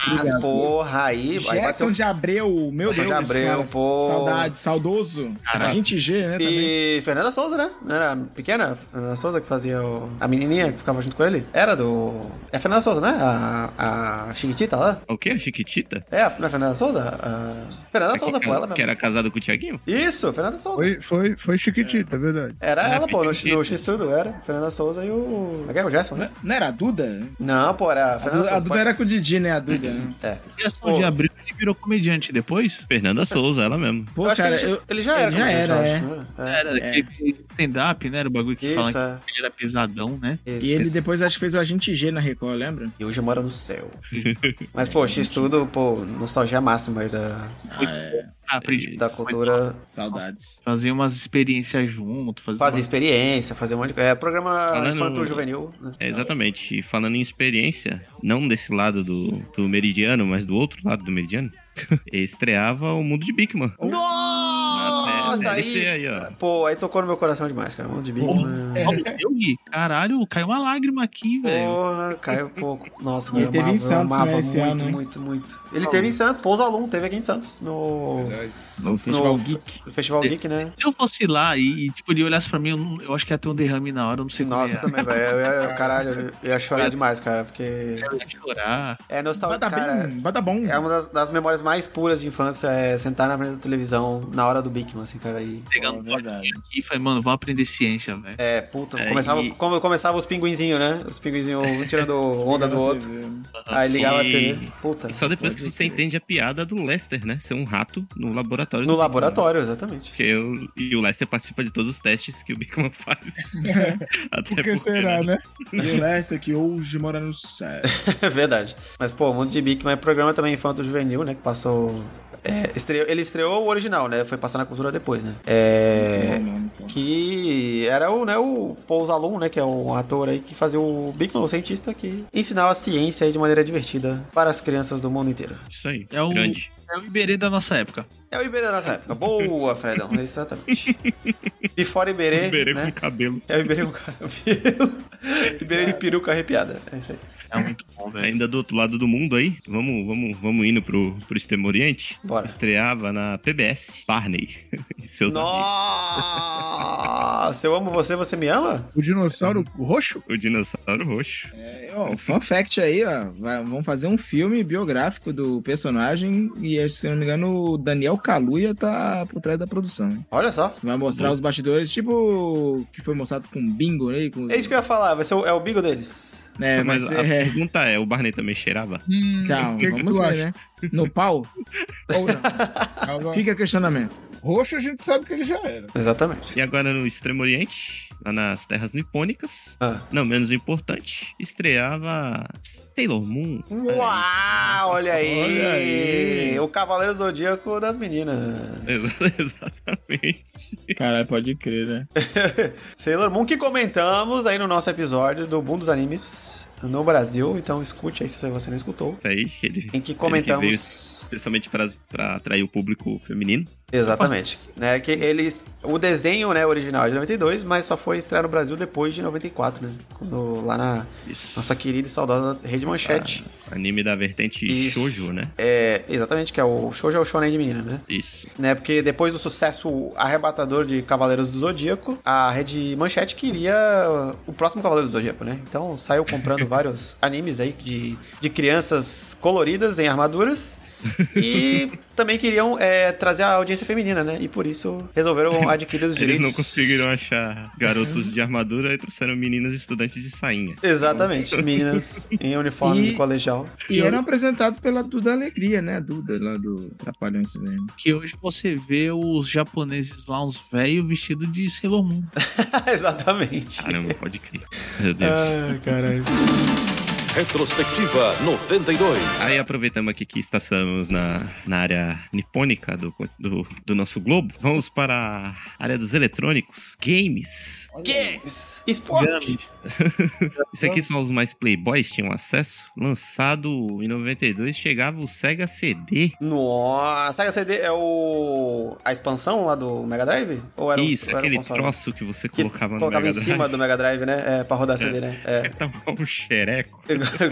Speaker 1: Nossa, porra, aí, aí vai ter
Speaker 8: Gerson
Speaker 1: um
Speaker 8: de Abreu, meu
Speaker 1: Gerson de
Speaker 8: Deus,
Speaker 1: Abreu,
Speaker 8: cara,
Speaker 1: pô.
Speaker 8: saudade, saudoso. A gente G, né, também.
Speaker 1: E Fernanda Souza, né? Não era pequena? Fernanda Souza que fazia o... a menininha que ficava junto com ele? Era do. É Fernanda Souza, né? A, a Chiquitita lá?
Speaker 3: O quê? A Chiquitita?
Speaker 1: É, não é Fernanda Souza? A... Fernanda Tá Souza, pô, ela
Speaker 3: É que
Speaker 1: mesmo.
Speaker 3: era casada com o Tiaguinho?
Speaker 1: Isso, Fernanda Souza.
Speaker 5: Foi, foi, foi chiquitita, é verdade.
Speaker 1: Era
Speaker 3: Era
Speaker 1: ela, pô, no,
Speaker 3: Chiquitita.
Speaker 1: no X-Tudo, era. Fernanda Souza e o. Como é que é? O Gerson, né?
Speaker 8: Não era a Duda?
Speaker 1: Não, pô, era a
Speaker 8: A
Speaker 1: Fernanda
Speaker 8: Duda, a
Speaker 1: Souza.
Speaker 8: Duda
Speaker 1: pô.
Speaker 8: era com o Didi, né, a Duda. né?
Speaker 1: É.
Speaker 4: Gerson de Abril, ele virou comediante depois?
Speaker 3: Fernanda Souza, ela mesmo.
Speaker 8: Pô,
Speaker 1: eu acho
Speaker 8: cara,
Speaker 1: que ele,
Speaker 8: eu...
Speaker 1: ele já era,
Speaker 8: ele já
Speaker 1: comediante,
Speaker 8: era,
Speaker 1: eu
Speaker 8: é.
Speaker 1: acho, não era? É.
Speaker 4: Era daquele stand-up, né? Era o bagulho que
Speaker 1: Isso,
Speaker 4: falava que
Speaker 1: é.
Speaker 4: ele era pesadão, né?
Speaker 1: Isso.
Speaker 8: E ele depois acho que fez o Agente G na Record, lembra?
Speaker 1: E hoje mora no céu. Mas, pô, X-Tudo, pô, nostalgia máxima aí da,
Speaker 8: Ah, é.
Speaker 4: Ah, aprendi.
Speaker 1: da cultura.
Speaker 8: Saudades.
Speaker 4: Fazia umas experiências junto. Fazia
Speaker 1: Fazer
Speaker 4: umas-
Speaker 1: experiência, fazer um monte de coisa. É programa
Speaker 3: Falando-
Speaker 1: infanto-juvenil. né?
Speaker 3: É, exatamente. E falando em experiência, não desse lado do, do meridiano, mas do outro lado do meridiano, estreava o Mundo de Bigman.
Speaker 1: Nossa,
Speaker 3: TLC
Speaker 1: aí...
Speaker 3: aí, ó.
Speaker 1: Pô, aí tocou no meu coração demais, cara. Mão de bico, né?
Speaker 4: Ó, eu ri. Caralho, caiu uma lágrima aqui, velho.
Speaker 1: Porra, caiu pouco. Nossa,
Speaker 8: Ele
Speaker 1: eu
Speaker 8: teve
Speaker 1: amava,
Speaker 8: em
Speaker 1: eu
Speaker 8: Santos,
Speaker 1: amava
Speaker 8: né,
Speaker 1: muito,
Speaker 8: esse ano, hein?
Speaker 1: muito, muito. Ele teve em Santos, pô, os alunos, teve aqui em Santos, no,
Speaker 8: No Festival
Speaker 1: no
Speaker 8: Geek.
Speaker 1: Fe- Festival Geek, né?
Speaker 4: Se eu fosse lá e, e, tipo, ele olhasse pra mim, eu, não- eu acho que ia ter um derrame na hora, eu não sei como
Speaker 1: Nossa,
Speaker 4: ia.
Speaker 1: eu também, velho. Eu ia- Caralho, eu ia chorar demais, cara, porque
Speaker 4: Eu ia chorar.
Speaker 1: é nostalgia,
Speaker 8: Bada
Speaker 1: cara.
Speaker 8: tá bem, bada bom.
Speaker 1: É uma das, das memórias mais puras de infância, é sentar na frente da televisão na hora do Bigman, assim, cara. E,
Speaker 8: É
Speaker 4: Pegando um aqui, falei, mano, vamos aprender ciência, velho.
Speaker 1: é, puta,
Speaker 3: É,
Speaker 1: começava,
Speaker 3: e-
Speaker 1: como começava os pinguinzinhos, né? Os pinguinzinhos um tirando onda do outro. Aí ligava
Speaker 3: E-
Speaker 1: a TV. Puta.
Speaker 3: E só depois que você entende a piada do Lester, né? Ser um rato no laboratório.
Speaker 1: No
Speaker 3: do Bigman.
Speaker 1: laboratório, exatamente.
Speaker 3: Porque eu, e o Lester participa de todos os testes que o Bigman faz. Até
Speaker 5: Por que será, né?
Speaker 8: E o Lester que hoje mora no céu.
Speaker 1: É verdade. Mas, pô, o Mundo de Bigman é programa também infanto juvenil, né? Que passou. é, estreou- ele estreou o original, né? Foi passar na cultura depois, né? É. Que era o, né, o Paul Zalum, né? Que é um ator aí que fazia o Bigman, o cientista, que ensinava a ciência aí de maneira divertida para as crianças do mundo inteiro.
Speaker 3: Isso aí.
Speaker 4: É o-
Speaker 3: Grande.
Speaker 4: É o Iberê da nossa época.
Speaker 1: É o Iberê da nossa época. Boa, Fredão. Exatamente. E fora Iberê,
Speaker 3: Iberê
Speaker 1: né?
Speaker 3: com cabelo.
Speaker 1: É o Iberê com cabelo. Iberê de peruca arrepiada. É isso aí.
Speaker 4: É muito bom, velho.
Speaker 3: Ainda do outro lado do mundo aí, vamos, vamos, vamos indo pro, pro extremo oriente.
Speaker 1: Bora.
Speaker 3: Estreava na PBS, Barney. e seus amigos.
Speaker 1: Nossa, eu amo você, você me ama?
Speaker 5: O dinossauro roxo?
Speaker 3: O dinossauro roxo.
Speaker 8: É, ó, fun fact aí, ó. vai- vão fazer um filme biográfico do personagem e, se eu não me engano, o Daniel Kaluuya tá por trás da produção. hein?
Speaker 1: Olha só.
Speaker 8: Vai mostrar os bastidores, tipo o que foi mostrado com Bingo aí. Com,
Speaker 1: É isso que eu ia falar, vai ser o, é o bigo deles.
Speaker 8: É,
Speaker 3: Mas
Speaker 8: mas
Speaker 3: a
Speaker 8: é,
Speaker 3: pergunta é, o Barney também cheirava?
Speaker 5: Hum,
Speaker 8: calma,
Speaker 5: o que que
Speaker 8: vamos
Speaker 5: tu
Speaker 8: ver,
Speaker 5: acha?
Speaker 8: né? No pau? Ou não?
Speaker 5: Tava-
Speaker 8: Fica o questionamento.
Speaker 5: Roxo a gente sabe que ele já era.
Speaker 1: Exatamente.
Speaker 3: E agora no extremo oriente, lá nas terras nipônicas,
Speaker 1: Ah.
Speaker 3: não menos importante, estreava Sailor Moon.
Speaker 1: Uau, olha aí.
Speaker 5: Olha aí.
Speaker 1: O Cavaleiro Zodíaco das meninas.
Speaker 3: Ex- Exatamente.
Speaker 8: Caralho, pode crer, né?
Speaker 1: Sailor Moon que comentamos aí no nosso episódio do Boom dos Animes no Brasil, então escute aí se você não escutou.
Speaker 3: Isso aí, que ele-
Speaker 1: Em que
Speaker 3: veio
Speaker 1: comentamos
Speaker 3: especialmente pra, pra atrair o público feminino.
Speaker 1: Exatamente. Né, que eles, o desenho né, original é de 92, mas só foi estrear no Brasil depois de 94, né? Quando, lá na
Speaker 3: Isso.
Speaker 1: nossa querida e saudosa Rede Manchete.
Speaker 3: Anime da vertente
Speaker 1: Isso.
Speaker 3: shoujo, né?
Speaker 1: É, exatamente, que é o Shoujo é o Shonen de menina, né?
Speaker 3: Isso.
Speaker 1: né? Porque depois do sucesso arrebatador de Cavaleiros do Zodíaco, a Rede Manchete queria o próximo Cavaleiro do Zodíaco, né? Então saiu comprando vários animes aí de, de crianças coloridas em armaduras. E também queriam é, trazer a audiência feminina, né? E por isso resolveram adquirir os
Speaker 3: Eles
Speaker 1: direitos.
Speaker 3: não conseguiram achar garotos de armadura e trouxeram meninas estudantes de sainha.
Speaker 1: Exatamente, meninas em uniforme
Speaker 8: E-
Speaker 1: colegial.
Speaker 8: E eram apresentados pela Duda Alegria, né? A Duda lá do Trapalhões mesmo.
Speaker 4: Que hoje você vê os japoneses lá, uns velhos vestidos de Sailor Moon.
Speaker 1: Exatamente.
Speaker 3: Caramba, pode crer. Meu Deus.
Speaker 1: Ai, caralho.
Speaker 10: Retrospectiva 92.
Speaker 3: Aí aproveitamos aqui que estamos na, na área nipônica do, do, do nosso globo. Vamos para a área dos eletrônicos, games.
Speaker 1: Games! Esporte!
Speaker 3: Isso aqui são os mais playboys tinham acesso. Lançado em 92, chegava o Sega CD.
Speaker 1: Nossa, a Sega CD é o. a expansão lá do Mega Drive? Ou era o-
Speaker 3: Isso,
Speaker 1: ou era o
Speaker 3: aquele
Speaker 1: console?
Speaker 3: troço que você
Speaker 1: que
Speaker 3: colocava no
Speaker 1: colocava
Speaker 3: Mega
Speaker 1: em
Speaker 3: Drive.
Speaker 1: cima do Mega Drive, né? É, pra rodar CD, né? É.
Speaker 3: Tava um xereco.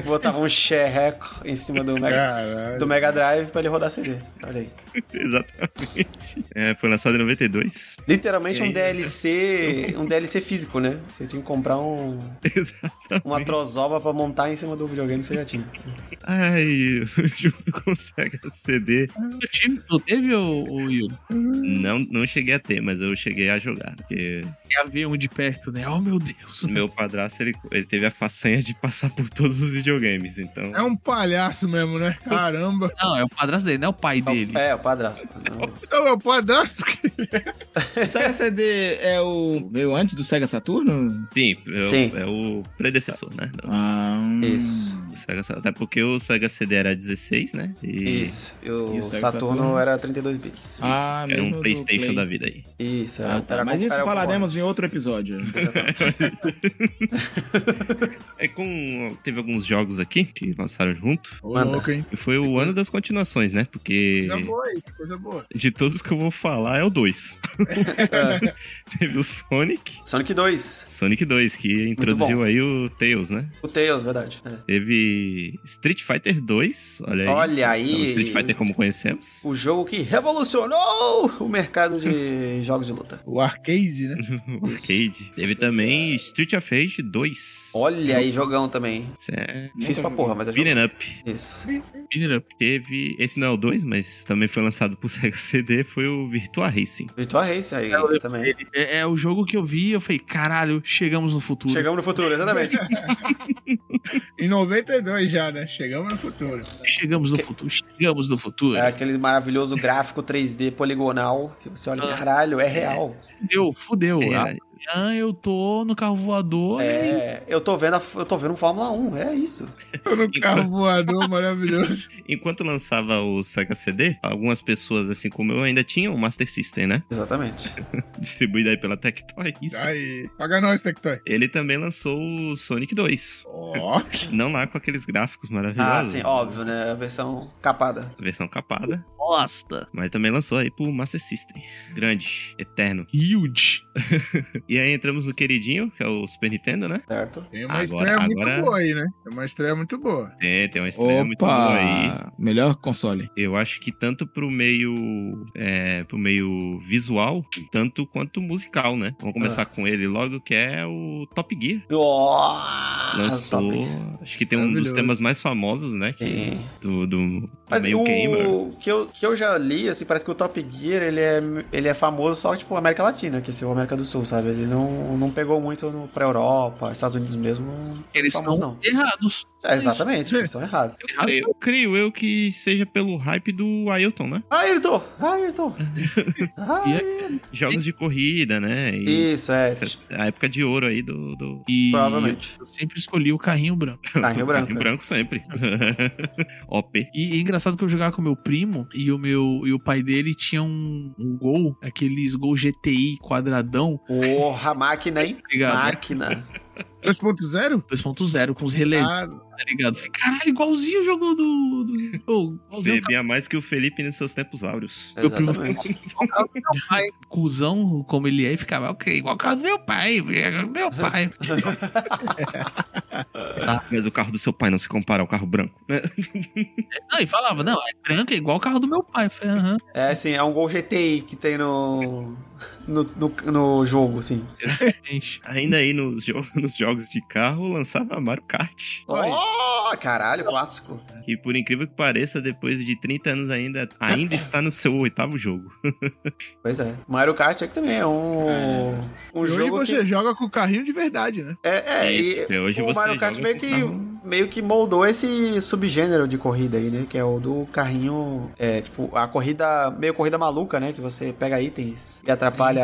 Speaker 1: Botava um xerreco em cima do Mega,
Speaker 5: Caralho.
Speaker 1: do Mega Drive pra ele rodar CD. Olha aí.
Speaker 3: Exatamente. É, foi lançado em 92.
Speaker 1: Literalmente
Speaker 3: E
Speaker 1: um
Speaker 3: aí?
Speaker 1: DLC. Um DLC físico, né? Você tinha que comprar um, uma trozoba pra montar em cima do videogame que você já tinha.
Speaker 3: Ai, junto com o Sega CD.
Speaker 4: O time não teve, o, o Yuri?
Speaker 3: Não, não cheguei a ter, mas eu cheguei a jogar. Porque
Speaker 4: Tem avião de perto, né? Oh, meu Deus.
Speaker 3: meu padrasto, ele, ele teve a façanha de passar por todos os videogames. Então,
Speaker 5: É um palhaço mesmo, né? Caramba.
Speaker 4: Não, é o padrasto dele, não é o pai dele.
Speaker 1: É, o padrasto.
Speaker 3: Hum,
Speaker 5: Então é o padrasto que
Speaker 8: O Sega CD é o. veio antes do Sega Saturno?
Speaker 3: sim, é o-
Speaker 1: Sim.
Speaker 3: é o predecessor, né? do-
Speaker 8: Ah, hum.
Speaker 1: Isso.
Speaker 3: do Sega, até porque o Sega CD era 16, né? E
Speaker 1: Isso. E o,
Speaker 8: E é o Sega
Speaker 1: Saturno,
Speaker 8: Saturno?
Speaker 1: era 32 bits.
Speaker 8: Ah,
Speaker 3: era
Speaker 8: mesmo
Speaker 3: um
Speaker 8: do
Speaker 3: PlayStation
Speaker 8: Play.
Speaker 3: da vida aí.
Speaker 1: Isso, era,
Speaker 8: Ah, tá.
Speaker 1: era
Speaker 8: Mas
Speaker 1: com-
Speaker 8: isso
Speaker 1: era com-
Speaker 8: falaremos em outro episódio.
Speaker 3: É com. Teve alguns jogos aqui que lançaram junto.
Speaker 5: Ô,
Speaker 1: Manda.
Speaker 5: louco, hein?
Speaker 3: E foi o ano das continuações, né? Porque
Speaker 5: Coisa boa aí, coisa boa.
Speaker 3: de todos que eu vou falar é o 2. Teve o Sonic.
Speaker 1: Sonic 2.
Speaker 3: Sonic 2, que introduziu
Speaker 1: bom.
Speaker 3: aí o Tails, né?
Speaker 1: O Tails, verdade. É.
Speaker 3: Teve Street Fighter 2, olha aí.
Speaker 1: Olha
Speaker 3: É o
Speaker 1: aí.
Speaker 3: Street Fighter como conhecemos.
Speaker 1: O jogo que revolucionou o mercado de jogos de luta.
Speaker 5: O arcade, né?
Speaker 3: O arcade. Teve também Street of Rage 2.
Speaker 1: Olha aí, jogão também.
Speaker 3: Isso é...
Speaker 1: Difícil pra porra, mas é jogo.
Speaker 3: Beaten Up.
Speaker 1: Isso.
Speaker 4: Menino,
Speaker 3: Teve... Esse não é o 2, mas também foi lançado pro Sega CD, foi o Virtua Racing.
Speaker 1: Virtua Race aí também.
Speaker 4: É, é o jogo que eu vi eu falei, caralho, chegamos no futuro.
Speaker 1: Chegamos no futuro, exatamente.
Speaker 5: Em 92 já, né? Chegamos no futuro.
Speaker 4: Chegamos no futuro. Chegamos no futuro.
Speaker 1: É aquele maravilhoso gráfico 3D poligonal que você olha, caralho, é real.
Speaker 4: Fudeu, fudeu.
Speaker 3: É,
Speaker 4: Amanhã eu tô no carro voador. e-
Speaker 1: É, eu tô vendo, a- eu tô vendo um Fórmula 1, é isso.
Speaker 5: Tô no
Speaker 3: Então,
Speaker 5: carro voador maravilhoso.
Speaker 3: Enquanto lançava o Sega CD, algumas pessoas, assim como eu, ainda tinham o Master System, né?
Speaker 1: Exatamente.
Speaker 3: Distribuído aí pela Tectoy. Isso.
Speaker 5: Aí, paga nós, Tectoy.
Speaker 3: Ele também lançou o Sonic 2.
Speaker 5: Ó,
Speaker 3: Não lá com aqueles gráficos
Speaker 1: Ah,
Speaker 3: maravilhosos.
Speaker 1: sim, óbvio, né? A versão capada.
Speaker 3: Versão capada.
Speaker 4: Bosta.
Speaker 3: Mas também lançou aí pro Master System. Grande, eterno.
Speaker 4: Huge.
Speaker 3: E aí entramos no queridinho, que é o Super Nintendo, né?
Speaker 1: Certo?
Speaker 5: tem uma
Speaker 3: Agora-
Speaker 5: estreia
Speaker 3: agora- é
Speaker 5: muito boa aí, né? Tem uma estreia muito boa.
Speaker 3: Tem, tem uma estreia muito boa aí.
Speaker 8: Opa! Melhor console.
Speaker 3: Eu acho que tanto pro meio. É, pro meio visual, tanto quanto musical, né? Vamos começar
Speaker 1: Ah.
Speaker 3: com ele logo, que é o Top Gear.
Speaker 1: Nossa!
Speaker 3: Lançou.
Speaker 1: Ah, top.
Speaker 3: Acho que tem um dos
Speaker 5: Maravilhoso.
Speaker 3: temas mais famosos, né? que-
Speaker 1: Sim.
Speaker 3: do, do
Speaker 1: Mas
Speaker 3: É meio
Speaker 1: o
Speaker 3: gamer.
Speaker 1: que eu, que eu já li, assim, parece que o Top Gear, ele é, ele é famoso só, tipo, América Latina, que é o América do Sul, sabe? Ele não, não pegou muito no, pra Europa, Estados Unidos mesmo, não foi
Speaker 4: Eles
Speaker 1: famoso,
Speaker 4: são errados.
Speaker 1: não. É, exatamente, eles estão errados.
Speaker 3: Eu creio, eu creio eu que seja pelo hype do Ailton, né?
Speaker 1: Ah, Ayrton! Ayrton! Ayrton!
Speaker 3: Jogos de corrida, né? E
Speaker 1: Isso, é,
Speaker 3: a época de ouro aí do, do
Speaker 4: E
Speaker 1: provavelmente.
Speaker 4: eu sempre escolhi o carrinho branco.
Speaker 1: Tá, Rio Branco.
Speaker 3: Em branco sempre. OP.
Speaker 4: E é engraçado que eu jogava com meu primo e o meu e o pai dele tinha um, um gol, aqueles gol GTI quadradão,
Speaker 1: Porra, máquina, hein?
Speaker 4: tá ligado?
Speaker 3: né?
Speaker 1: Máquina.
Speaker 5: 2.0?
Speaker 4: 2.0 com os
Speaker 1: É,
Speaker 4: relés,
Speaker 5: Ah,
Speaker 4: tá ligado? Falei, caralho, igualzinho o jogo do. do... Ô, igualzinho o
Speaker 3: Bebia mais que o Felipe nos seus tempos áureos.
Speaker 1: Exatamente.
Speaker 4: carro do meu pai. Cusão como ele é, e ficava, ok, igual o carro do meu pai, velho, meu pai.
Speaker 3: Mas o carro do seu pai não se compara ao carro branco. né?
Speaker 4: Não, e falava, não, é branco, é igual o carro do meu pai. Eu Falei, aham.
Speaker 1: É, assim, é um gol GTI que tem no. No, no, no jogo, assim.
Speaker 4: Gente,
Speaker 3: Ainda aí nos, jo- nos jogos de carro lançava Mario Kart.
Speaker 1: Oh, caralho, clássico.
Speaker 3: E por incrível que pareça, depois de 30 anos ainda, ainda está no seu oitavo jogo.
Speaker 1: Pois é. Mario Kart aqui também é um.
Speaker 3: né?
Speaker 1: Um
Speaker 5: e hoje
Speaker 1: jogo.
Speaker 5: você
Speaker 1: que...
Speaker 5: joga com o carrinho de verdade, né?
Speaker 1: É, é,
Speaker 3: É isso,
Speaker 1: e
Speaker 3: é, hoje
Speaker 1: o
Speaker 3: você
Speaker 1: Mario Kart
Speaker 3: joga
Speaker 1: meio
Speaker 3: com
Speaker 1: que,
Speaker 3: carro.
Speaker 1: meio que moldou esse subgênero de corrida aí, né? Que é o do carrinho, é, tipo, a corrida, meio corrida maluca, né? Que você pega itens e atrapalha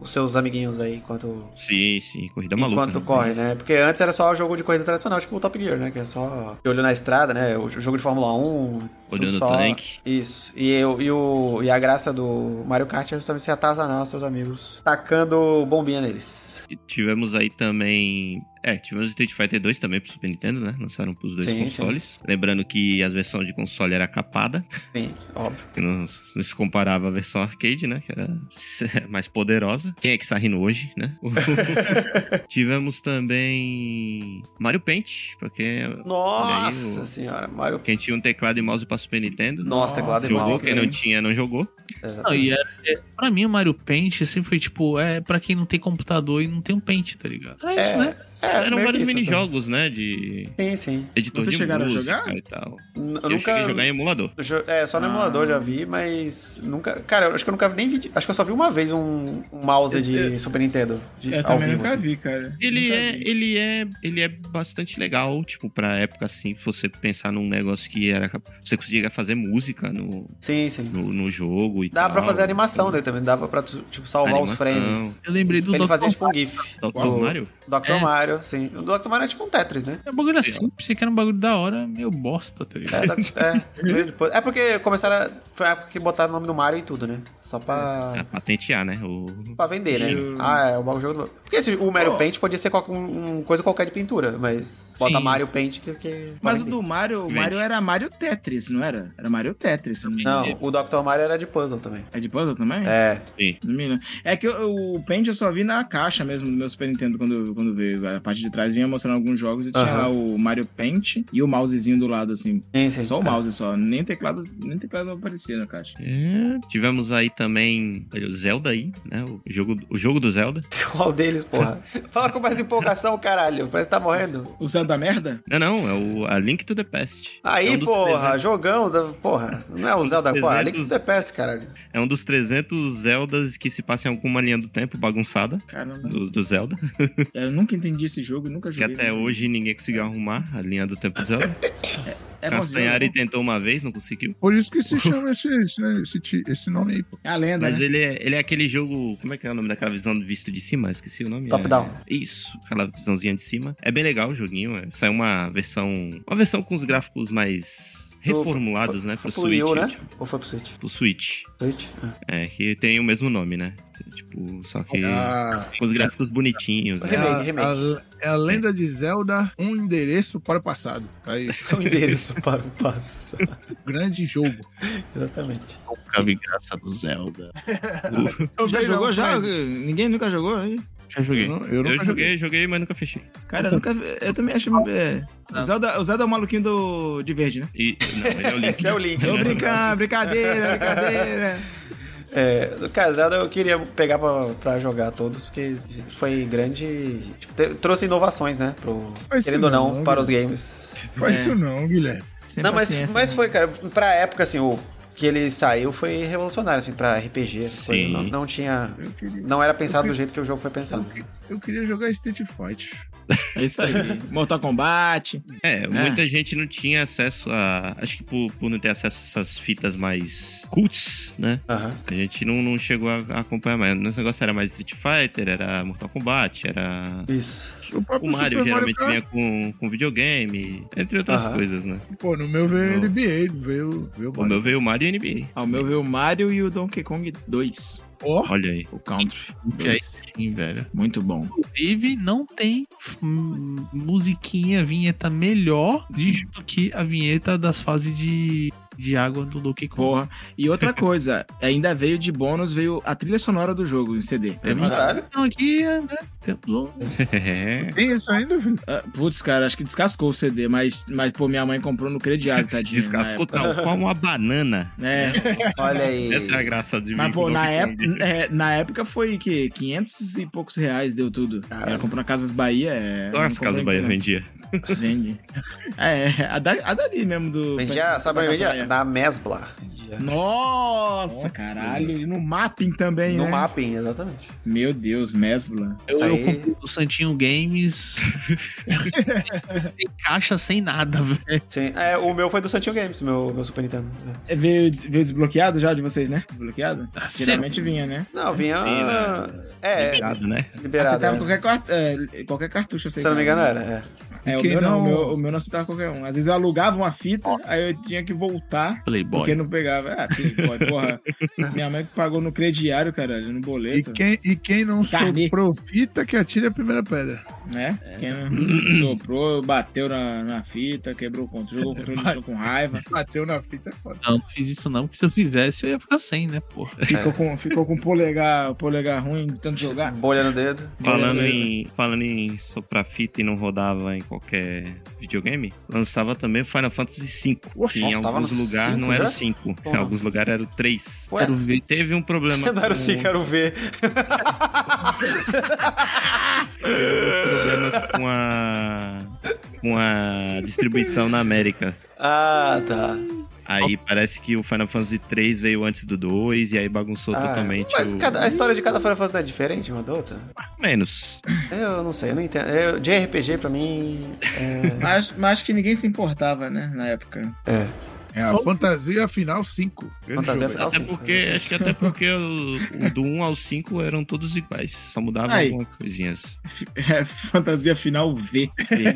Speaker 1: os seus amiguinhos aí enquanto,
Speaker 3: Sim, sim, corrida É. maluca.
Speaker 1: enquanto
Speaker 3: né?
Speaker 1: corre, né? Porque antes era só o jogo de corrida tradicional, tipo o Top Gear, né? Que é só de olho na estrada, né? O jogo de Fórmula 1,
Speaker 3: Olhando
Speaker 1: tudo
Speaker 3: o
Speaker 1: só-
Speaker 3: tanque.
Speaker 1: Isso. E, eu, e, o, e a graça do Mario Kart é justamente se atazanar os seus amigos, tacando bombinha neles.
Speaker 3: E tivemos aí também. É, tivemos Street Fighter 2 também pro Super Nintendo, né? Lançaram pros dois
Speaker 1: Sim, sim.
Speaker 3: consoles. Lembrando que as versões de console era capada,
Speaker 1: Sim, óbvio.
Speaker 3: que não, não se comparava à versão arcade, né? Que era mais poderosa. Quem é que está rindo hoje, né? tivemos também Mario Paint, pra quem,
Speaker 1: Nossa
Speaker 3: o-
Speaker 1: senhora, Mario
Speaker 3: quem tinha um teclado e mouse pra Super Nintendo.
Speaker 1: Nossa, teclado e
Speaker 3: jogou,
Speaker 1: mouse,
Speaker 3: quem
Speaker 1: né?
Speaker 3: não tinha não jogou.
Speaker 4: Não, e era, é, pra mim, o Mario Paint sempre foi tipo, é pra quem não tem computador e não tem um Paint, tá ligado? Era isso, né?
Speaker 1: É, meio
Speaker 3: Eram
Speaker 1: que
Speaker 3: vários
Speaker 1: isso,
Speaker 3: minijogos, né? De
Speaker 1: então. Sim, sim.
Speaker 3: editor
Speaker 8: Vocês
Speaker 3: de
Speaker 8: chegaram a
Speaker 3: música
Speaker 8: jogar?
Speaker 3: e tal.
Speaker 1: N-
Speaker 3: Eu,
Speaker 1: nunca.
Speaker 3: cheguei a jogar em emulador.
Speaker 1: jo- É, só no emulador já vi, mas nunca. Cara, eu acho que eu nunca vi nem vi. Acho que eu só vi uma vez um, um mouse de Super Nintendo de,
Speaker 8: Eu
Speaker 1: ao
Speaker 8: também
Speaker 1: vivo.
Speaker 8: nunca
Speaker 1: assim.
Speaker 8: vi, cara.
Speaker 3: Ele
Speaker 8: Nunca
Speaker 3: é,
Speaker 8: vi.
Speaker 3: ele é, ele é bastante legal, tipo, pra época assim, se você pensar num negócio que era cap- você conseguia fazer música no,
Speaker 1: Sim, sim.
Speaker 3: no, no jogo e
Speaker 1: Dá
Speaker 3: tal.
Speaker 1: pra fazer animação né? dele também, dava pra tu, tipo, salvar os
Speaker 3: Animação.
Speaker 1: frames.
Speaker 4: Eu lembrei do
Speaker 1: Ele
Speaker 4: Dr.
Speaker 1: fazia tipo um GIF.
Speaker 3: Dr.
Speaker 1: Do-
Speaker 3: Então, Mario?
Speaker 1: Dr.
Speaker 4: É.
Speaker 1: Mario, sim. O Dr. Mario é tipo um Tetris, né?
Speaker 4: É um bagulho assim, pensei que era um bagulho da hora, meio bosta, tá ligado?
Speaker 1: É, da- é, meio depois. É porque começaram. a- Foi a época que botaram o nome do Mario em tudo, né? Só pra.
Speaker 3: É, patentear, né? O...
Speaker 1: Pra vender, né?
Speaker 8: Sim.
Speaker 1: Ah, é o bagulho jogo do... Porque esse, o Mario Paint podia ser qualquer, um, um coisa qualquer de pintura, mas bota
Speaker 4: Sim.
Speaker 1: Mario Paint que... que
Speaker 8: Mas o
Speaker 1: vende.
Speaker 8: do Mario, o
Speaker 3: Vende.
Speaker 8: Mario era Mario Tetris, não era? Era Mario Tetris. se eu Não, me engano.
Speaker 1: Não, o Dr. Mario era de puzzle também.
Speaker 8: É de puzzle também?
Speaker 1: É,
Speaker 8: Não me lembro. É que eu- o Paint eu só vi na caixa mesmo do meu Super Nintendo quando, quando veio. A parte de trás vinha mostrando alguns jogos e tinha
Speaker 1: Aham.
Speaker 8: lá o Mario Paint e o mousezinho do lado, assim.
Speaker 1: sim, sim. É
Speaker 8: Só o mouse só. Nem teclado, nem teclado aparecia na caixa.
Speaker 3: É, tivemos aí também olha, o Zelda aí, né? O jogo, o jogo do Zelda.
Speaker 1: Qual deles, porra? Fala com mais empolgação, caralho. Parece que tá morrendo.
Speaker 8: O Zelda merda?
Speaker 3: Não, não, é o a Link to the Past. é
Speaker 1: Aí,
Speaker 3: um dos
Speaker 1: porra,
Speaker 3: 300
Speaker 1: jogão da... Porra, não é o
Speaker 3: Um dos
Speaker 1: Zelda, porra. é Link to
Speaker 3: 300.
Speaker 1: the Past, caralho.
Speaker 3: É um dos 300 Zeldas que se passam com uma linha do tempo bagunçada
Speaker 8: Caramba.
Speaker 3: do, do Zelda.
Speaker 8: Eu nunca entendi esse jogo, nunca
Speaker 3: Que
Speaker 8: joguei.
Speaker 3: até hoje ninguém conseguiu arrumar a linha do tempo do Zelda.
Speaker 8: É bom
Speaker 1: né?
Speaker 3: Castanhari
Speaker 8: jogo.
Speaker 3: tentou uma vez, não conseguiu.
Speaker 5: Por isso que se chama esse, esse, esse, ti- esse nome aí, pô.
Speaker 8: É a lenda,
Speaker 3: Mas
Speaker 8: né?
Speaker 3: ele é, ele é aquele jogo. Como é que é o nome daquela visão vista de cima? Esqueci o nome.
Speaker 1: Top
Speaker 3: é...
Speaker 1: down.
Speaker 3: Isso, aquela visãozinha de cima. É bem legal o joguinho. é. Saiu uma versão. Uma versão com os gráficos mais reformulados, né? Pro
Speaker 1: Foi
Speaker 3: Switch.
Speaker 1: Wii U, né?
Speaker 3: tipo,
Speaker 1: Ou foi pro Switch?
Speaker 3: pro Switch.
Speaker 1: Switch? Ah.
Speaker 3: É, que tem o mesmo nome, né? Tipo, só que.
Speaker 5: Ah,
Speaker 3: Com os gráficos bonitinhos.
Speaker 5: é,
Speaker 3: Né?
Speaker 1: Remake,
Speaker 5: a,
Speaker 1: remake.
Speaker 5: a- é a lenda de Zelda, um endereço para o passado. Tá aí.
Speaker 1: O endereço para o passado.
Speaker 5: Grande jogo.
Speaker 1: Exatamente.
Speaker 4: Nunca vi graça do Zelda.
Speaker 8: Já
Speaker 1: Então,
Speaker 5: Também não,
Speaker 8: jogou já?
Speaker 5: mas-
Speaker 8: Ninguém nunca jogou aí?
Speaker 4: Já joguei.
Speaker 5: não-
Speaker 3: Eu
Speaker 5: nunca
Speaker 3: joguei, joguei, mas nunca fechei.
Speaker 8: Cara, eu nunca. vi- Eu também achei. É... O, Zelda, o Zelda é o maluquinho do, de verde, né?
Speaker 3: E, não, ele é o Link.
Speaker 1: Esse é o Link.
Speaker 8: Tô brincando, brincadeira, brincadeira.
Speaker 1: É, do Casada eu queria pegar pra, pra jogar todos, porque foi grande. tipo, te- trouxe inovações, né? Pro,
Speaker 5: Mas
Speaker 1: querendo ou
Speaker 5: sim,
Speaker 1: não,
Speaker 5: não,
Speaker 1: para
Speaker 5: né?
Speaker 1: os games.
Speaker 5: Faz
Speaker 1: É.
Speaker 5: isso não, Guilherme.
Speaker 8: Sem
Speaker 1: não, mas,
Speaker 8: paciência,
Speaker 1: mas
Speaker 8: né?
Speaker 1: foi, cara, pra época, assim, o que ele saiu foi revolucionário, assim, pra RPG, essas
Speaker 3: Sim.
Speaker 1: coisas. Não, não tinha.
Speaker 5: Eu queria,
Speaker 1: Não era pensado do jeito que o jogo foi pensado.
Speaker 5: eu queria jogar Street Fighter.
Speaker 8: É isso aí. Mortal Kombat.
Speaker 3: É, muita gente não tinha acesso a. Acho que por, por não ter acesso a essas fitas mais cults, né?
Speaker 1: Aham.
Speaker 3: A gente não, não chegou a a acompanhar mais. Nosso negócio era mais Street Fighter, era Mortal Kombat, era.
Speaker 1: Isso.
Speaker 5: O,
Speaker 3: O
Speaker 5: próprio
Speaker 3: Mario
Speaker 5: Super
Speaker 3: geralmente
Speaker 5: Kart,
Speaker 3: vinha com, com videogame, entre outras
Speaker 1: Aham.
Speaker 3: coisas, né?
Speaker 5: Pô, no meu veio
Speaker 3: Não.
Speaker 5: NBA, não veio, veio
Speaker 3: O meu veio o Mario e NBA.
Speaker 8: Ao meu veio Ah, o Mario e o Donkey Kong 2.
Speaker 5: Ó,
Speaker 3: Olha aí.
Speaker 8: O Country.
Speaker 4: Que aí sim, velho.
Speaker 8: Muito bom.
Speaker 4: Inclusive, não tem hum, musiquinha, vinheta melhor de- do que a vinheta das fases de, de água do Donkey Kong.
Speaker 8: Porra. E outra coisa, ainda veio de bônus, veio a trilha sonora do jogo em CD. Pra mim,
Speaker 1: Caralho.
Speaker 4: Então aqui, né? Temos um.
Speaker 5: tem isso ainda, filho?
Speaker 8: ah, putz, cara, acho que descascou o CD, mas, mas pô, minha mãe comprou no crediário, tadinho.
Speaker 3: Descascou tal qual uma banana.
Speaker 8: na época. É.
Speaker 1: Olha aí.
Speaker 3: Essa é a graça de
Speaker 8: Mas,
Speaker 3: mim
Speaker 8: pô,
Speaker 3: com
Speaker 8: na
Speaker 3: Donkey
Speaker 8: época,
Speaker 3: Kong.
Speaker 8: é, na época foi que 500 e poucos reais deu tudo.
Speaker 1: Caralho.
Speaker 8: Ela comprou na Casas Bahia. É,
Speaker 3: Olha as
Speaker 8: não comprou
Speaker 3: casas
Speaker 8: em-
Speaker 3: Bahia vendia.
Speaker 8: Vende. É, a, da, a dali mesmo do.
Speaker 1: Vendia, ah, sabe onde vendia? Na Mesbla. Vendia.
Speaker 8: Né, Nossa, caralho. E no mapping também,
Speaker 1: No
Speaker 8: né?
Speaker 1: mapping, exatamente.
Speaker 8: Meu Deus, Mesbla.
Speaker 1: Isso
Speaker 4: Eu, eu
Speaker 1: aí.
Speaker 4: comprei do Santinho Games. sem caixa, sem nada, velho.
Speaker 1: Sim. É, o meu foi do Santinho Games, meu, meu Super Nintendo.
Speaker 8: É, veio, veio desbloqueado já de vocês, né? Desbloqueado?
Speaker 4: Ah,
Speaker 8: Geralmente vinha, né?
Speaker 1: Não, vinha.
Speaker 3: Mentira.
Speaker 1: É,
Speaker 3: Obrigado, né?
Speaker 1: liberado.
Speaker 8: Aceitava
Speaker 1: é.
Speaker 8: qualquer, quart- é, qualquer cartucho.
Speaker 1: Se eu não me engano, era. É.
Speaker 8: É, o
Speaker 5: Quem
Speaker 8: meu não,
Speaker 5: não-
Speaker 8: O, meu, o meu não aceitava qualquer um. Às vezes eu alugava uma fita, aí eu tinha que voltar. Porque
Speaker 4: Playboy.
Speaker 8: não pegava. Ah, Playboy, porra. Minha mãe que pagou no crediário, caralho, no
Speaker 5: E
Speaker 8: boleto.
Speaker 5: quem, e quem não
Speaker 8: Carne.
Speaker 5: soprou fita, que atire a primeira pedra.
Speaker 8: né?
Speaker 5: É.
Speaker 8: Quem não soprou, bateu na, na fita, quebrou o controle, jogou o controle no chão com raiva.
Speaker 5: Bateu na fita é foda.
Speaker 4: Não, não fiz isso não, porque se eu fizesse eu ia ficar sem, né, porra.
Speaker 3: É.
Speaker 8: Ficou com, ficou com polegar, polegar ruim de tanto jogar.
Speaker 1: é. Bolha no dedo.
Speaker 3: Falando em, falando em soprar fita e não rodava em qualquer videogame, lançava também o Final Fantasy V.
Speaker 1: Oxe,
Speaker 3: que em
Speaker 1: nossa, tava
Speaker 3: alguns
Speaker 1: no
Speaker 3: lugares não
Speaker 1: cinco
Speaker 3: era
Speaker 1: já?
Speaker 3: o 5. Em
Speaker 1: Porra.
Speaker 3: alguns lugares era o 3.
Speaker 1: Ué,
Speaker 4: Quero ver.
Speaker 3: Teve um problema.
Speaker 1: não era o
Speaker 3: com-
Speaker 1: sim, quero ver.
Speaker 3: problemas com a. com a distribuição na América.
Speaker 1: Ah, tá.
Speaker 3: Aí parece que o Final Fantasy 3 veio antes do 2 e aí bagunçou
Speaker 1: Ah,
Speaker 3: totalmente.
Speaker 1: mas
Speaker 3: o...
Speaker 1: cada- a história de cada Final Fantasy não é diferente uma da outra?
Speaker 3: Mais ou menos.
Speaker 1: Eu não sei, eu não entendo. Eu, JRPG pra mim. É...
Speaker 8: Mas, mas acho que ninguém se importava, né? Na época.
Speaker 5: É a fantasia final 5.
Speaker 1: Fantasia final
Speaker 3: Até
Speaker 1: 5.
Speaker 3: porque, acho que até porque o, o do 1 ao 5 eram todos iguais, só mudavam
Speaker 8: Aí.
Speaker 3: algumas coisinhas.
Speaker 8: É, fantasia final V.
Speaker 1: é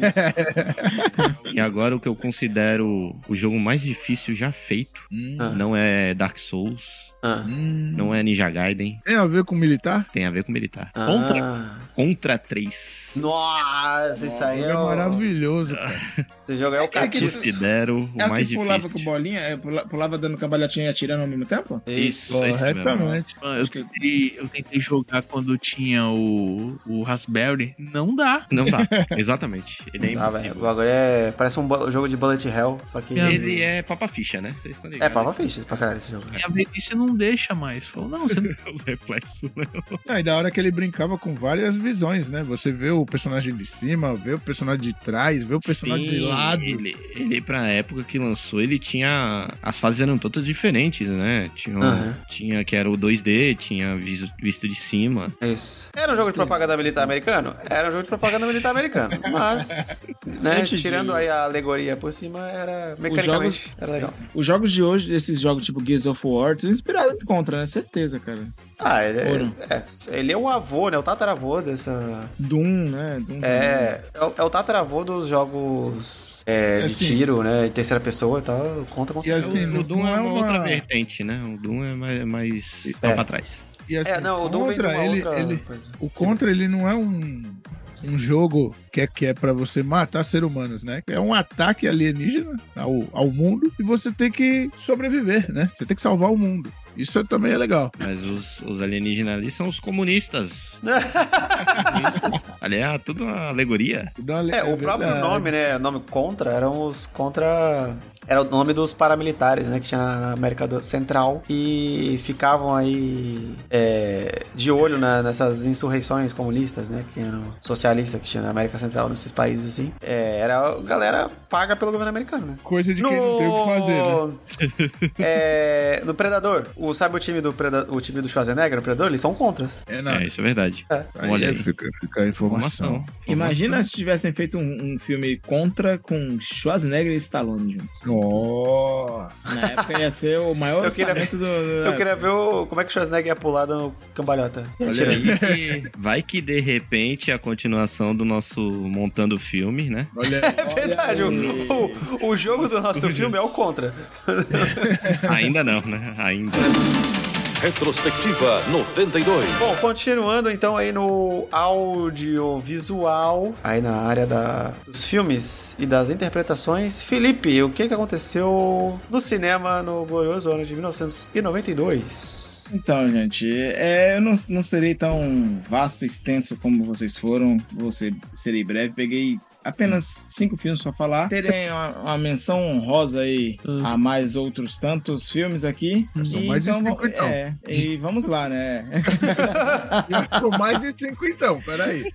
Speaker 3: E agora o que eu considero o jogo mais difícil já feito
Speaker 5: Hum,
Speaker 1: Ah.
Speaker 3: não é Dark Souls,
Speaker 1: Ah.
Speaker 3: não é Ninja Gaiden,
Speaker 5: Tem a ver com militar?
Speaker 3: tem a ver com militar.
Speaker 1: Ah.
Speaker 3: Contra, contra 3.
Speaker 1: Nossa, isso aí
Speaker 5: É,
Speaker 1: é. o-
Speaker 5: maravilhoso, cara.
Speaker 1: Esse jogo é o
Speaker 3: Eu
Speaker 1: catiço.
Speaker 3: considero o
Speaker 8: É o
Speaker 3: mais
Speaker 8: que pulava com
Speaker 3: difícil.
Speaker 8: bolinha? É, pula- pulava dando cambalhotinha e atirando ao mesmo tempo?
Speaker 1: Isso.
Speaker 3: é isso mesmo.
Speaker 5: Corretamente.
Speaker 4: Mano, eu tentei, eu tentei jogar quando tinha o, o Raspberry. Não dá.
Speaker 3: Não dá, exatamente. Ele é
Speaker 1: Ah, velho, o
Speaker 3: impossível.
Speaker 1: bagulho é. Parece um bu- jogo de Bullet Hell, só que.
Speaker 3: Ele é papa ficha, né? Vocês estão
Speaker 1: É
Speaker 3: ligados?
Speaker 1: pava ficha pra caralho esse jogo.
Speaker 4: Minha velhice não deixa mais. Falou, não, você não tá
Speaker 3: Os reflexos, né?
Speaker 5: Ah, e da hora que ele brincava com várias visões, né? Você vê o personagem de cima, vê o personagem de trás, vê o personagem de
Speaker 3: Sim,
Speaker 5: lado.
Speaker 3: Ele, ele, pra época que lançou, ele tinha. As fases eram todas diferentes, né? Tinha,
Speaker 1: Aham.
Speaker 3: tinha que era o 2D, tinha visto, visto de cima.
Speaker 1: É isso. Era um jogo de propaganda militar americano? Era um jogo de propaganda militar americano. Mas, né,
Speaker 8: Antes de-
Speaker 1: tirando aí a alegoria por cima, era mecanicamente era legal.
Speaker 5: é.
Speaker 8: Os jogos de hoje, esses jogos tipo Gears of War, tudo inspirado em Contra, né? Certeza, cara.
Speaker 1: Ah, ele
Speaker 8: Ouro.
Speaker 1: é, é, ele é o avô, né? O tataravô dessa.
Speaker 8: Doom, né? Doom
Speaker 1: É, é, o- é o tataravô dos jogos é, de
Speaker 5: Assim.
Speaker 1: tiro, né? Em terceira pessoa e tal. Conta com
Speaker 5: E assim,
Speaker 1: certeza.
Speaker 5: no-
Speaker 3: o Doom
Speaker 5: não
Speaker 3: é
Speaker 5: é
Speaker 3: uma
Speaker 5: uma-
Speaker 3: outra vertente, né? O Doom é mais, mais
Speaker 1: É.
Speaker 3: tá pra trás.
Speaker 5: E assim,
Speaker 1: É, não, o Doom vem de
Speaker 5: Contra,
Speaker 1: uma
Speaker 5: ele-
Speaker 1: outra
Speaker 5: ele-
Speaker 1: coisa.
Speaker 5: O Contra, ele não é um, um jogo que é, que é para você matar seres humanos, né? É um ataque alienígena ao, ao mundo e você tem que sobreviver, né? Você tem que salvar o mundo. Isso também é legal.
Speaker 3: Mas os, os alienígenas ali são os comunistas. Comunistas. Aliás, tudo uma alegoria.
Speaker 5: Dá uma le-
Speaker 1: É, o próprio
Speaker 5: verdade.
Speaker 1: nome, né? O nome Contra eram os Contra. Era o nome dos paramilitares, né? Que tinha na América do- Central. E ficavam aí é, de olho na- nessas insurreições comunistas, né? Que eram socialistas que tinha na América Central, nesses países assim. É, era a galera paga pelo governo americano, né?
Speaker 5: Coisa de quem não tem o que fazer, né?
Speaker 1: É, no Predador. O, sabe o time, do Preda- o time do Schwarzenegger, o Predador? Eles são contras.
Speaker 5: É,
Speaker 3: É, isso é verdade.
Speaker 5: Aí
Speaker 3: Olha
Speaker 5: é,
Speaker 3: aí.
Speaker 5: Fica, fica a informação.
Speaker 3: Informação.
Speaker 8: Imagina se tivessem feito um, um filme contra com Schwarzenegger e Stallone juntos.
Speaker 5: Nossa.
Speaker 8: Na época ia ser o maior
Speaker 1: Eu queria-
Speaker 8: orçamento do.
Speaker 1: Eu queria ver o- como é que o Schwarzenegger ia pular no cambalhota. Ia
Speaker 3: Olha
Speaker 1: atirar.
Speaker 3: aí que vai que de repente a continuação do nosso montando filme, né?
Speaker 5: Olha,
Speaker 1: É verdade, o, o, o jogo do nosso filme é o contra.
Speaker 3: Ainda não, né? Ainda.
Speaker 6: Retrospectiva 92.
Speaker 1: Bom, continuando então aí no audiovisual, aí na área da- dos filmes e das interpretações. Felipe, o que, que aconteceu no cinema no glorioso ano de 1992?
Speaker 8: Então, gente, é, eu não, não serei tão vasto e extenso como vocês foram. Vou ser, serei breve. Peguei apenas cinco filmes pra falar. Terem uma, uma menção honrosa aí a mais outros tantos filmes aqui.
Speaker 5: Hum. são
Speaker 8: E
Speaker 5: mais de
Speaker 8: então,
Speaker 5: cinco, então.
Speaker 8: É, e vamos lá, né?
Speaker 5: Eu sou mais de cinco, então. Peraí.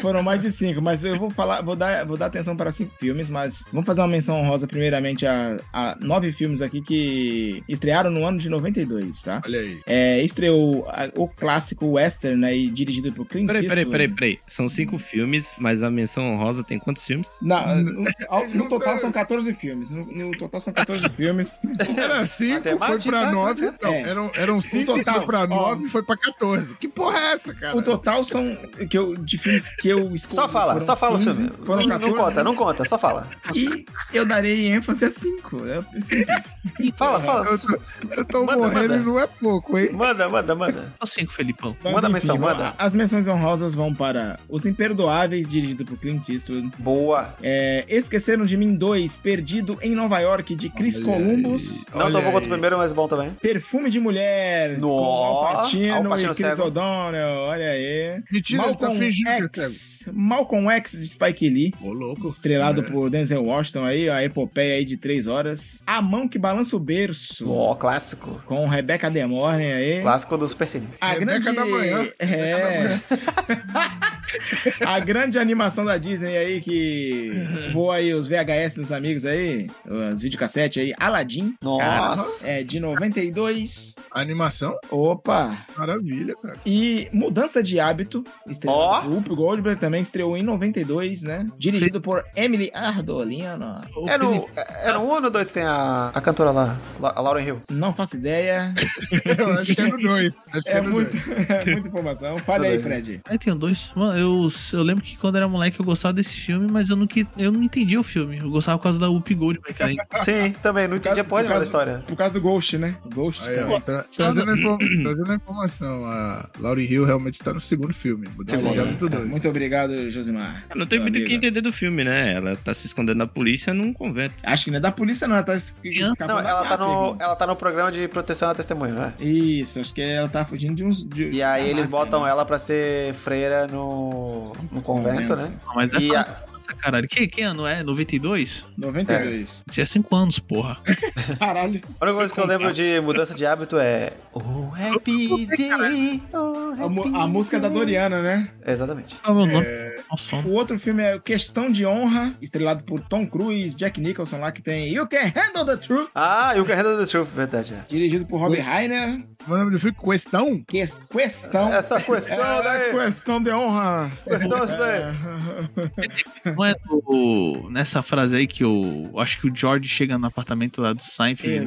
Speaker 8: Foram mais de cinco, mas eu vou falar, vou dar, vou dar atenção para cinco filmes, mas vamos fazer uma menção honrosa primeiramente a, a nove filmes aqui que estrearam no ano de 92, tá?
Speaker 5: Olha aí.
Speaker 8: É, estreou a- o clássico western, né, e dirigido por Clint
Speaker 3: Peraí, peraí,
Speaker 8: Eastwood.
Speaker 3: peraí, peraí. São cinco filmes, mas a menção honrosa tem quantos filmes?
Speaker 8: Na- no, ao- no total são 14 filmes. No, no total são 14 filmes.
Speaker 5: Era cinco, foi
Speaker 1: Matemática,
Speaker 5: pra nove.
Speaker 1: né?
Speaker 5: Não,
Speaker 8: É.
Speaker 5: eram, eram cinco,
Speaker 8: total,
Speaker 5: foi pra
Speaker 8: ó.
Speaker 5: nove, foi pra 14. Que porra é essa, cara?
Speaker 8: O total são que eu, de filmes que eu escolhi.
Speaker 1: Só fala,
Speaker 8: foram
Speaker 1: só fala o
Speaker 8: 15,
Speaker 1: filme.
Speaker 8: Foram
Speaker 1: Não,
Speaker 8: 14,
Speaker 1: não conta, não conta, só fala.
Speaker 8: E eu darei ênfase a 5. É simples.
Speaker 1: Fala, fala.
Speaker 5: Eu tô- Eu tô
Speaker 1: Manda,
Speaker 5: morrendo
Speaker 1: manda.
Speaker 5: e não é pouco, hein?
Speaker 1: Manda, manda, manda.
Speaker 4: Só cinco, assim Felipão.
Speaker 8: Mas,
Speaker 1: Manda a menção,
Speaker 8: vamos
Speaker 1: manda.
Speaker 8: lá. As menções honrosas vão para Os Imperdoáveis, dirigido por Clint Eastwood.
Speaker 1: Boa.
Speaker 8: É, Esqueceram de Mim 2, Perdido em Nova York, de Chris
Speaker 5: Olha
Speaker 8: Columbus.
Speaker 1: Não tão bom quanto o primeiro, mas bom também.
Speaker 8: Perfume de Mulher,
Speaker 1: Nó,
Speaker 8: com Al Pacino,
Speaker 1: Al Pacino
Speaker 8: e Chris
Speaker 1: cego.
Speaker 8: O'Donnell, olha aí.
Speaker 5: Mentira, ele tá
Speaker 8: Malcolm
Speaker 5: fingindo que é cego.
Speaker 8: X, Malcolm X de Spike Lee,
Speaker 5: Ô, louco.
Speaker 8: estrelado
Speaker 5: né?
Speaker 8: por Denzel Washington aí, a epopeia aí de 3 horas. A Mão que Balança o Berço,
Speaker 1: Ó, clássico.
Speaker 8: com Rebecca De Mornay aí.
Speaker 1: Clássico do Super Cine.
Speaker 8: A
Speaker 5: Rebeca
Speaker 8: grande...
Speaker 5: da Manhã.
Speaker 8: É. a grande animação da Disney aí que voa aí os VHS dos amigos aí, os videocassete aí, Aladdin.
Speaker 1: Nossa.
Speaker 8: É, de 92.
Speaker 5: Animação?
Speaker 8: Opa!
Speaker 5: Maravilha, cara.
Speaker 8: E Mudança de Hábito,
Speaker 1: Ó.
Speaker 8: estreou. O Whoopi Goldberg também estreou em 92, né? Dirigido por Emily Ardolino.
Speaker 4: Ô,
Speaker 1: Era
Speaker 4: Felipão,
Speaker 1: no, era no 1 ou 2 que tem a, a cantora lá, La- a Lauren Hill?
Speaker 8: Não faço ideia.
Speaker 5: Eu acho que é no dois. Acho que é,
Speaker 8: É
Speaker 5: no
Speaker 8: muito,
Speaker 5: dois.
Speaker 8: é muita informação. Fale aí, Fred.
Speaker 4: Aí tem dois. Mano, eu, eu lembro que quando era moleque eu gostava desse filme, mas eu, nunca, eu não entendia o filme. Eu gostava por causa da Whoopi Goldberg, né? cara.
Speaker 1: Sim, também. Não entendi a porra
Speaker 8: Por
Speaker 1: nenhuma
Speaker 8: causa-
Speaker 1: da história.
Speaker 8: Por causa do Ghost, né? Ghost
Speaker 5: Aí,
Speaker 8: também.
Speaker 5: ó, tra- trazendo, a infor- trazendo a informação, a Laurie Hill realmente está no segundo filme. Mudança
Speaker 1: Segundo, né?
Speaker 5: de hábito dois.
Speaker 8: Muito obrigado, Josimar.
Speaker 3: Ah, Não tem
Speaker 8: Meu
Speaker 3: muito o que
Speaker 8: amigo.
Speaker 3: entender do filme, né? Ela tá se escondendo da polícia num convento.
Speaker 8: Acho que não é da polícia, não. Ela tá es-
Speaker 1: Não,
Speaker 8: escapando da
Speaker 1: ela tá,
Speaker 8: máfia,
Speaker 1: no,
Speaker 8: irmão.
Speaker 1: ela tá no programa de proteção à testemunha, né?
Speaker 8: Isso, acho que ela tá fugindo de uns. de-
Speaker 1: E aí
Speaker 8: da
Speaker 1: eles
Speaker 8: máfia,
Speaker 1: botam
Speaker 8: né?
Speaker 1: ela pra ser freira no, no convento, né?
Speaker 4: Não, mas é
Speaker 1: E
Speaker 4: pra
Speaker 1: a-
Speaker 4: nossa, caralho. Que, que ano é? 92?
Speaker 8: 92.
Speaker 4: Tinha 5 anos, porra.
Speaker 1: É.
Speaker 8: Caralho.
Speaker 1: a única coisa que eu lembro de mudança de hábito é. Oh, happy day! Oh,
Speaker 8: A, mu-
Speaker 1: happy
Speaker 8: a música da
Speaker 1: day.
Speaker 8: Doriana, né?
Speaker 1: Exatamente.
Speaker 4: Qual é o meu nome? Nossa,
Speaker 8: O outro filme é Questão de Honra, estrelado por Tom Cruise, Jack Nicholson lá, que tem You Can Handle the Truth,
Speaker 1: Ah, e o Guerreiro da Truth, verdade. É.
Speaker 8: dirigido por Rob Reiner.
Speaker 5: Meu nome do filme é Questão?
Speaker 8: Que questão.
Speaker 1: Essa É. questão
Speaker 8: É,
Speaker 1: daí.
Speaker 8: questão de honra.
Speaker 1: Questão isso daí.
Speaker 4: não é do, nessa frase aí que o. Acho que o George chega no apartamento lá do Seinfeld.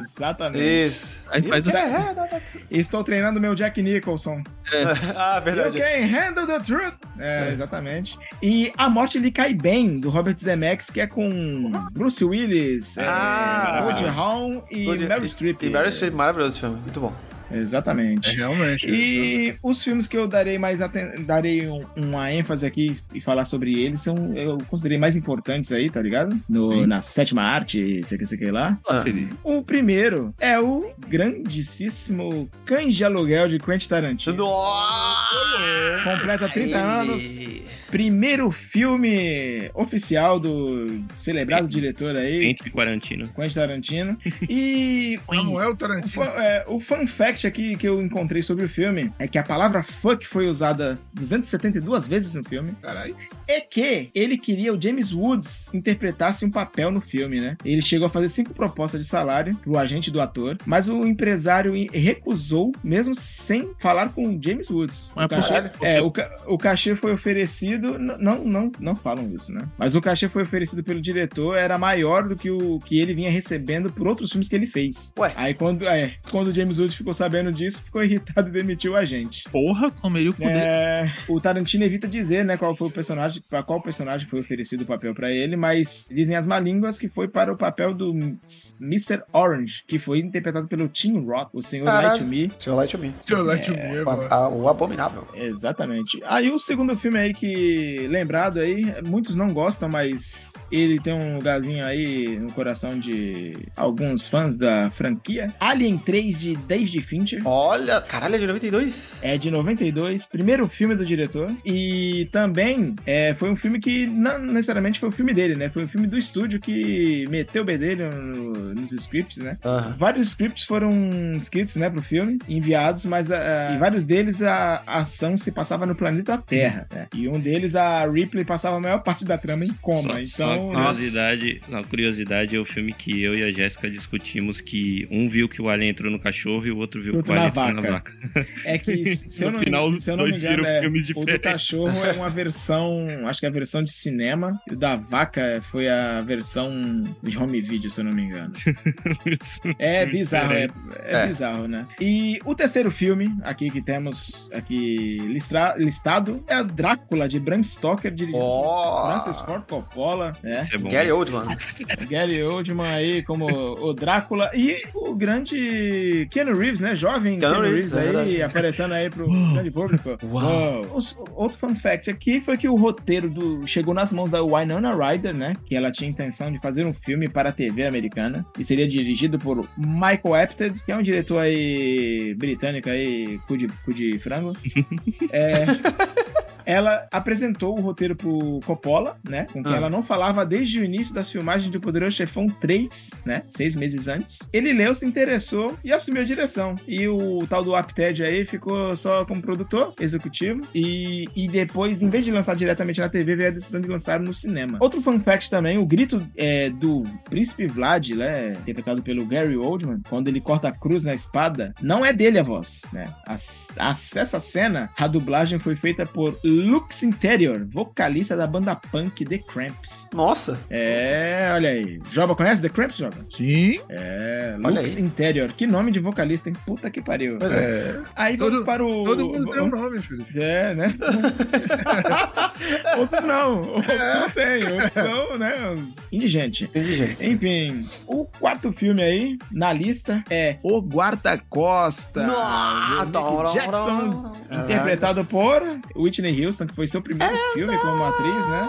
Speaker 4: né?
Speaker 8: Exatamente.
Speaker 1: Isso.
Speaker 4: Aí
Speaker 1: E
Speaker 4: faz
Speaker 1: o
Speaker 4: o-
Speaker 1: Guerreiro da Truth.
Speaker 8: Estou treinando meu Jack Nicholson.
Speaker 1: Ah,
Speaker 8: You
Speaker 1: verdade.
Speaker 8: can handle the truth. É, exatamente. E A Morte Lhe Cai Bem, do Robert Zemeckis, que é com Bruce Willis,
Speaker 1: Ah.
Speaker 8: é, Woody Allen e
Speaker 1: Good-
Speaker 8: Meryl Streep.
Speaker 1: E Meryl Streep, maravilhoso esse filme. Muito bom.
Speaker 5: É,
Speaker 8: Exatamente.
Speaker 5: realmente.
Speaker 8: E os filmes que eu darei mais aten- darei um- uma ênfase aqui e falar sobre eles são eu considerei mais importantes aí, tá ligado? No, na sétima arte, sei que sei que lá.
Speaker 1: Ah,
Speaker 8: O primeiro é o grandíssimo Cães de Aluguel de Quentin Tarantino.
Speaker 1: Nossa!
Speaker 8: Completa 30 anos.
Speaker 1: Ele-
Speaker 8: Primeiro filme oficial do celebrado diretor aí,
Speaker 3: Entre Quarantino.
Speaker 8: Quentin Tarantino. E
Speaker 5: Samuel
Speaker 8: o
Speaker 5: Tarantino.
Speaker 8: fun, é, o fun fact aqui que eu encontrei sobre o filme é que a palavra fuck foi usada 272 vezes no filme
Speaker 5: Caralho.
Speaker 8: e É que ele queria o James Woods interpretasse um papel no filme, né? Ele chegou a fazer cinco propostas de salário pro agente do ator, mas o empresário recusou mesmo sem falar com o James Woods.
Speaker 4: Mas
Speaker 8: O cachê-
Speaker 4: caralho.
Speaker 8: é, o, ca- o cachê foi oferecido. n- Não, não, não falam isso, né? Mas o cachê foi oferecido pelo diretor era maior do que o que ele vinha recebendo por outros filmes que ele fez.
Speaker 1: Ué.
Speaker 8: Aí quando, é, quando o James Woods ficou sabendo disso, ficou irritado e demitiu a gente.
Speaker 4: Porra, comeria o cu dele.
Speaker 8: É, o Tarantino evita dizer, né, qual foi o personagem, para qual personagem foi oferecido o papel pra ele, mas dizem as malínguas que foi para o papel do Mr. Orange, que foi interpretado pelo Tim Roth, o Senhor
Speaker 1: Caralho.
Speaker 8: Light to Me.
Speaker 1: Seu Light Me.
Speaker 8: É,
Speaker 5: Seu Light Me,
Speaker 1: O,
Speaker 5: mano.
Speaker 1: a- o Abominável.
Speaker 8: Exatamente. Aí o segundo filme aí que foi lembrado aí. Muitos não gostam, mas ele tem um lugarzinho aí no coração de alguns fãs da franquia. Alien 3 de David Fincher.
Speaker 1: Olha, caralho, é de 92?
Speaker 8: É de 92, primeiro filme do diretor. E também é, foi um filme que não necessariamente foi o filme dele, né? Foi um filme do estúdio que meteu o bedelho no- nos scripts, né?
Speaker 1: Aham.
Speaker 8: Vários scripts foram escritos, né, pro filme, enviados, mas ah, em vários deles a a ação se passava no planeta Terra, né? E um deles a Ripley passava a maior parte da trama em coma.
Speaker 3: só uma
Speaker 8: então,
Speaker 3: curiosidade, uma curiosidade é o filme que eu e a Jéssica discutimos que um viu que o alien entrou no cachorro e o outro viu que o
Speaker 8: Entrou na
Speaker 3: alien entrou na
Speaker 8: vaca.
Speaker 3: vaca.
Speaker 8: é que se eu
Speaker 3: No
Speaker 8: não,
Speaker 3: final, os
Speaker 8: se eu não
Speaker 3: dois
Speaker 8: me engano,
Speaker 3: viram
Speaker 8: é,
Speaker 3: filmes
Speaker 8: o do
Speaker 3: diferentes.
Speaker 8: cachorro é uma versão, acho que é a versão de cinema, e o da vaca foi a versão de home video, se eu não me engano. É bizarro, é, é
Speaker 1: É.
Speaker 8: bizarro, né? E o terceiro filme aqui que temos aqui listra- listado é o Drácula de Bram Stoker dirigido por Francis
Speaker 1: Ó.
Speaker 8: Ford Coppola, né?
Speaker 3: Isso é bom.
Speaker 1: Gary Oldman.
Speaker 8: Gary Oldman aí como o Drácula e o grande Keanu Reeves, né? Jovem
Speaker 1: Keanu
Speaker 8: Keanu,
Speaker 1: Reeves,
Speaker 8: Reeves,
Speaker 1: é
Speaker 8: aí
Speaker 1: verdade.
Speaker 8: aparecendo aí pro grande público. Uau. Os- Outro fun fact aqui foi que o roteiro do chegou nas mãos da Winona Ryder, né? Que ela tinha intenção de fazer um filme para a TV americana e seria dirigido por Michael Apted, que é um diretor aí britânico aí cu de, cu de frango. é, ela apresentou o roteiro pro Coppola, né? Com quem
Speaker 1: Ah.
Speaker 8: ela não falava desde o início das filmagens de O Poderoso Chefão 3, né? Seis meses antes. Ele leu, se interessou e assumiu a direção. E o tal do Apted aí ficou só como produtor executivo. E, e depois, em vez de lançar diretamente na TV, veio a decisão de lançar no cinema. Outro fun fact também, o grito é, do Príncipe Vlad, né? Interpretado pelo Gary Oldman, quando ele corta a cruz na espada, não é dele a voz, né? As- as- essa cena, a dublagem foi feita por Lux Interior, vocalista da banda punk The Cramps.
Speaker 1: Nossa.
Speaker 8: É, olha aí. Joba, conhece The Cramps, Joba?
Speaker 5: Sim.
Speaker 8: É,
Speaker 1: Olha
Speaker 8: Lux
Speaker 1: aí.
Speaker 8: Interior. Que nome de vocalista, hein? Puta que pariu.
Speaker 1: Pois é.
Speaker 5: É,
Speaker 8: Aí vamos
Speaker 5: Todo-
Speaker 8: para o...
Speaker 5: todo mundo tem um nome, filho.
Speaker 8: É, né? outro não. Outro não tem. Outros são, né? Os indigentes.
Speaker 1: Indigente.
Speaker 8: Enfim, o quarto filme aí na lista é O Guarda Costa.
Speaker 1: Nossa, tá,
Speaker 8: Nick Jackson,
Speaker 1: É
Speaker 8: interpretado por Whitney Houston, que foi seu primeiro filme como atriz, né?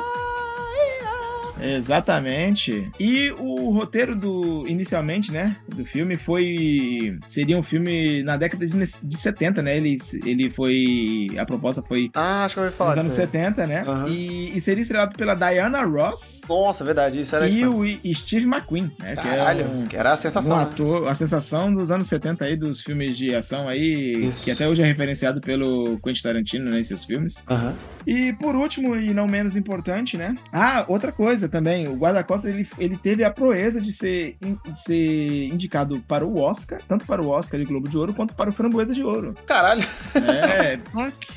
Speaker 8: Exatamente. E o roteiro do inicialmente, né, do filme foi seria um filme na década de, de 70, né? Ele ele foi a proposta foi
Speaker 1: Ah, acho que eu ouvi falar
Speaker 8: nos anos
Speaker 1: disso. aí.
Speaker 8: 70, né?
Speaker 1: Aham.
Speaker 8: E, e seria estrelado pela Diana Ross
Speaker 1: Nossa, é verdade, isso era
Speaker 8: e
Speaker 1: isso.
Speaker 8: o e Steve McQueen, né? que é um-
Speaker 1: Caralho, que era a sensação.
Speaker 8: um
Speaker 1: né?
Speaker 8: ator, a sensação dos anos 70 aí, dos filmes de ação aí,
Speaker 1: Isso.
Speaker 8: que até hoje é referenciado pelo Quentin Tarantino, né, em seus filmes.
Speaker 1: Aham.
Speaker 8: E por último, e não menos importante, né? Ah, outra coisa também, o guarda-costas, ele, ele teve a proeza de ser, in- de ser indicado para o Oscar, tanto para o Oscar e Globo de Ouro, quanto para o Framboesa de Ouro.
Speaker 1: Caralho.
Speaker 8: É,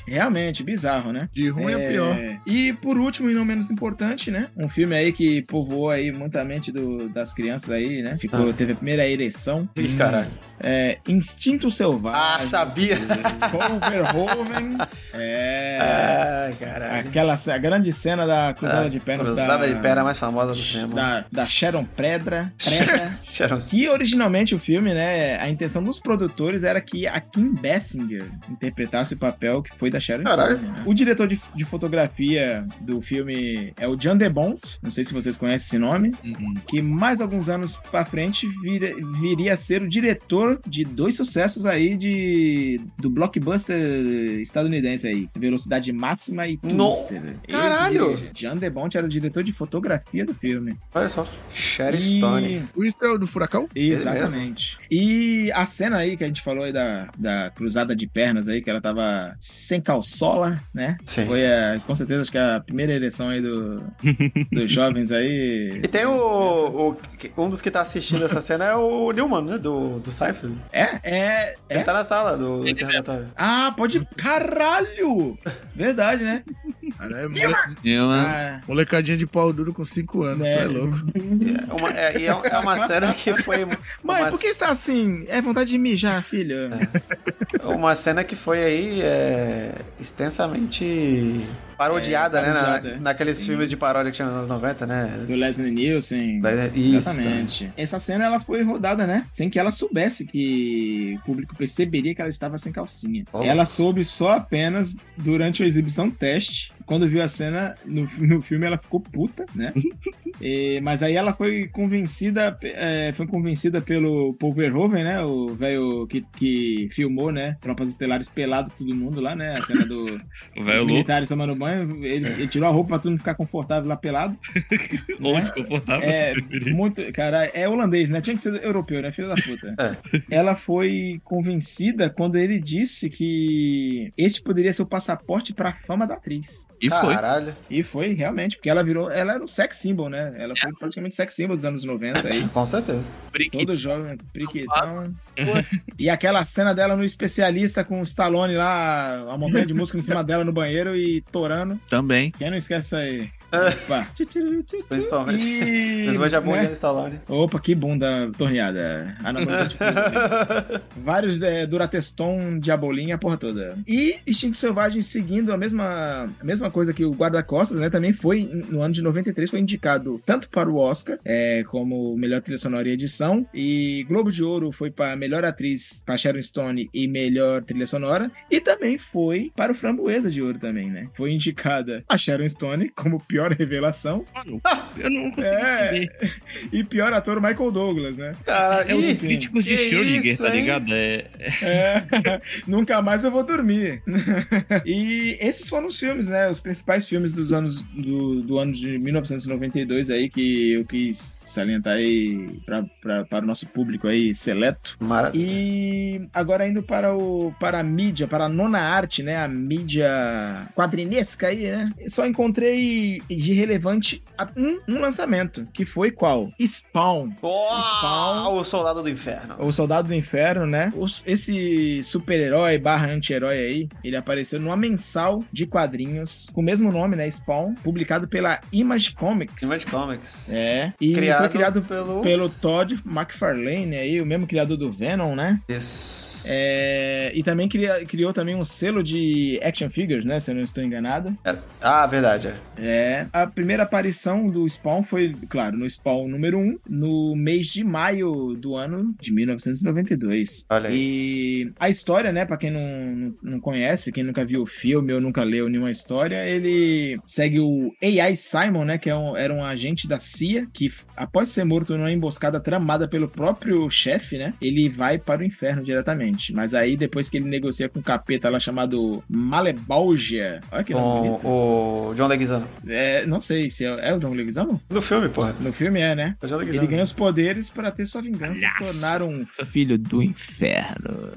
Speaker 8: realmente, bizarro, né?
Speaker 5: De ruim é, pior.
Speaker 8: E por último, e não menos importante, né? Um filme aí que povoou aí muita mente do- das crianças aí, né? Ficou, teve a primeira ereção.
Speaker 1: Ah. Ih, caralho.
Speaker 8: É, Instinto Selvagem.
Speaker 1: Ah, sabia.
Speaker 8: Com o Verhoeven. É.
Speaker 1: Ai, caralho.
Speaker 8: Aquela ce- a grande cena da cruzada
Speaker 1: Ah,
Speaker 8: de pernas
Speaker 1: Cruzada
Speaker 8: é da,
Speaker 1: de pera mais famosa do cinema.
Speaker 8: da, da Sharon Predra. Predra.
Speaker 1: Sharon
Speaker 8: E originalmente o filme, né, a intenção dos produtores era que a Kim Basinger interpretasse o papel que foi da Sharon
Speaker 1: Caralho.
Speaker 8: Stone. né? O diretor de, de fotografia do filme é o John DeBont, não sei se vocês conhecem esse nome,
Speaker 1: Uhum.
Speaker 8: que mais alguns anos pra frente vira- viria a ser o diretor de dois sucessos aí de do blockbuster estadunidense aí, Velocidade Máxima e
Speaker 1: No-
Speaker 8: Twister. Ele
Speaker 1: Caralho!
Speaker 8: dirige. John DeBont era o diretor de fotografia do filme.
Speaker 1: Olha só. Sharon
Speaker 8: E-
Speaker 1: Stone.
Speaker 5: O Isso é o do furacão?
Speaker 8: Exatamente. E a cena aí que a gente falou aí da, da cruzada de pernas aí, que ela tava sem calçola, né?
Speaker 1: Sim.
Speaker 8: Foi a, com certeza acho que a primeira ereção aí do, dos jovens aí.
Speaker 1: E tem o, o- Um dos que tá assistindo essa cena é o Newman, né? Do, do Seinfeld.
Speaker 8: É, é,
Speaker 1: Ele
Speaker 8: é.
Speaker 1: tá na sala do interrogatório.
Speaker 8: Ah, pode. Caralho! Verdade, né?
Speaker 5: Cara, é mole-
Speaker 13: Eu, né?
Speaker 8: Ah,
Speaker 5: molecadinha de pau duro com 5 anos.
Speaker 8: É.
Speaker 5: É, é louco.
Speaker 1: É uma, é, e é, é uma cena que foi.
Speaker 8: mãe,
Speaker 1: uma-
Speaker 8: por que está assim? É vontade de mijar, filho.
Speaker 1: Uma cena que foi aí é, extensamente Parodiada, né? na-
Speaker 8: é.
Speaker 1: naqueles filmes de paródia que tinha nos anos 90, né?
Speaker 8: Do Leslie Nielsen.
Speaker 1: Da- Isso.
Speaker 8: Exatamente. Essa cena ela foi rodada, né? Sem que ela soubesse que o público perceberia que ela estava sem calcinha.
Speaker 1: Oh.
Speaker 8: Ela soube só apenas durante a exibição teste. Quando viu a cena no, no filme, ela ficou puta, né? E- mas aí ela foi convencida, eh, foi convencida pelo Paul Verhoeven, né? O velho que, que filmou, né? Tropas Estelares pelado todo mundo lá, né? A cena do,
Speaker 3: O
Speaker 8: dos
Speaker 3: velho louco,
Speaker 8: militares tomando banho. Ele, ele tirou a roupa pra todo mundo ficar confortável lá pelado.
Speaker 3: ou desconfortável,
Speaker 8: É,
Speaker 3: se preferir.
Speaker 8: muito. Cara, é holandês, né? Tinha que ser europeu, né? Filho da puta. Ela foi convencida quando ele disse que este poderia ser o passaporte pra fama da atriz.
Speaker 4: E foi.
Speaker 1: Caralho.
Speaker 8: E foi, realmente, porque ela virou. Ela era um sex symbol, né? Ela foi praticamente sex symbol dos anos 90 aí.
Speaker 1: Com certeza.
Speaker 8: um
Speaker 4: Brick
Speaker 8: Todo jovem, priquitão. e aquela cena dela no especialista com o Stallone lá, a montanha de música em cima dela no banheiro e torando.
Speaker 4: também.
Speaker 8: Quem não esquece aí?
Speaker 1: Ah.
Speaker 8: Opa.
Speaker 1: Principalmente.
Speaker 8: E-
Speaker 1: Principalmente a
Speaker 8: né?
Speaker 1: bunda do Stallone.
Speaker 8: Opa, que bunda torneada. Ah, não, mas tá tipo, Vários é, Durateston, Diabolinha, a porra toda. E Instinto Selvagem, seguindo a mesma, a mesma coisa que o Guarda-Costas, né? Também foi, no ano de 93, foi indicado tanto para o Oscar, é, como melhor trilha sonora e edição. E Globo de Ouro foi para melhor atriz, para Sharon Stone, e melhor trilha sonora. E também foi para o Framboesa de Ouro também, né? Foi indicada a Sharon Stone como pior revelação
Speaker 3: Mano, eu não consigo
Speaker 8: É.
Speaker 3: entender.
Speaker 8: e pior ator o Michael Douglas, né?
Speaker 1: Cara,
Speaker 3: É os
Speaker 1: ih,
Speaker 3: críticos de
Speaker 1: que
Speaker 3: Schrödinger,
Speaker 1: isso,
Speaker 3: tá
Speaker 1: hein?
Speaker 3: ligado? É,
Speaker 8: É, nunca mais eu vou dormir. e esses foram os filmes, né? Os principais filmes dos anos do, do ano de 1992 aí que eu quis salientar aí pra, pra- para o nosso público aí seleto.
Speaker 1: Maravilha.
Speaker 8: E agora indo para o para a mídia, para a nona arte, né? A mídia quadrinesca aí, né? Só encontrei de relevante a- um, um lançamento, que foi qual? Spawn.
Speaker 1: Oh, o Soldado do Inferno.
Speaker 8: O Soldado do Inferno, né? Os- Esse super-herói barra anti-herói aí, ele apareceu numa mensal de quadrinhos com o mesmo nome, né? Spawn, publicado pela Image Comics.
Speaker 1: Image Comics.
Speaker 8: É. E
Speaker 1: Criado,
Speaker 8: foi criado
Speaker 1: pelo...
Speaker 8: pelo Todd McFarlane aí, o mesmo criador do Venom, né?
Speaker 1: Isso.
Speaker 8: É, e também cria- criou também um selo de action figures, né? Se eu não estou enganado.
Speaker 1: Ah, verdade. é.
Speaker 8: É, a primeira aparição do Spawn foi, claro, no Spawn número 1, no mês de maio do ano de 1992.
Speaker 1: Olha aí.
Speaker 8: E a história, né, pra quem não, não, não conhece, quem nunca viu o filme ou nunca leu nenhuma história, ele segue o AI Simon, né, que é um- era um agente da CIA, que f- após ser morto numa emboscada tramada pelo próprio chefe, né, ele vai para o inferno diretamente. Mas aí, depois que ele negocia com um capeta lá chamado Malebolgia, olha que nome
Speaker 1: Oh,
Speaker 8: bonito.
Speaker 1: Com o John Leguizano.
Speaker 8: É, não sei se é, é o John Leguizamo?
Speaker 1: No filme, porra.
Speaker 8: No filme é, né?
Speaker 1: É o John
Speaker 8: Ele
Speaker 1: Leguizamo.
Speaker 8: ganha os poderes para ter sua vingança e se tornar um filho do inferno.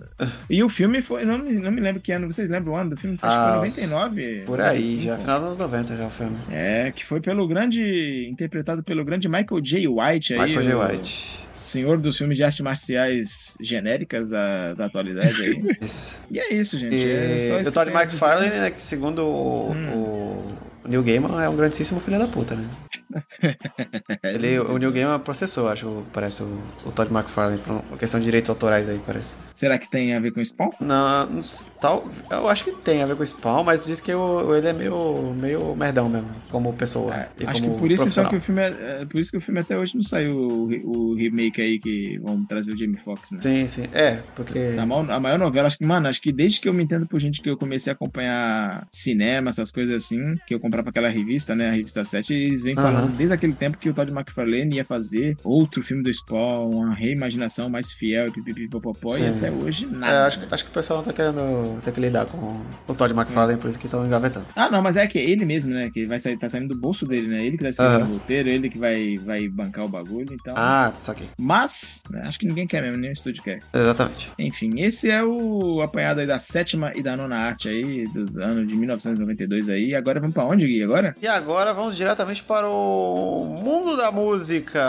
Speaker 8: E o filme foi. Não, me- não me lembro que ano. Vocês lembram o ano do filme? Acho
Speaker 1: Ah,
Speaker 8: que foi 99.
Speaker 1: Por aí,
Speaker 8: 95.
Speaker 1: já. Final dos anos 90 já o filme.
Speaker 8: É, que foi pelo grande. Interpretado pelo grande Michael J. White aí.
Speaker 1: Michael J.
Speaker 8: o
Speaker 1: White.
Speaker 8: Senhor dos filmes de artes marciais genéricas da, da atualidade aí.
Speaker 1: Isso.
Speaker 8: e é isso, gente. é só
Speaker 1: E
Speaker 8: isso
Speaker 1: o Todd
Speaker 8: que eu tenho a dizer. Hum.
Speaker 1: McFarlane, né, que segundo o- o Neil Gaiman, é um grandíssimo filho da puta, né? Ele, o Neil Gaiman processou, acho, parece, o, o Todd McFarlane por uma questão de direitos autorais aí, parece.
Speaker 8: Será que tem a ver com Spawn?
Speaker 1: Não, não s- tal, eu acho que tem a ver com o Spawn, mas diz que o, ele é meio, meio merdão mesmo, como pessoa
Speaker 8: É,
Speaker 1: e
Speaker 8: acho
Speaker 1: como
Speaker 8: que por isso só
Speaker 1: profissional.
Speaker 8: que o filme é, é por isso que o filme até hoje não saiu o, re- o remake aí que vão trazer o Jamie Foxx, né?
Speaker 1: Sim, sim, é, porque...
Speaker 8: A maior, a maior novela, acho que, mano, acho que desde que eu me entendo por gente que eu comecei a acompanhar cinema, essas coisas assim, que eu comprava aquela revista, né? A revista 7, eles vêm
Speaker 1: Aham.
Speaker 8: falando desde aquele tempo que o Todd McFarlane ia fazer outro filme do Spawn, uma reimaginação mais fiel, e pipipipopopó, e
Speaker 1: Sim.
Speaker 8: até hoje nada.
Speaker 1: É, acho, que- acho que o pessoal não tá querendo ter que lidar com o Todd McFarlane, por isso que estão engavetando.
Speaker 8: Ah, não, mas é que ele mesmo, né? Que vai sair, tá saindo do bolso dele, né? Ele que vai escrever
Speaker 1: Aham.
Speaker 8: o roteiro, ele que vai, vai bancar o bagulho, então.
Speaker 1: Ah, saquei.
Speaker 8: Mas, né, acho que ninguém quer mesmo, nenhum estúdio quer.
Speaker 1: Exatamente.
Speaker 8: Enfim, esse é o apanhado aí da sétima e da nona arte aí, do ano de 1992 aí. Agora vamos pra onde, Gui? Agora?
Speaker 1: E agora vamos diretamente para o mundo da música.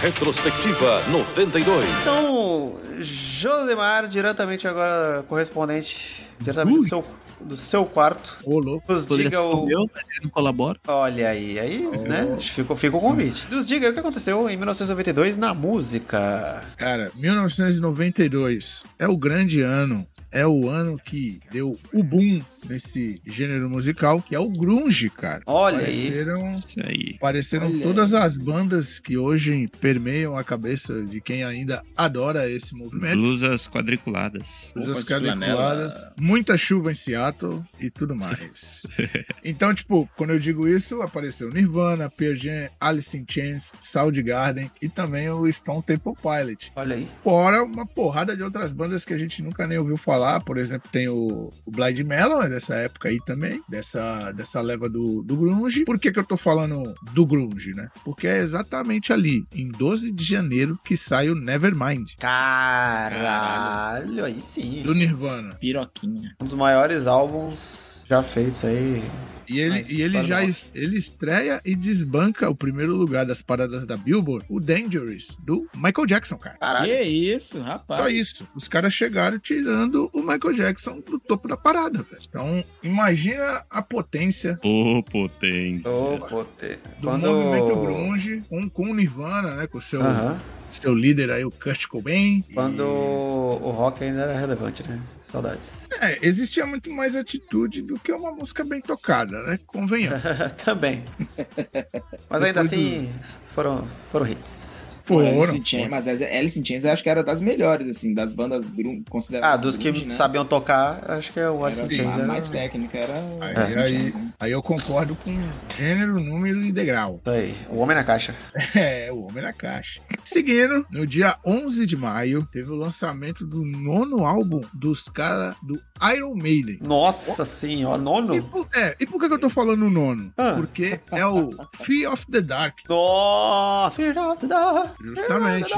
Speaker 6: Retrospectiva 92.
Speaker 1: Então, Josemar, diretamente agora correspondente, diretamente do seu do seu quarto.
Speaker 5: Ô, louco.
Speaker 1: Nos
Speaker 4: Poderia
Speaker 1: diga
Speaker 4: ser
Speaker 1: o.
Speaker 4: meu, mas ele não colabora.
Speaker 1: Olha aí, aí, né? Ficou, fica o convite. Nos diga aí o que aconteceu em 1992 na música.
Speaker 5: Cara, 1992 é o grande ano. É o ano que deu o boom nesse gênero musical, que é o grunge, cara.
Speaker 1: Olha aí.
Speaker 5: Apareceram,
Speaker 3: Isso aí.
Speaker 5: apareceram
Speaker 8: Olha aí.
Speaker 5: todas as bandas que hoje permeiam a cabeça de quem ainda adora esse movimento.
Speaker 3: Blusas quadriculadas.
Speaker 5: Blusas
Speaker 8: Roupas de
Speaker 5: quadriculadas,
Speaker 8: flanela.
Speaker 5: muita chuva em Seattle e tudo mais. então, tipo, quando eu digo isso, apareceu Nirvana, Pearl Jam, Alice in Chains, Soundgarden e também o Stone Temple Pilot.
Speaker 1: Olha aí.
Speaker 5: Fora uma porrada de outras bandas que a gente nunca nem ouviu falar. Por exemplo, tem o, o Blind Melon, é dessa época aí também, dessa, dessa leva do, do Grunge. Por que, que eu tô falando do Grunge, né? Porque é exatamente ali, em 12 de janeiro, que sai o Nevermind,
Speaker 1: Caralho, aí sim.
Speaker 5: do Nirvana.
Speaker 8: Piroquinha.
Speaker 1: Um dos maiores álbuns já feitos aí.
Speaker 5: E ele,
Speaker 1: Mas
Speaker 5: e ele
Speaker 1: para
Speaker 5: já
Speaker 1: nós.
Speaker 5: es- ele estreia e desbanca o primeiro lugar das paradas da Billboard, o Dangerous, do Michael Jackson, cara.
Speaker 1: Caralho.
Speaker 8: Que isso, rapaz.
Speaker 5: Só isso. Os caras chegaram tirando o Michael Jackson do topo da parada, velho. Então, imagina a potência
Speaker 3: Ô, potência.
Speaker 1: Ô, pote.
Speaker 5: do movimento grunge com, com o Nirvana, né? Com o seu,
Speaker 1: Aham.
Speaker 5: seu líder aí, o Kurt Cobain.
Speaker 1: Quando o rock ainda era relevante, né? Saudades.
Speaker 5: E, é, existia muito mais atitude do que uma música bem tocada, né? Convenhamos.
Speaker 1: Também. Mas ainda
Speaker 5: Depois
Speaker 1: assim, foram, foram hits.
Speaker 8: Pô, Alice
Speaker 5: Foram.
Speaker 8: in Chains, mas as- Alice in Chains eu acho que era das melhores, assim, das bandas grun, consideradas.
Speaker 1: Ah, dos que
Speaker 8: grunge, né?
Speaker 1: sabiam tocar, acho que é o Alice in
Speaker 8: Era
Speaker 1: Chains.
Speaker 8: a
Speaker 1: era-
Speaker 8: mais
Speaker 1: Isso
Speaker 8: técnica, era.
Speaker 5: Aí,
Speaker 8: Alice in
Speaker 5: aí,
Speaker 8: Chains, né?
Speaker 5: aí eu concordo com gênero, número e degrau.
Speaker 1: aí. O Homem na Caixa.
Speaker 5: É, o Homem na Caixa. Seguindo, no dia 11 de maio, teve o lançamento do nono álbum dos caras do Iron Maiden.
Speaker 1: Nossa senhora,
Speaker 5: E
Speaker 1: nono?
Speaker 5: por, é, e por que que eu tô falando o nono?
Speaker 1: Ah.
Speaker 5: Porque é o Fear of the Dark,
Speaker 1: Nossa! Fear of the Dark. É
Speaker 5: justamente.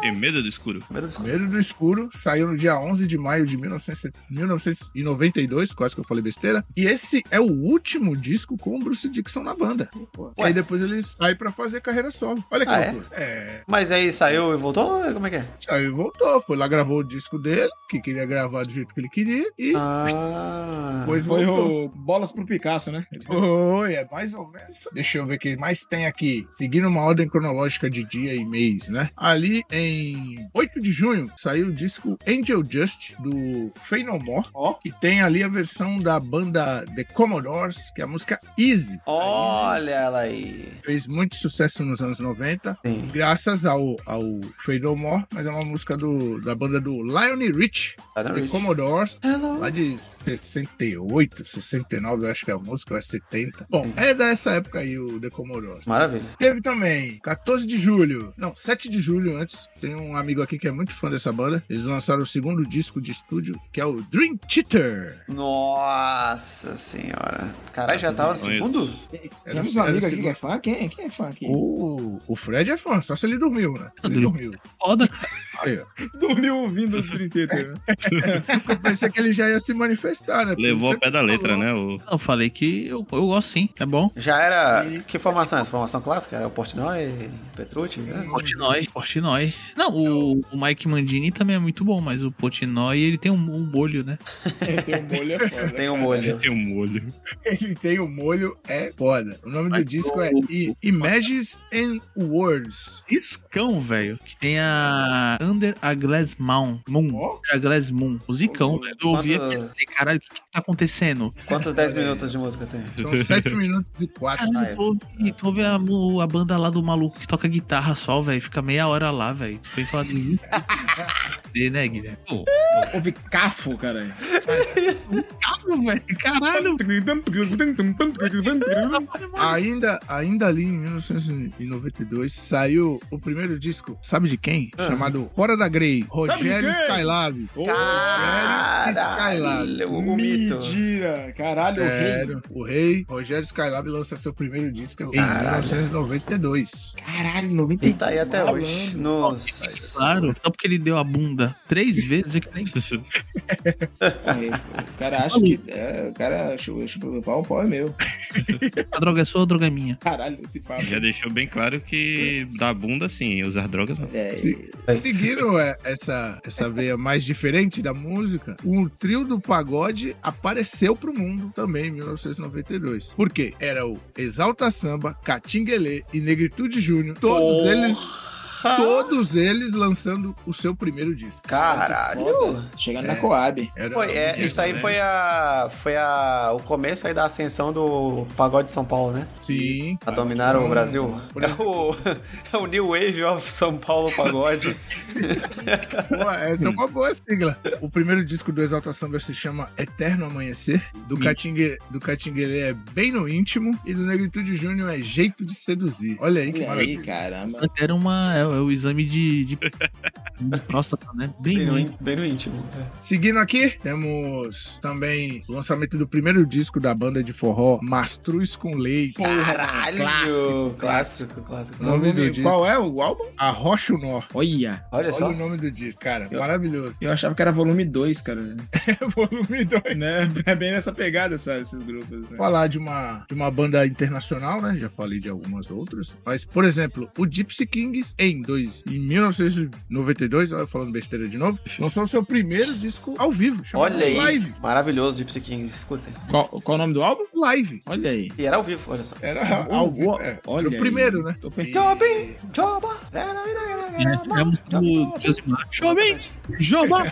Speaker 3: Tem medo do escuro?
Speaker 1: Medo dos-
Speaker 5: Medo do Escuro saiu no dia 11 de maio de 1900 1992, quase que eu falei besteira. E esse é o último disco com o Bruce Dixon na banda. E
Speaker 1: Ué.
Speaker 5: aí depois ele sai pra fazer carreira solo. Olha que
Speaker 1: Ah, é?
Speaker 5: loucura. É,
Speaker 1: Mas aí saiu e voltou? Como é que é?
Speaker 5: Aí voltou, foi lá, gravou o disco dele, que queria gravar do jeito que ele queria, e
Speaker 1: Ah.
Speaker 5: depois
Speaker 8: Foi
Speaker 5: voltou.
Speaker 8: o Bolas pro Picasso, né?
Speaker 5: Foi, é mais ou menos isso. Deixa eu ver o que mais tem aqui. Seguindo uma ordem cronológica de dia e mês, né? Ali em 8 de junho saiu o disco Angel Just do Fey No More.
Speaker 8: Ó.
Speaker 5: E tem ali a versão da banda The Commodores, que é a música Easy.
Speaker 1: Olha ela aí.
Speaker 5: Fez muito sucesso nos anos 90,
Speaker 1: Sim.
Speaker 5: graças ao, ao Fey No More, mas é uma música do, da banda do Lionel Rich,
Speaker 1: Tá na
Speaker 5: The
Speaker 1: Rich.
Speaker 5: Commodores,
Speaker 1: Hello.
Speaker 5: lá de 68, 69, eu acho que é a música, ou é 70. Bom, é dessa época aí o The Commodores.
Speaker 1: Maravilha.
Speaker 5: Teve também, 14 de julho, não, 7 de julho antes, tem um amigo aqui que é muito fã dessa banda, eles lançaram o segundo disco de estúdio, que é o Dream Theater.
Speaker 1: Nossa senhora. Caralho, já tava no segundo?
Speaker 5: Era
Speaker 8: Temos
Speaker 5: o-
Speaker 8: um amigo
Speaker 5: era o
Speaker 8: aqui
Speaker 5: segundo-
Speaker 8: que é fã? Quem? Quem é fã aqui?
Speaker 5: O, o Fred é fã, só se ele dormiu, né? Ele dormiu.
Speaker 4: Foda.
Speaker 5: Aí, ó.
Speaker 8: Dormiu ouvindo os 38.
Speaker 5: Eu pensei que ele já ia se manifestar, né?
Speaker 3: Levou
Speaker 5: Você
Speaker 3: ao pé da letra, né? O...
Speaker 4: Eu falei que eu, eu gosto sim, é bom.
Speaker 1: Já era. Que formação é essa? Formação clássica? Era o Portnoy? Petrucci? né?
Speaker 4: Portnoy, Portnoy. Não, o, o Mike Mandini também é muito bom, mas o Portnoy, ele tem um, um bolho, né?
Speaker 8: Tem um molho é foda.
Speaker 1: Tem um molho.
Speaker 3: Tem um molho.
Speaker 5: Ele tem o molho, é foda. O nome do
Speaker 4: Mas
Speaker 5: disco
Speaker 4: o-
Speaker 5: é I- Images and Words.
Speaker 4: Zicão, velho, que tem a Under a Glass Moon. Moon.
Speaker 8: Ó.
Speaker 4: Under a Glass Moon. O Zicão, velho. Eu ouvi
Speaker 1: Quanto-
Speaker 4: aquilo e falei, caralho, o que, que tá acontecendo?
Speaker 1: Quantos 10 minutos de música tem?
Speaker 5: São 7 minutos e 4.
Speaker 1: Ah, é.
Speaker 4: Caralho, tu ouve, tu ouve a, mu- a banda lá do maluco que toca guitarra só, velho. Fica meia hora lá, velho. Tu vem falar de de, né, Guilherme? Pô,
Speaker 8: Houve cafo, cara.
Speaker 4: caralho, velho. Caralho,
Speaker 5: Ainda, ainda ali em 1992 saiu o primeiro disco, sabe de quem?
Speaker 4: Ah.
Speaker 5: Chamado Fora da Grey, Rogério
Speaker 8: quem?
Speaker 5: Skylab.
Speaker 1: Caralho, o mito. É.
Speaker 8: Mentira. Caralho, o rei.
Speaker 5: Sério, o rei Rogério Skylab lança seu primeiro disco em
Speaker 1: Caralho.
Speaker 5: 1992.
Speaker 8: Caralho,
Speaker 1: E
Speaker 8: 90.
Speaker 1: tá aí até hoje. Nos.
Speaker 4: Claro, só porque ele deu a bunda três vezes é que nem.
Speaker 8: um, O cara acha que. é, o cara chupa chupa o pau, o pau é meu.
Speaker 4: A droga é sua, a droga é minha.
Speaker 8: Caralho, esse papo.
Speaker 3: Já deixou bem claro que da bunda, sim, usar drogas não.
Speaker 8: É,
Speaker 5: Sim.
Speaker 1: Aí.
Speaker 5: seguindo é, essa, essa veia mais diferente da música, o trio do pagode apareceu pro mundo também em 1992. Por quê? Era o Exalta Samba, Catinguelê e Negritude Júnior. Todos
Speaker 1: Porra!
Speaker 5: eles... Todos eles lançando o seu primeiro disco.
Speaker 1: Caralho!
Speaker 8: Chegando
Speaker 5: É.
Speaker 8: na Coab.
Speaker 5: Era
Speaker 1: Foi, é, isso aí foi a. Foi a. O começo aí da ascensão do pagode de São Paulo, né?
Speaker 5: Sim.
Speaker 1: A dominar o
Speaker 5: São-
Speaker 1: Brasil.
Speaker 5: por
Speaker 1: É
Speaker 5: exemplo,
Speaker 1: o, é o New Wave of São Paulo Pagode.
Speaker 5: Pô, essa é uma boa sigla. O primeiro disco do Exalta Samba se chama Eterno Amanhecer. Do, Catingue, do Catinguelê é Bem no Íntimo. E do Negritude Júnior é Jeito de Seduzir. Olha aí que
Speaker 8: Olha
Speaker 5: maravilha.
Speaker 8: aí, caramba.
Speaker 4: Era uma. É, é o exame de. de... de próstata, né? Bem
Speaker 1: bem, no,
Speaker 4: ruim.
Speaker 1: ín- bem no íntimo.
Speaker 5: Seguindo aqui, temos também o lançamento do primeiro disco da banda de forró Mastruz com Leite.
Speaker 1: Caralho! Clássico,
Speaker 8: clássico,
Speaker 1: clássico. clássico.
Speaker 5: O nome do disco.
Speaker 8: Qual é o álbum?
Speaker 5: Arrocha o Nó.
Speaker 8: Olha.
Speaker 1: Olha
Speaker 5: Olha
Speaker 1: É só.
Speaker 5: o nome do disco, cara. Maravilhoso.
Speaker 8: Eu achava que era volume 2, cara.
Speaker 5: Volume 2.
Speaker 8: né? É bem nessa pegada, sabe? Esses grupos. Né?
Speaker 5: falar de uma, de uma banda internacional, né? Já falei de algumas outras. Mas, por exemplo, o Gypsy Kings, em, dois, em 1992, olha, falando besteira de novo, lançou seu primeiro disco ao vivo. chamado
Speaker 1: Olha aí.
Speaker 5: Live.
Speaker 1: Maravilhoso, Gypsy King, escutem.
Speaker 8: Qual, qual o nome do álbum?
Speaker 5: Live.
Speaker 8: Olha aí.
Speaker 1: E era ao vivo, olha só.
Speaker 5: Era
Speaker 8: Boa,
Speaker 5: ao vivo.
Speaker 8: boa.
Speaker 5: É,
Speaker 8: Olha
Speaker 5: era o
Speaker 8: aí.
Speaker 5: primeiro, né?
Speaker 8: Tô per-
Speaker 1: Jobim! Joba!
Speaker 4: É, é a música do Josimar. Jobim! Jobim!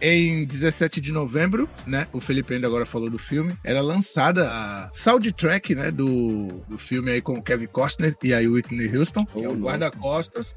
Speaker 5: Em 17 de novembro, né? O Felipe ainda agora falou do filme. Era lançada a soundtrack, né? Do, do filme aí com o Kevin Costner e a Whitney Houston, que é
Speaker 8: Oh,
Speaker 5: o
Speaker 8: louco.
Speaker 5: guarda-costas.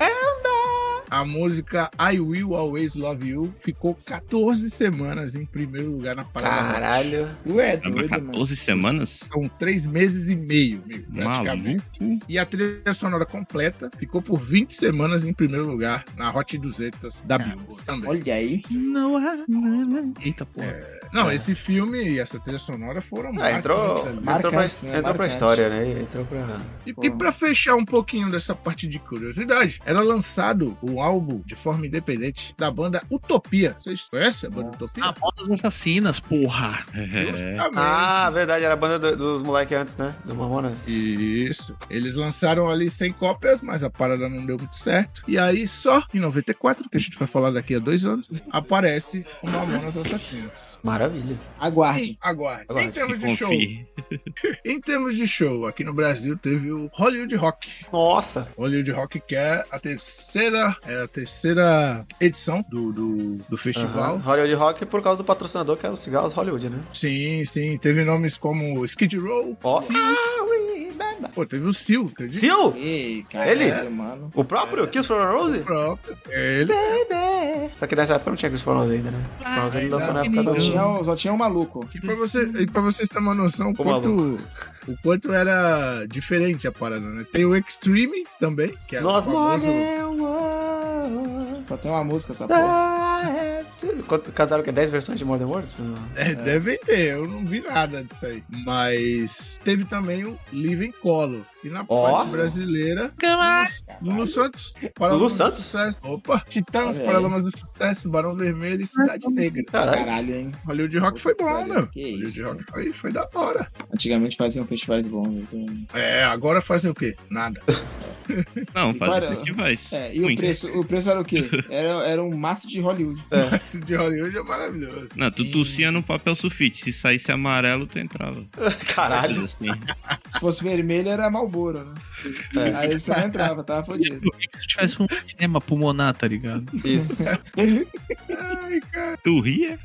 Speaker 5: A música I Will Always Love You ficou 14 semanas em primeiro lugar na parada.
Speaker 1: Caralho.
Speaker 8: Tu é
Speaker 3: Lembra
Speaker 8: doido, mano.
Speaker 3: 14 semanas?
Speaker 5: São três meses e meio, amigo, praticamente.
Speaker 3: Maluco.
Speaker 5: E a trilha sonora completa ficou por 20 semanas em primeiro lugar na Hot 200 da Billboard também.
Speaker 8: Olha aí.
Speaker 4: Não há. não há- Eita porra.
Speaker 5: Não, esse filme e essa trilha sonora foram
Speaker 1: Ah, entrou,
Speaker 5: marcantes, amigo.
Speaker 1: entrou, pra,
Speaker 8: Marcante, né?
Speaker 1: entrou pra
Speaker 8: Marcante.
Speaker 1: história, né? Entrou pra.
Speaker 5: E, e para fechar um pouquinho dessa parte de curiosidade, era lançado o álbum de forma independente da banda Utopia. Vocês conhecem a banda Utopia?
Speaker 4: Famosas Ah, assassinas, porra.
Speaker 3: É.
Speaker 5: Justamente.
Speaker 1: Ah, verdade, era a banda do- dos moleques antes, né? Do Mamonas.
Speaker 5: Isso. Eles lançaram ali 100 cópias, mas a parada não deu muito certo. E aí, só em 94, que a gente vai falar daqui a dois anos, aparece o Mamonas Assassinas.
Speaker 1: Maravilha.
Speaker 8: Aguarde.
Speaker 5: E, aguarde. Em
Speaker 1: Aguarde,
Speaker 5: termos de show,
Speaker 3: Confie.
Speaker 5: em termos de show, aqui no Brasil teve o Hollywood Rock.
Speaker 1: Nossa!
Speaker 5: Hollywood Rock que é a terceira, é a terceira edição do, do, do festival.
Speaker 1: Aham. Hollywood Rock por causa do patrocinador que era o Cigarros Hollywood, né?
Speaker 5: Sim, sim. Teve nomes como Skid Row.
Speaker 1: Ó.
Speaker 5: Pô, teve o Seal, acredita?
Speaker 1: Sil!
Speaker 8: Ei, cara.
Speaker 1: Ele?
Speaker 8: mano.
Speaker 1: O próprio? Kiss for a Rose?
Speaker 5: O próprio. É Ele.
Speaker 1: Só que nessa época não tinha Kiss for a Rose ainda, né? Kiss for a Rose ele lançou na época
Speaker 8: Só
Speaker 1: do.
Speaker 8: tinha, um, só tinha um maluco.
Speaker 5: E pra, você, e pra vocês terem uma noção o
Speaker 1: Ô,
Speaker 5: quanto, o quanto era diferente a parada, né? Tem o Extreme também, que é
Speaker 1: Nossa,
Speaker 5: o famoso...
Speaker 8: Só tem uma música essa porra.
Speaker 1: Quanto- Cantaram o quê? 10 versões de Modern Words?
Speaker 5: É, deve ter, eu não vi nada disso aí. Mas teve também o Living Color. E na
Speaker 1: Ó.
Speaker 5: parte brasileira, Lulu Santos. Paralamas do
Speaker 1: Santos?
Speaker 5: Sucesso. Opa, Titãs,
Speaker 8: Olha aí.
Speaker 5: Paralamas do Sucesso, Barão Vermelho e Cidade Negra.
Speaker 1: Caralho.
Speaker 8: Caralho, hein?
Speaker 5: Hollywood Rock foi bom,
Speaker 8: Olha,
Speaker 5: meu.
Speaker 8: que
Speaker 5: Hollywood
Speaker 8: isso,
Speaker 5: Rock foi, foi da hora.
Speaker 8: Antigamente um faziam festivais bons. Então...
Speaker 5: É, agora fazem o quê? Nada.
Speaker 3: Não, faz
Speaker 8: Para-
Speaker 3: o festivais.
Speaker 8: É, e o
Speaker 3: Muito.
Speaker 8: preço, o preço era o quê? Era, era um massa de Hollywood.
Speaker 5: Esse de Hollywood é maravilhoso.
Speaker 3: Não, tu
Speaker 5: E-
Speaker 3: tossia no papel sulfite. Se saísse amarelo, tu entrava.
Speaker 1: Caralho.
Speaker 3: Assim.
Speaker 8: Se fosse vermelho, era Malboro, né?
Speaker 1: É.
Speaker 8: Aí você não entrava, tava fodido.
Speaker 4: Se tivesse um tema pulmonar, tá ligado?
Speaker 1: Isso.
Speaker 3: Tu ria?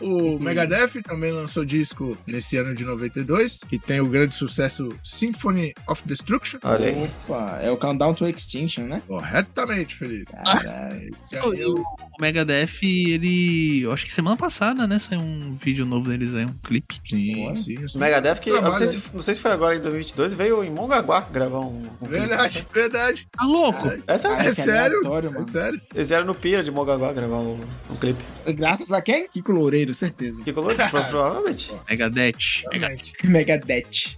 Speaker 5: O Megadeth também lançou disco nesse ano de 92, que tem o grande sucesso Symphony of Destruction.
Speaker 1: Olha aí.
Speaker 8: Opa, é o Countdown to Extinction, né?
Speaker 5: Corretamente, Felipe.
Speaker 8: Caralho.
Speaker 5: Esse
Speaker 4: Oh,
Speaker 5: aí
Speaker 4: e
Speaker 5: é o-
Speaker 4: o Megadeth, ele. Eu acho que semana passada, né? Saiu um vídeo novo deles aí, um clipe.
Speaker 5: Sim, sim.
Speaker 1: O
Speaker 5: sim.
Speaker 1: Megadeth, que eu não sei,
Speaker 5: Trabalho.
Speaker 1: se, não sei se foi agora em 2022, veio em Mongaguá gravar um. um clipe.
Speaker 5: Verdade, verdade.
Speaker 4: Tá louco?
Speaker 1: Essa é
Speaker 8: Cara, que
Speaker 5: sério?
Speaker 8: aleatório,
Speaker 5: É
Speaker 8: mano.
Speaker 5: sério.
Speaker 1: Eles vieram no Pira de Mogaguá gravar um, um clipe.
Speaker 8: Graças a quem? Kiko Loureiro, certeza.
Speaker 1: Que colou? Pro- Provavelmente.
Speaker 4: Megadeth.
Speaker 5: Realmente.
Speaker 8: Megadeth.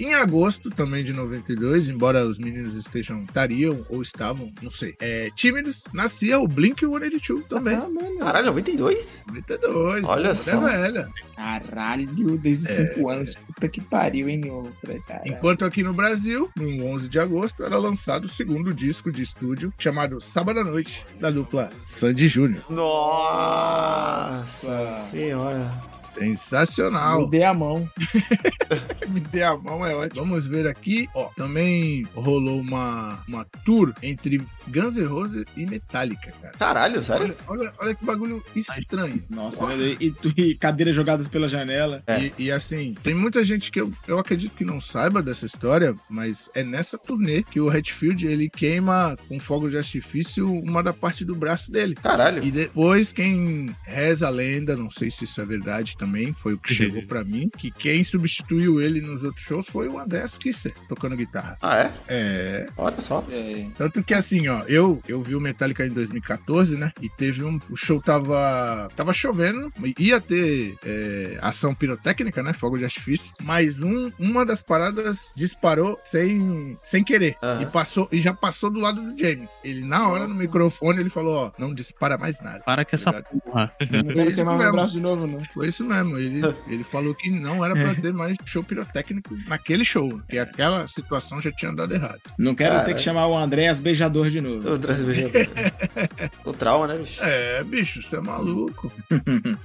Speaker 5: Em agosto também de 92, embora os meninos estejam, estariam ou estavam, não sei, é, tímidos, nascia o Blink 182 também.
Speaker 9: Ah,
Speaker 1: Caralho, 92?
Speaker 5: 92.
Speaker 1: Olha
Speaker 5: né,
Speaker 1: só.
Speaker 5: velha.
Speaker 9: Caralho,
Speaker 5: É.
Speaker 9: desde 5 anos. Puta que pariu, hein, ô, cara.
Speaker 5: Enquanto aqui no Brasil, no 11 de agosto, era lançado o segundo disco de estúdio chamado Sábado à Noite, da dupla Sandy Júnior.
Speaker 1: Nossa, senhora.
Speaker 5: Sensacional.
Speaker 9: Mudei a mão.
Speaker 5: Me dê a mão, é ótimo. Vamos ver aqui, ó. Também rolou uma, uma tour entre Guns N' Roses e Metallica, cara.
Speaker 1: Caralho, sério?
Speaker 5: Olha, olha, olha que bagulho estranho.
Speaker 8: Nossa, velho, e, tu- e cadeiras jogadas pela janela.
Speaker 1: É.
Speaker 5: E, e, assim, tem muita gente que eu, eu acredito que não saiba dessa história, mas é nessa turnê que o Hatfield ele queima com fogo de artifício uma da parte do braço dele.
Speaker 1: Caralho.
Speaker 5: E depois, quem reza a lenda, não sei se isso é verdade também, foi o que chegou pra mim, que quem substituiu ele nos outros shows foi o Andreas Kisser, tocando guitarra.
Speaker 1: Ah, é?
Speaker 5: É,
Speaker 1: Olha só.
Speaker 9: É.
Speaker 5: tanto que assim, ó, eu, eu vi o Metallica em 2014, né? E teve um. O show tava. Tava chovendo, ia ter é, ação pirotécnica, né? Fogo de artifício. Mas um, uma das paradas disparou sem, sem querer.
Speaker 1: Aham.
Speaker 5: E passou e já passou do lado do James. Ele, na hora, no microfone, ele falou: ó, não dispara mais nada.
Speaker 4: Para com essa porra.
Speaker 9: Não
Speaker 5: É
Speaker 9: quero
Speaker 5: isso
Speaker 9: queimar meu
Speaker 5: mesmo.
Speaker 9: braço de novo, não.
Speaker 5: Foi isso mesmo, ele, ele falou que não era pra ter mais show pirotécnico naquele show, que aquela situação já tinha dado errado.
Speaker 8: Não quero ter
Speaker 1: Caralho.
Speaker 8: que chamar o Andréas Beijador de novo.
Speaker 1: O transmissor. o trauma, né, bicho?
Speaker 5: É, bicho, você é maluco.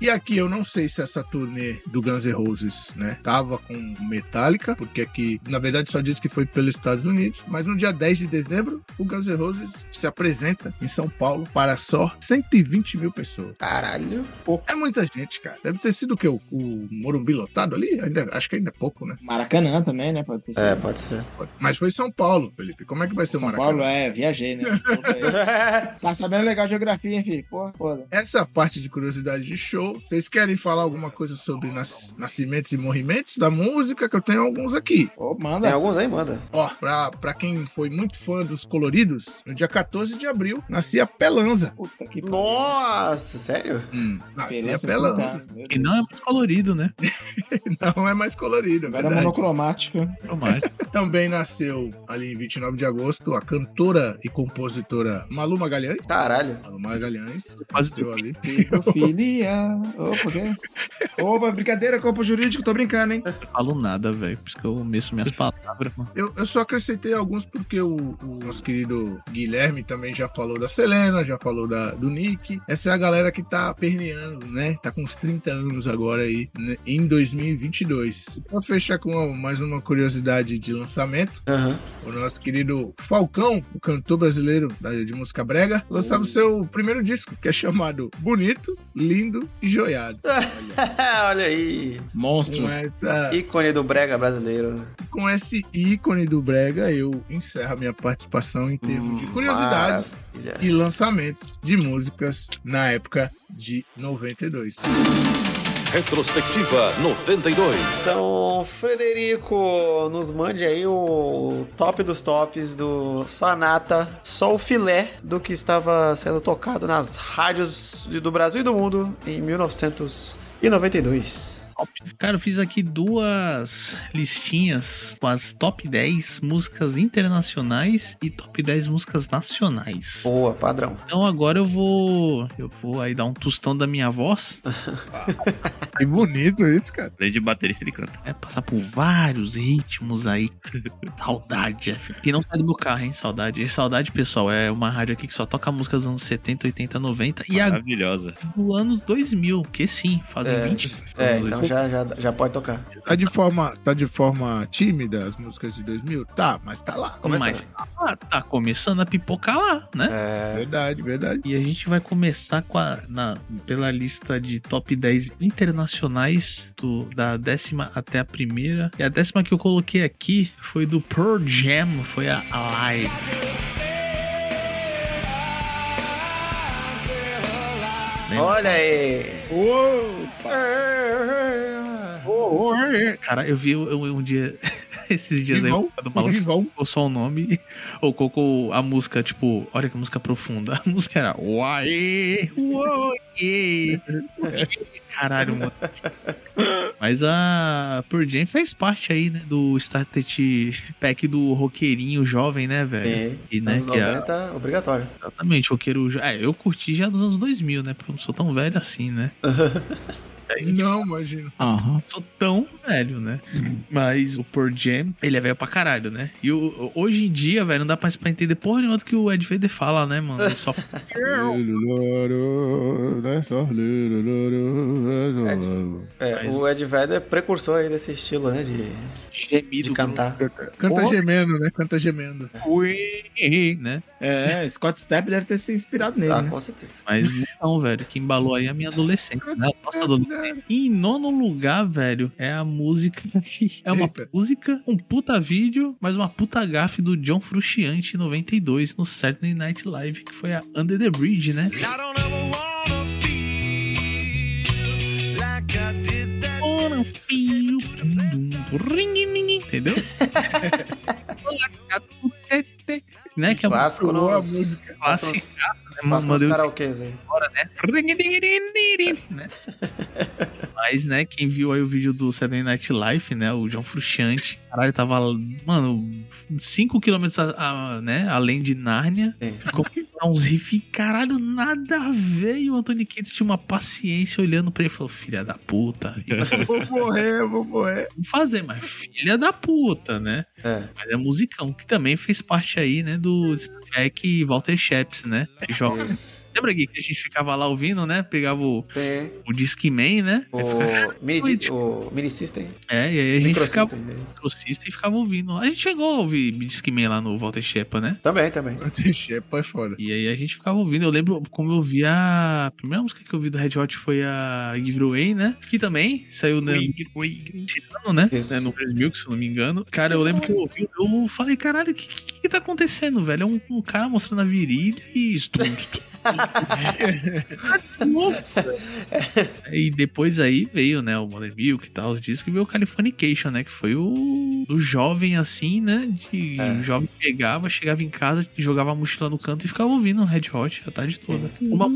Speaker 5: e aqui eu não sei se essa turnê do Guns N' Roses, né, tava com Metallica, porque aqui, na verdade, só diz que foi pelos Estados Unidos, mas no dia 10 de dezembro, o Guns N' Roses se apresenta em São Paulo para só 120 mil pessoas.
Speaker 1: Caralho.
Speaker 5: É muita gente, cara. Deve ter sido o quê? O, o Morumbi lotado ali? Ainda- acho que ainda é pouco, né?
Speaker 9: Maracanã também, né? Pode ter sido.
Speaker 1: É, pode ser.
Speaker 5: Mas foi São Paulo, Felipe. Como é que vai ser
Speaker 9: São
Speaker 5: o Maracanã?
Speaker 9: Paulo, é, viajei, né? Desculpa aí. Tá sabendo legal a geografia, hein, filho? Porra, foda.
Speaker 5: Essa parte de curiosidade de show, vocês querem falar alguma coisa sobre nas- nascimentos e morrimentos da música? Que eu tenho alguns aqui.
Speaker 9: Ô,
Speaker 1: Tem
Speaker 4: É,
Speaker 9: manda.
Speaker 1: alguns aí, manda.
Speaker 5: Ó, pra, pra quem foi muito fã dos coloridos, no dia 14 de abril, nascia Pelanza.
Speaker 9: Puta que pariu.
Speaker 1: Nossa, sério?
Speaker 5: Hum, nascia
Speaker 8: é
Speaker 9: Pelança,
Speaker 5: Pelanza.
Speaker 9: puta, meu
Speaker 4: E não é
Speaker 9: Deus.
Speaker 4: muito colorido, né?
Speaker 5: Não é mais colorido, é
Speaker 9: Agora é
Speaker 5: verdade.
Speaker 9: monocromática.
Speaker 4: Cromático.
Speaker 5: Também nasceu, ali em 29 de agosto, a cantora e compositora Malu Magalhães.
Speaker 1: Caralho.
Speaker 5: Malu Magalhães
Speaker 4: Quase
Speaker 5: nasceu ali.
Speaker 9: Pedofilia. Ô, por quê?
Speaker 8: Opa, brincadeira, corpo jurídico, tô brincando, hein?
Speaker 4: Não falo nada, velho. Por isso que eu meço minhas palavras, mano.
Speaker 5: Eu, eu só acrescentei alguns porque o, o nosso querido Guilherme também já falou da Selena, já falou da, do Nick. Essa é a galera que tá perneando, né? Tá com uns 30 anos agora aí, né, em 2022. E Pra fechar com uma- mais uma curiosidade de lançamento,
Speaker 1: Aham.
Speaker 5: o nosso querido Falcão, o cantor brasileiro da- de música brega, lançava o seu primeiro disco, que é chamado Bonito, Lindo e Joiado.
Speaker 1: Olha aí.
Speaker 8: Monstro.
Speaker 5: Com essa
Speaker 1: Ícone do brega brasileiro.
Speaker 5: com esse ícone do Brega, eu encerro a minha participação em termos de curiosidades
Speaker 1: Hum, Maravilha.
Speaker 5: e lançamentos de músicas na época de 92.
Speaker 10: Retrospectiva 92.
Speaker 1: Então, Frederico, nos mande aí o top dos tops do Sonata, só o filé do que estava sendo tocado nas rádios de- do Brasil e do mundo em 1992.
Speaker 4: Cara, eu fiz aqui duas listinhas com as top 10 músicas internacionais e top 10 músicas nacionais.
Speaker 1: Boa, padrão.
Speaker 4: Então agora eu vou. Eu vou aí dar um tostão da minha voz. né?
Speaker 5: Que bonito isso, cara.
Speaker 3: Além de baterista, ele canta.
Speaker 4: É passar por vários ritmos aí. Saudade, F. Que não sai do meu carro, hein? Saudade. E saudade, pessoal. É uma rádio aqui que só toca música dos anos 70, 80, 90 e agora
Speaker 3: Maravilhosa.
Speaker 4: do ano 2000. Que sim, fazem
Speaker 1: É,
Speaker 4: 20
Speaker 1: É,
Speaker 4: anos.
Speaker 1: então já, já, já pode tocar.
Speaker 5: Tá de forma, tá de forma tímida as músicas de 2000? Tá, mas tá lá.
Speaker 1: começa,
Speaker 4: Mas tá, tá começando a pipocar lá, né?
Speaker 1: É,
Speaker 5: Verdade, verdade.
Speaker 4: E a gente vai começar com a- na- pela lista de top 10 internacionais, do- da décima até a primeira. E a décima que eu coloquei aqui foi do Pearl Jam, foi a Alive. Lembra?
Speaker 1: olha aí.
Speaker 4: Cara, eu vi eu- eu um dia, esses dias aí,
Speaker 5: Vivão,
Speaker 4: do maluco
Speaker 5: Vivão.
Speaker 4: colocou só o nome, ou colocou a música, tipo, olha que música profunda. A música era Uai, uai, caralho, mano. Mas a Pearl Jam faz parte aí, né, do starter pack do roqueirinho jovem, né, velho?
Speaker 1: Sim.
Speaker 4: E, né,
Speaker 1: Anos
Speaker 4: que a-
Speaker 1: 90, obrigatório.
Speaker 4: Exatamente, roqueiro... jo- É, eu curti já nos anos 2000, né, porque eu não sou tão velho assim, né?
Speaker 9: É
Speaker 5: Não, imagino.
Speaker 4: Não sou tão velho, né? Mas o Pearl Jam, ele é velho pra caralho, né? E o- hoje em dia, velho, não dá mais pra entender porra nenhuma do que o Ed Vader fala, né, mano? Ele Só...
Speaker 5: né?
Speaker 1: É,
Speaker 4: um.
Speaker 1: o Ed Vedder é precursor aí desse estilo, né? De,
Speaker 4: Gemido.
Speaker 1: de cantar.
Speaker 5: Canta gemendo, né? Canta gemendo.
Speaker 4: né?
Speaker 9: É, Scott Stapp deve ter se inspirado nele.
Speaker 4: Tá
Speaker 1: Ah,
Speaker 9: né?
Speaker 1: com certeza.
Speaker 4: Mas não, Então, velho, que embalou aí a minha adolescência, né? A Nossa adolescência. E em nono lugar, velho, é a música que é uma
Speaker 5: Eita.
Speaker 4: música, um puta vídeo, mas uma puta gafe do John Frusciante 92 no Saturday Night Live, que foi a Under the Bridge, né? Ora, fio, dum, dum, ring-ning, um entendeu? né, que é uma
Speaker 1: Clássico nos,
Speaker 4: classe, né, mano?
Speaker 1: clássico nos
Speaker 4: Eu-
Speaker 1: karaokês aí.
Speaker 4: né? Mas, né, quem viu aí o vídeo do Saturday Night Live, né, o John Frusciante, caralho, tava, mano, 5km né, além de Nárnia,
Speaker 1: Sim.
Speaker 4: ficou lá uns riffs, caralho, nada veio, o Anthony Kiedis tinha uma paciência olhando pra ele e falou, filha da puta,
Speaker 5: Vou morrer, vou morrer.
Speaker 4: vamos fazer, mas filha da puta, né?
Speaker 1: É.
Speaker 4: Mas é musicão, que também fez parte aí, né, do Stack Walter Chaps, né, que joga...
Speaker 1: Isso.
Speaker 4: Lembra, Gui, que a gente ficava lá ouvindo, né, pegava o
Speaker 1: Tem
Speaker 4: o Discman, né? Aí ficava-
Speaker 1: o midi, o mini system,
Speaker 4: É, e aí a gente
Speaker 1: micro
Speaker 4: ficava
Speaker 1: system. né?
Speaker 4: microcista e ficava ouvindo. A gente chegou a ouvir Discman lá no Walter Shepa, né?
Speaker 1: Também, também.
Speaker 5: Deixei, pô, é foda.
Speaker 4: E aí a gente ficava ouvindo. Eu lembro como eu vi a... a primeira música que eu ouvi do Red Hot foi a Give It Away, né? Que também saiu né, no ano, né?
Speaker 1: Isso.
Speaker 4: Né, No 2000, se eu não me engano. Cara, eu lembro que eu ouvi, eu falei, caralho, o que, que, que tá acontecendo, velho? É um, um cara mostrando a virilha e estum, estum. e depois aí veio, né, o Mother Milk e tal, os discos, e veio o Californication, né, que foi o do jovem assim, né, de
Speaker 1: É.
Speaker 4: o jovem pegava, chegava em casa, jogava a mochila no canto e ficava ouvindo o Red Hot a tarde toda. Uma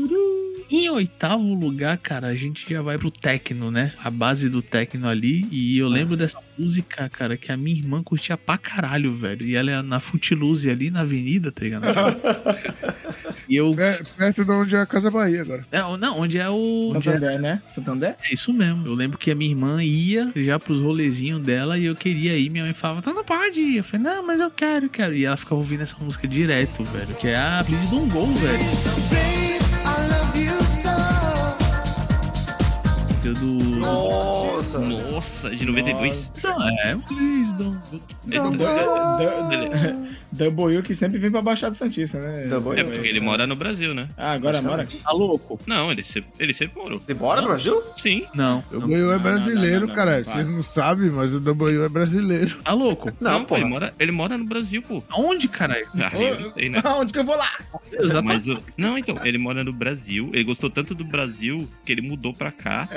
Speaker 4: em oitavo lugar, cara, a gente já vai pro techno, né? A base do techno ali. E eu lembro dessa música, cara, que a minha irmã curtia pra caralho, velho. E ela é na Footloose ali na avenida, tá ligado? e eu.
Speaker 5: É, perto de onde é a Casa Bahia agora.
Speaker 4: É, não, onde é o.
Speaker 8: tá
Speaker 4: onde é-
Speaker 9: Santander, né? Santander?
Speaker 4: é isso mesmo. Eu lembro que a minha irmã ia já pros rolezinhos dela e eu queria ir. Minha mãe falava, tá, não pode ir. Eu falei, não, mas eu quero, eu quero. E ela ficava ouvindo essa música direto, velho. Que é a Please Don't Go, velho. Do- Do...
Speaker 1: Nossa!
Speaker 3: Nossa, de 92.
Speaker 4: Não, é, please don't go.
Speaker 3: tá-
Speaker 5: é-
Speaker 9: Double que sempre vem pra Baixada Santista, né?
Speaker 1: Double
Speaker 3: É porque ele mora no Brasil, né?
Speaker 9: Ah, agora mora.
Speaker 4: Tá louco?
Speaker 3: Não, ele sempre, ele sempre morou.
Speaker 1: Você bora no Brasil?
Speaker 3: Sim.
Speaker 4: Não.
Speaker 5: O Boiô
Speaker 9: não,
Speaker 5: é
Speaker 9: não,
Speaker 5: brasileiro,
Speaker 9: não,
Speaker 5: cara.
Speaker 9: não, para.
Speaker 5: Vocês não sabem, mas o Boiô é brasileiro.
Speaker 4: Tá louco?
Speaker 1: Não,
Speaker 3: pô,
Speaker 1: porra.
Speaker 3: ele mora, ele mora no Brasil, pô.
Speaker 4: Aonde, caralho?
Speaker 3: Ah, eu não sei, né?
Speaker 9: Onde que eu vou lá?
Speaker 4: Exatamente.
Speaker 3: Mas o- Não, então, ele mora no Brasil. Ele gostou tanto do Brasil que ele mudou pra cá.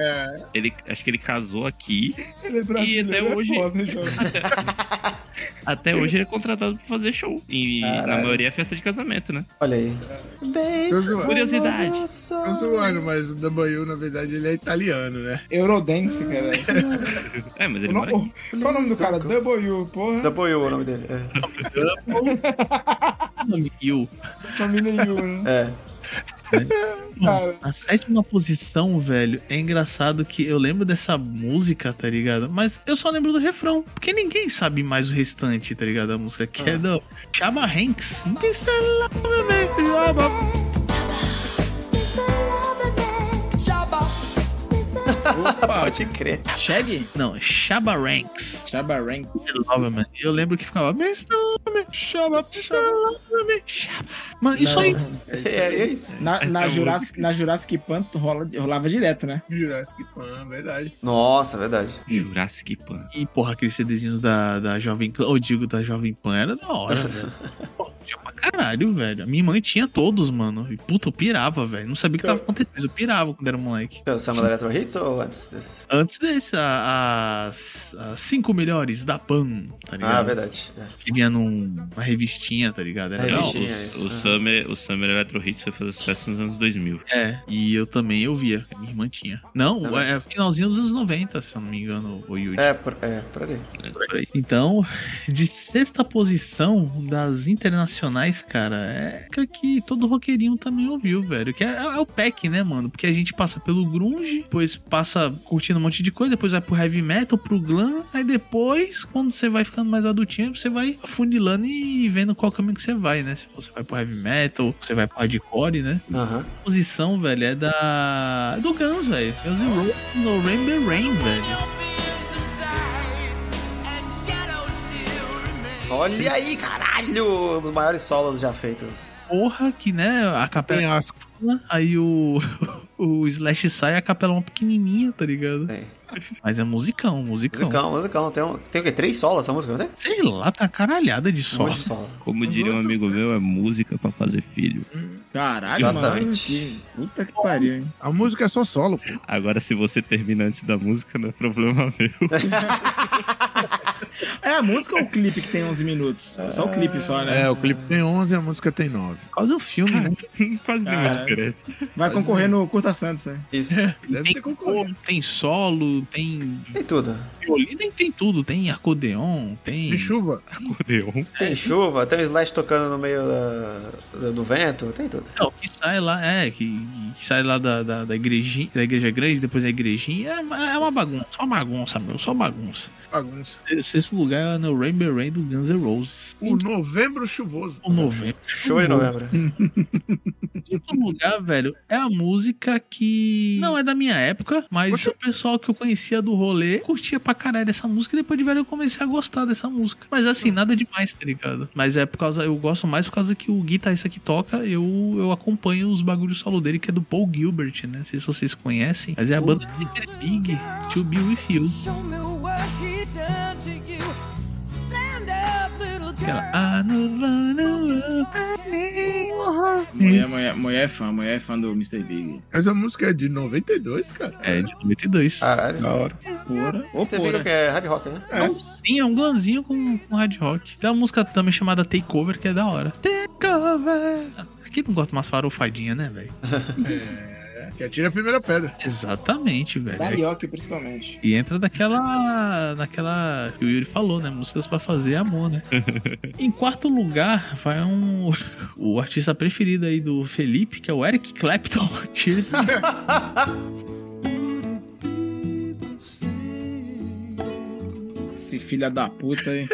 Speaker 3: Ele, acho que ele casou aqui.
Speaker 9: Ele é né,
Speaker 3: brasileiro, é foda, Até hoje ele é contratado pra fazer show. E na
Speaker 1: Caralho.
Speaker 3: maioria é festa de casamento, né?
Speaker 1: Olha aí.
Speaker 5: Tô zoando.
Speaker 3: Curiosidade.
Speaker 5: Tô zoando, um mas o Boiô, na verdade, ele é italiano, né?
Speaker 9: Eurodance, cara.
Speaker 3: É, mas ele
Speaker 9: O
Speaker 3: mora aqui.
Speaker 9: nome- Qual o nome do
Speaker 4: Tá
Speaker 9: cara? W, porra.
Speaker 1: Double U é o nome dele. É.
Speaker 4: Tá E o-
Speaker 9: Família U, né?
Speaker 1: É.
Speaker 9: Cara,
Speaker 4: a sétima posição, velho, é engraçado que eu lembro dessa música, tá ligado? Mas eu só lembro do refrão. Porque ninguém sabe mais o restante, tá ligado? A música que é do Chaba Hanks. Mr. Love, Chaba.
Speaker 1: Pode crer.
Speaker 9: Shaggy?
Speaker 4: Não, Chaba Hanks.
Speaker 9: Chaba Ranks.
Speaker 4: Mr. Loverman. Eu lembro que ficava Mr. Loverman, Chaba, Mr. Loverman, Chaba. Mano, isso aí
Speaker 1: É, é isso.
Speaker 9: Na,
Speaker 3: Essa
Speaker 9: na,
Speaker 3: é a
Speaker 9: Jurassic,
Speaker 3: música.
Speaker 9: na Jurassic Punk rola, rolava direto, né?
Speaker 5: Jurassic Pan, verdade.
Speaker 1: Nossa, verdade.
Speaker 3: Jurassic Pan.
Speaker 4: E, porra, aqueles CDzinhos da, da Jovem Pan, ou digo, da Jovem Pan, era da hora, velho. Pô, tinha pra caralho, velho. A minha mãe tinha todos, mano. E puta, eu pirava, velho. Não sabia o que tava acontecendo. Eu pirava quando era moleque.
Speaker 1: É O Samba da Electro Hits ou antes desse?
Speaker 4: Antes desse, a- as, as cinco melhores da PAN, tá ligado?
Speaker 1: Ah, verdade. É.
Speaker 4: Que vinha num- numa revistinha, tá ligado? Era
Speaker 1: É,
Speaker 4: legal.
Speaker 1: revistinha. Tinha
Speaker 3: O,
Speaker 1: isso,
Speaker 3: o
Speaker 1: né?
Speaker 3: Summer, o Summer Electro Hits foi fazer sucesso nos anos 2000.
Speaker 4: É, e eu também eu via. que a Minha irmã tinha. Não,
Speaker 1: Tá
Speaker 4: é finalzinho dos anos 90, se eu não me engano, o Yuji.
Speaker 1: É, por, é, por ali.
Speaker 4: Por aí. Então, de sexta posição das internacionais, cara, é aquela que todo roqueirinho também ouviu, velho. Que é, é o pack, né, mano? Porque a gente passa pelo grunge, depois passa curtindo um monte de coisa, depois vai pro heavy metal, pro glam, aí depois, quando você vai ficando mais adultinho, você vai afunilando e vendo qual caminho que você vai, né? Se você vai pro heavy metal, você vai pro hardcore, né?
Speaker 1: Aham.
Speaker 4: posição, velho, é da. é do Guns, velho. Guns N' Roses no Rainbow Rain, velho.
Speaker 1: Olha aí, caralho! Um dos maiores solos já feitos.
Speaker 4: Porra, que né? A capela.
Speaker 5: Penhasco.
Speaker 4: Aí o. O Slash sai a capela é uma pequenininha, tá ligado?
Speaker 1: Tem.
Speaker 4: Mas é musicão, musicão.
Speaker 1: Musicão, musicão. Tem, um, tem o quê? Três solos essa música, não tem?
Speaker 4: Sei lá, tá caralhada de
Speaker 1: Um monte
Speaker 4: sorte.
Speaker 1: de solo.
Speaker 3: Como diria um amigo meu, é música pra fazer filho.
Speaker 9: Caralho, mano.
Speaker 1: Exatamente.
Speaker 9: Que... Puta que pariu, hein?
Speaker 5: A música é só solo, pô.
Speaker 3: Agora, se você termina antes da música, não é problema meu.
Speaker 9: É a música ou o clipe que tem 11 minutos? Só o clipe só, né?
Speaker 5: É, o clipe tem 11 e a música tem 9.
Speaker 4: Quase um filme, né?
Speaker 3: Quase nenhuma
Speaker 9: Caralho.
Speaker 3: diferença.
Speaker 9: Vai concorrer no Curta Santos, né?
Speaker 1: Isso.
Speaker 5: Deve ter
Speaker 4: Tem
Speaker 5: concorrido.
Speaker 4: cor, tem solo, tem
Speaker 1: Tem tudo.
Speaker 4: violino, tem, tem tudo. Tem acordeon, tem.
Speaker 5: E chuva.
Speaker 3: Acordeon.
Speaker 9: É.
Speaker 1: Tem chuva, tem o Slash tocando no meio da- da- do vento, tem tudo.
Speaker 4: Não, que sai lá, é, que, que sai lá da, da, da igrejinha, da igreja grande, depois da igrejinha. É, uma- é uma bagunça, só uma bagunça, meu, só uma bagunça.
Speaker 5: Bagunça.
Speaker 4: O sexto lugar é no Rainbow Rain do Guns N' Roses.
Speaker 5: O novembro chuvoso.
Speaker 4: O novembro.
Speaker 1: Show
Speaker 9: Uhum.
Speaker 1: de novembro.
Speaker 4: Quinto lugar, velho, é a música que não é da minha época, mas
Speaker 5: Poxa.
Speaker 4: o pessoal que eu conhecia do rolê curtia pra caralho essa música e depois de velho eu comecei a gostar dessa música. Mas assim, nada demais, tá ligado? Mas é por causa, eu gosto mais por causa que o guitarrista que toca, eu, eu acompanho os bagulhos solo dele, que é do Paul Gilbert, né? Não sei se vocês conhecem, mas é a banda Mr. Big, To Be With You. Aquela, I don't wanna run away.
Speaker 9: Mulher, mulher, mulher é fã, mulher é fã do Mr. Big.
Speaker 5: Essa música é de 92, cara.
Speaker 4: É, de 92.
Speaker 1: Caralho.
Speaker 5: Da hora.
Speaker 9: Pura. Ô,
Speaker 1: Você viu
Speaker 9: pura.
Speaker 1: que é hard rock, né?
Speaker 5: É.
Speaker 4: Sim, é um glanzinho com, com hard rock. Tem uma música também chamada Takeover, que é da hora. Takeover! Aqui não gosta de umas farofadinhas, né, velho?
Speaker 5: é, Que atira a primeira pedra.
Speaker 4: Exatamente, velho.
Speaker 9: Carioca, principalmente.
Speaker 4: E entra naquela. naquela. que o Yuri falou, né? Músicas pra fazer amor, né? em quarto lugar, vai um. o artista preferido aí do Felipe, que é o Eric Clapton. Tears in
Speaker 9: Esse filho da puta, hein?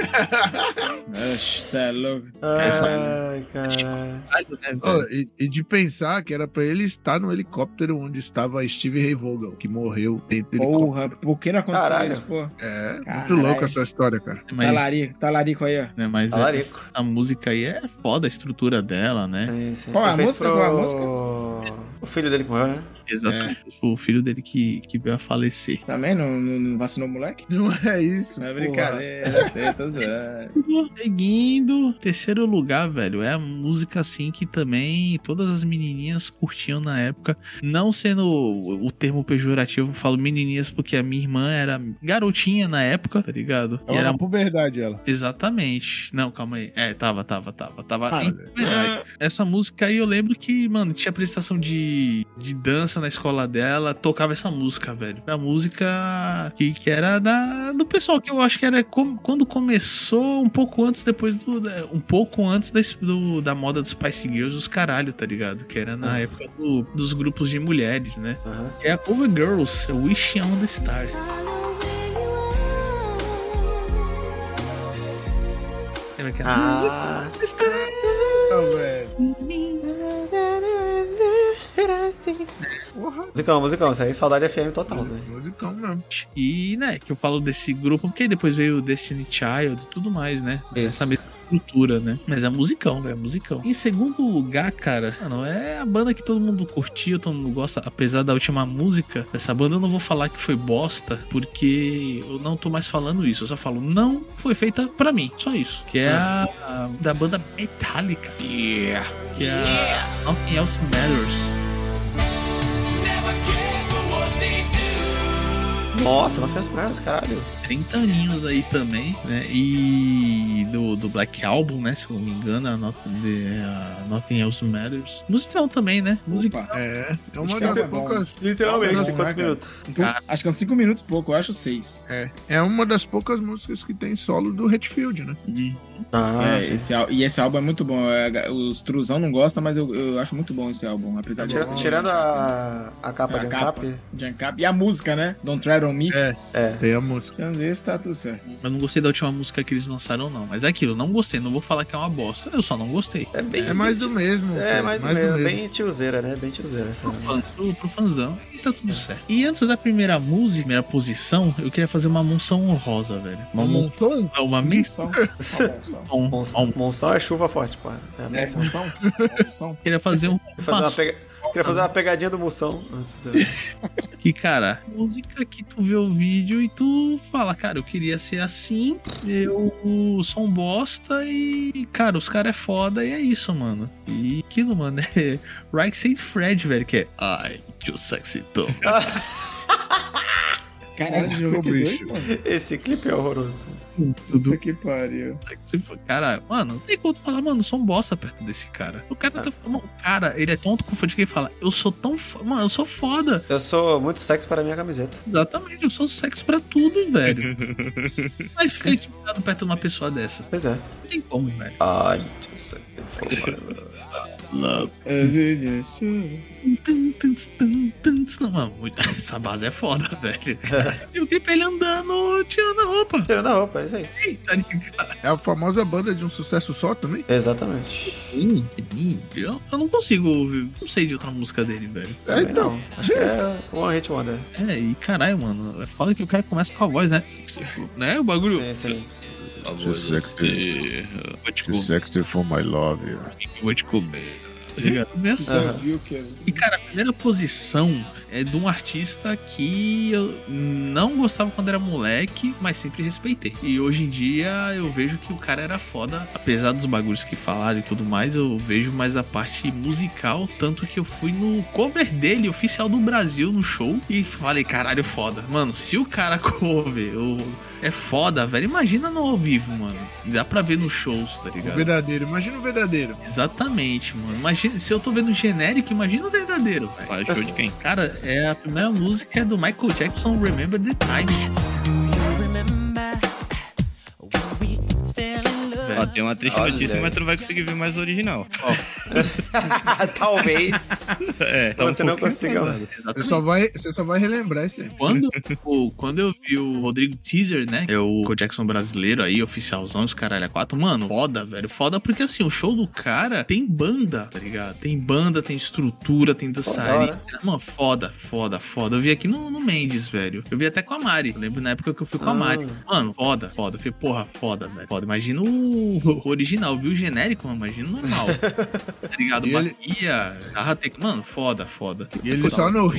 Speaker 9: Oxe, tá louco.
Speaker 1: Ai, cara.
Speaker 4: Caralho, né,
Speaker 5: Ó,
Speaker 4: velho?
Speaker 5: e, e de pensar que era pra ele estar no helicóptero onde estava Steve Ray Vaughan, que morreu dentro do helicóptero.
Speaker 9: Porra, por que não aconteceu
Speaker 1: Caralho.
Speaker 9: isso, pô?
Speaker 5: É, muito
Speaker 9: Caralho.
Speaker 5: louco essa história, cara.
Speaker 4: Mas,
Speaker 9: Talarico, talarico aí, ó.
Speaker 4: né, mas
Speaker 1: Talarico.
Speaker 4: essa- a música aí é foda, a estrutura dela, né?
Speaker 1: Sim, sim.
Speaker 9: Qual é a
Speaker 1: Ele fez
Speaker 9: música? Qual é a música?
Speaker 1: O filho dele que morreu, né?
Speaker 8: É.
Speaker 9: É.
Speaker 4: Exatamente. O filho dele que, que veio a falecer.
Speaker 9: Também não, não- não vacinou o moleque?
Speaker 5: Não é isso.
Speaker 9: Não é
Speaker 5: porra.
Speaker 9: brincadeira, eu sei, tô zoando.
Speaker 4: Seguindo, terceiro lugar, velho, é a música assim que também todas as menininhas curtiam na época. Não sendo o o termo pejorativo, eu falo menininhas porque a minha irmã era garotinha na época, tá ligado?
Speaker 5: É
Speaker 4: E
Speaker 10: Ela
Speaker 4: era
Speaker 10: na puberdade, ela.
Speaker 4: Exatamente. Não, calma aí. É, tava, tava, tava. Tava
Speaker 5: Ah,
Speaker 4: em verdade. Essa música aí eu lembro que, mano, tinha apresentação de, de dança na escola dela, tocava essa música, velho. A música que, que era da, do pessoal que eu acho que era com- quando começou, um pouco antes, depois do. da- Um pouco antes da, do- da moda dos Spice Girls, os caralho, tá ligado? Que era na época do- dos grupos de mulheres, né?
Speaker 1: Aham.
Speaker 9: Uhum.
Speaker 4: É a Cover Girls, é Wish on the Star. Lembra que era?
Speaker 1: Ah,
Speaker 5: Não, velho. Porra.
Speaker 1: musicão, musicão, isso aí, é saudade FM total, né?
Speaker 5: Musicão mesmo.
Speaker 4: E, né, que eu falo desse grupo, porque aí depois veio o Destiny Child e tudo mais, né?
Speaker 1: Isso.
Speaker 4: Essa mesma estrutura, né? Mas é musicão, velho, é musicão. Em segundo lugar, cara, mano, é a banda que todo mundo curtiu, todo mundo gosta, apesar da última música dessa banda, eu não vou falar que foi bosta, porque eu não tô mais falando isso, eu só falo, não foi feita pra mim, só isso. Que é a, a- da banda Metallica. Yeah! Que é a Nothing Else Matters.
Speaker 1: Nossa, ela fez pratos, caralho.
Speaker 4: 30 aninhos aí também, né? E do, do Black Album, né? Se eu não me engano, a Not- de- a Nothing Else Matters. Musical também, né? Musical.
Speaker 8: Opa.
Speaker 5: É, é
Speaker 8: Isso
Speaker 5: uma
Speaker 8: tava
Speaker 5: das
Speaker 8: bom.
Speaker 5: poucas.
Speaker 1: Literalmente,
Speaker 5: Não,
Speaker 1: tem quantos
Speaker 8: né,
Speaker 1: minutos?
Speaker 8: Acho que é uns 5 minutos e pouco, eu acho 6.
Speaker 5: É, é uma das poucas músicas que tem solo do Hatfield, né?
Speaker 1: Ah, sim.
Speaker 8: esse, al- e esse álbum é muito bom. é, Os Truzão não gostam, mas eu, eu acho muito bom esse álbum.
Speaker 5: Tá
Speaker 8: Apesar de-
Speaker 1: Tira- tirando a, a capa
Speaker 8: É,
Speaker 1: de
Speaker 8: a
Speaker 1: um
Speaker 8: capa.
Speaker 1: cap,
Speaker 8: de Ancap. E a música, né? Don't Tread on Me.
Speaker 5: É.
Speaker 1: é.
Speaker 5: Tem a música.
Speaker 8: Tirando isso, tá tudo certo.
Speaker 4: Eu não gostei da última música que eles lançaram, não. Mas é aquilo, não gostei. Não vou falar que é uma bosta. Eu só não gostei.
Speaker 1: É bem.
Speaker 5: É mais do mesmo.
Speaker 1: É,
Speaker 5: cara,
Speaker 1: mais, do mesmo. Bem tiozeira, né? Bem tiozeira essa.
Speaker 4: Fã, Pro, pro fanzão. E tá tudo certo. E antes da primeira música, primeira posição, eu queria fazer uma menção honrosa, velho. Uma
Speaker 5: Um
Speaker 4: menção.
Speaker 5: monção?
Speaker 4: Uma menção.
Speaker 8: um
Speaker 1: Monção, monção é chuva forte, pô. É,
Speaker 8: É,
Speaker 1: monção.
Speaker 8: Monção? Monção?
Speaker 4: Eu queria fazer um.
Speaker 1: Queria fazer uma pega- Queria fazer uma pegadinha do Monção. antes do-
Speaker 4: Que, cara, música que tu vê o vídeo e tu fala, cara, eu queria ser assim, eu sou um bosta e, cara, os caras é foda e é isso, mano. E aquilo, mano, é Right Saint Fred, velho, que é Ai, too sexy too.
Speaker 8: Caralho,
Speaker 5: Ô,
Speaker 8: jogo dois,
Speaker 5: bicho.
Speaker 8: mano.
Speaker 1: Esse clipe é horroroso.
Speaker 8: Puta que pariu.
Speaker 4: Sexy Fred. Cara, mano, não tem como tu falar, mano, eu sou um bosta perto desse cara. O cara tá falando, cara, ele é tonto com o fã que ele fala, eu sou tão foda, mano, eu sou foda.
Speaker 1: Eu sou muito sexy para minha camiseta.
Speaker 4: Exatamente, eu sou sexy pra tudo, velho. Aí fica intimidado perto de uma pessoa dessa.
Speaker 1: Pois é.
Speaker 4: Não tem como, velho.
Speaker 1: Ai, too sexy for my love.
Speaker 8: É verdade.
Speaker 4: Mano, muito- Essa base é foda, velho. E o clipe é ele andando, tirando a roupa.
Speaker 1: Tirando a roupa, é isso aí.
Speaker 4: Eita, ligado?
Speaker 5: É a famosa banda de um sucesso só também?
Speaker 1: Exatamente.
Speaker 4: Eu eu não consigo ouvir, não sei de outra música dele, velho.
Speaker 5: É,
Speaker 1: Também
Speaker 5: então.
Speaker 1: não. Acho que é One Hit Wonder.
Speaker 4: É, e caralho, mano, é foda que o cara começa com a voz, né? Né, o bagulho.
Speaker 1: Sim, sim.
Speaker 4: A voz,
Speaker 5: sexy.
Speaker 4: assim, eu Vou te comer,
Speaker 5: sexy for my love.
Speaker 4: eu vou te comer. Tá ligado? Começa
Speaker 8: Você
Speaker 1: Aham.
Speaker 8: viu que...
Speaker 4: E, cara, a primeira posição é de um artista que eu não gostava quando era moleque, mas sempre respeitei. E hoje em dia eu vejo que o cara era foda, apesar dos bagulhos que falaram e tudo mais, eu vejo mais a parte musical, tanto que eu fui no cover dele, oficial do Brasil, no show, e falei, caralho, foda. Mano, se o cara cover, eu... é foda, velho, imagina no ao vivo, mano. Dá pra ver nos shows, tá
Speaker 5: O
Speaker 4: ligado?
Speaker 5: verdadeiro, imagina o verdadeiro.
Speaker 4: Exatamente, mano. Imagina, se eu tô vendo o genérico, imagina o verdadeiro, velho.
Speaker 3: Faz show de quem?
Speaker 4: Cara, é a primeira música é do Michael Jackson, Remember the Time.
Speaker 3: Ó, tem uma triste
Speaker 1: Olha.
Speaker 3: notícia, mas tu não vai conseguir ver mais o original.
Speaker 1: Talvez.
Speaker 3: É, tá um
Speaker 1: Então Você não
Speaker 3: pouquinho
Speaker 1: consiga.
Speaker 3: atrasado.
Speaker 5: Você
Speaker 4: Exatamente.
Speaker 5: só vai, você só vai relembrar isso aí.
Speaker 4: Quando, o- quando eu vi o Rodrigo Teaser, né? É o Michael Jackson brasileiro aí, oficialzão, os caralho a quatro. Mano, foda, velho. Foda porque assim, o show do cara tem banda, tá ligado? Tem banda, tem estrutura, tem dançarina. Mano, foda, foda, foda. Eu vi aqui no, no Mendes, velho. Eu vi até com a Mari. Eu lembro na época que eu fui com a
Speaker 1: Ah.
Speaker 4: Mari. Mano, foda, foda. Eu falei, porra, foda, velho. Foda. Imagina o, o original, viu? O genérico, mano. Imagina o normal. tá ligado?
Speaker 5: E ele-
Speaker 4: Baquia, garra tec- Mano, foda, foda.
Speaker 5: E ele só no.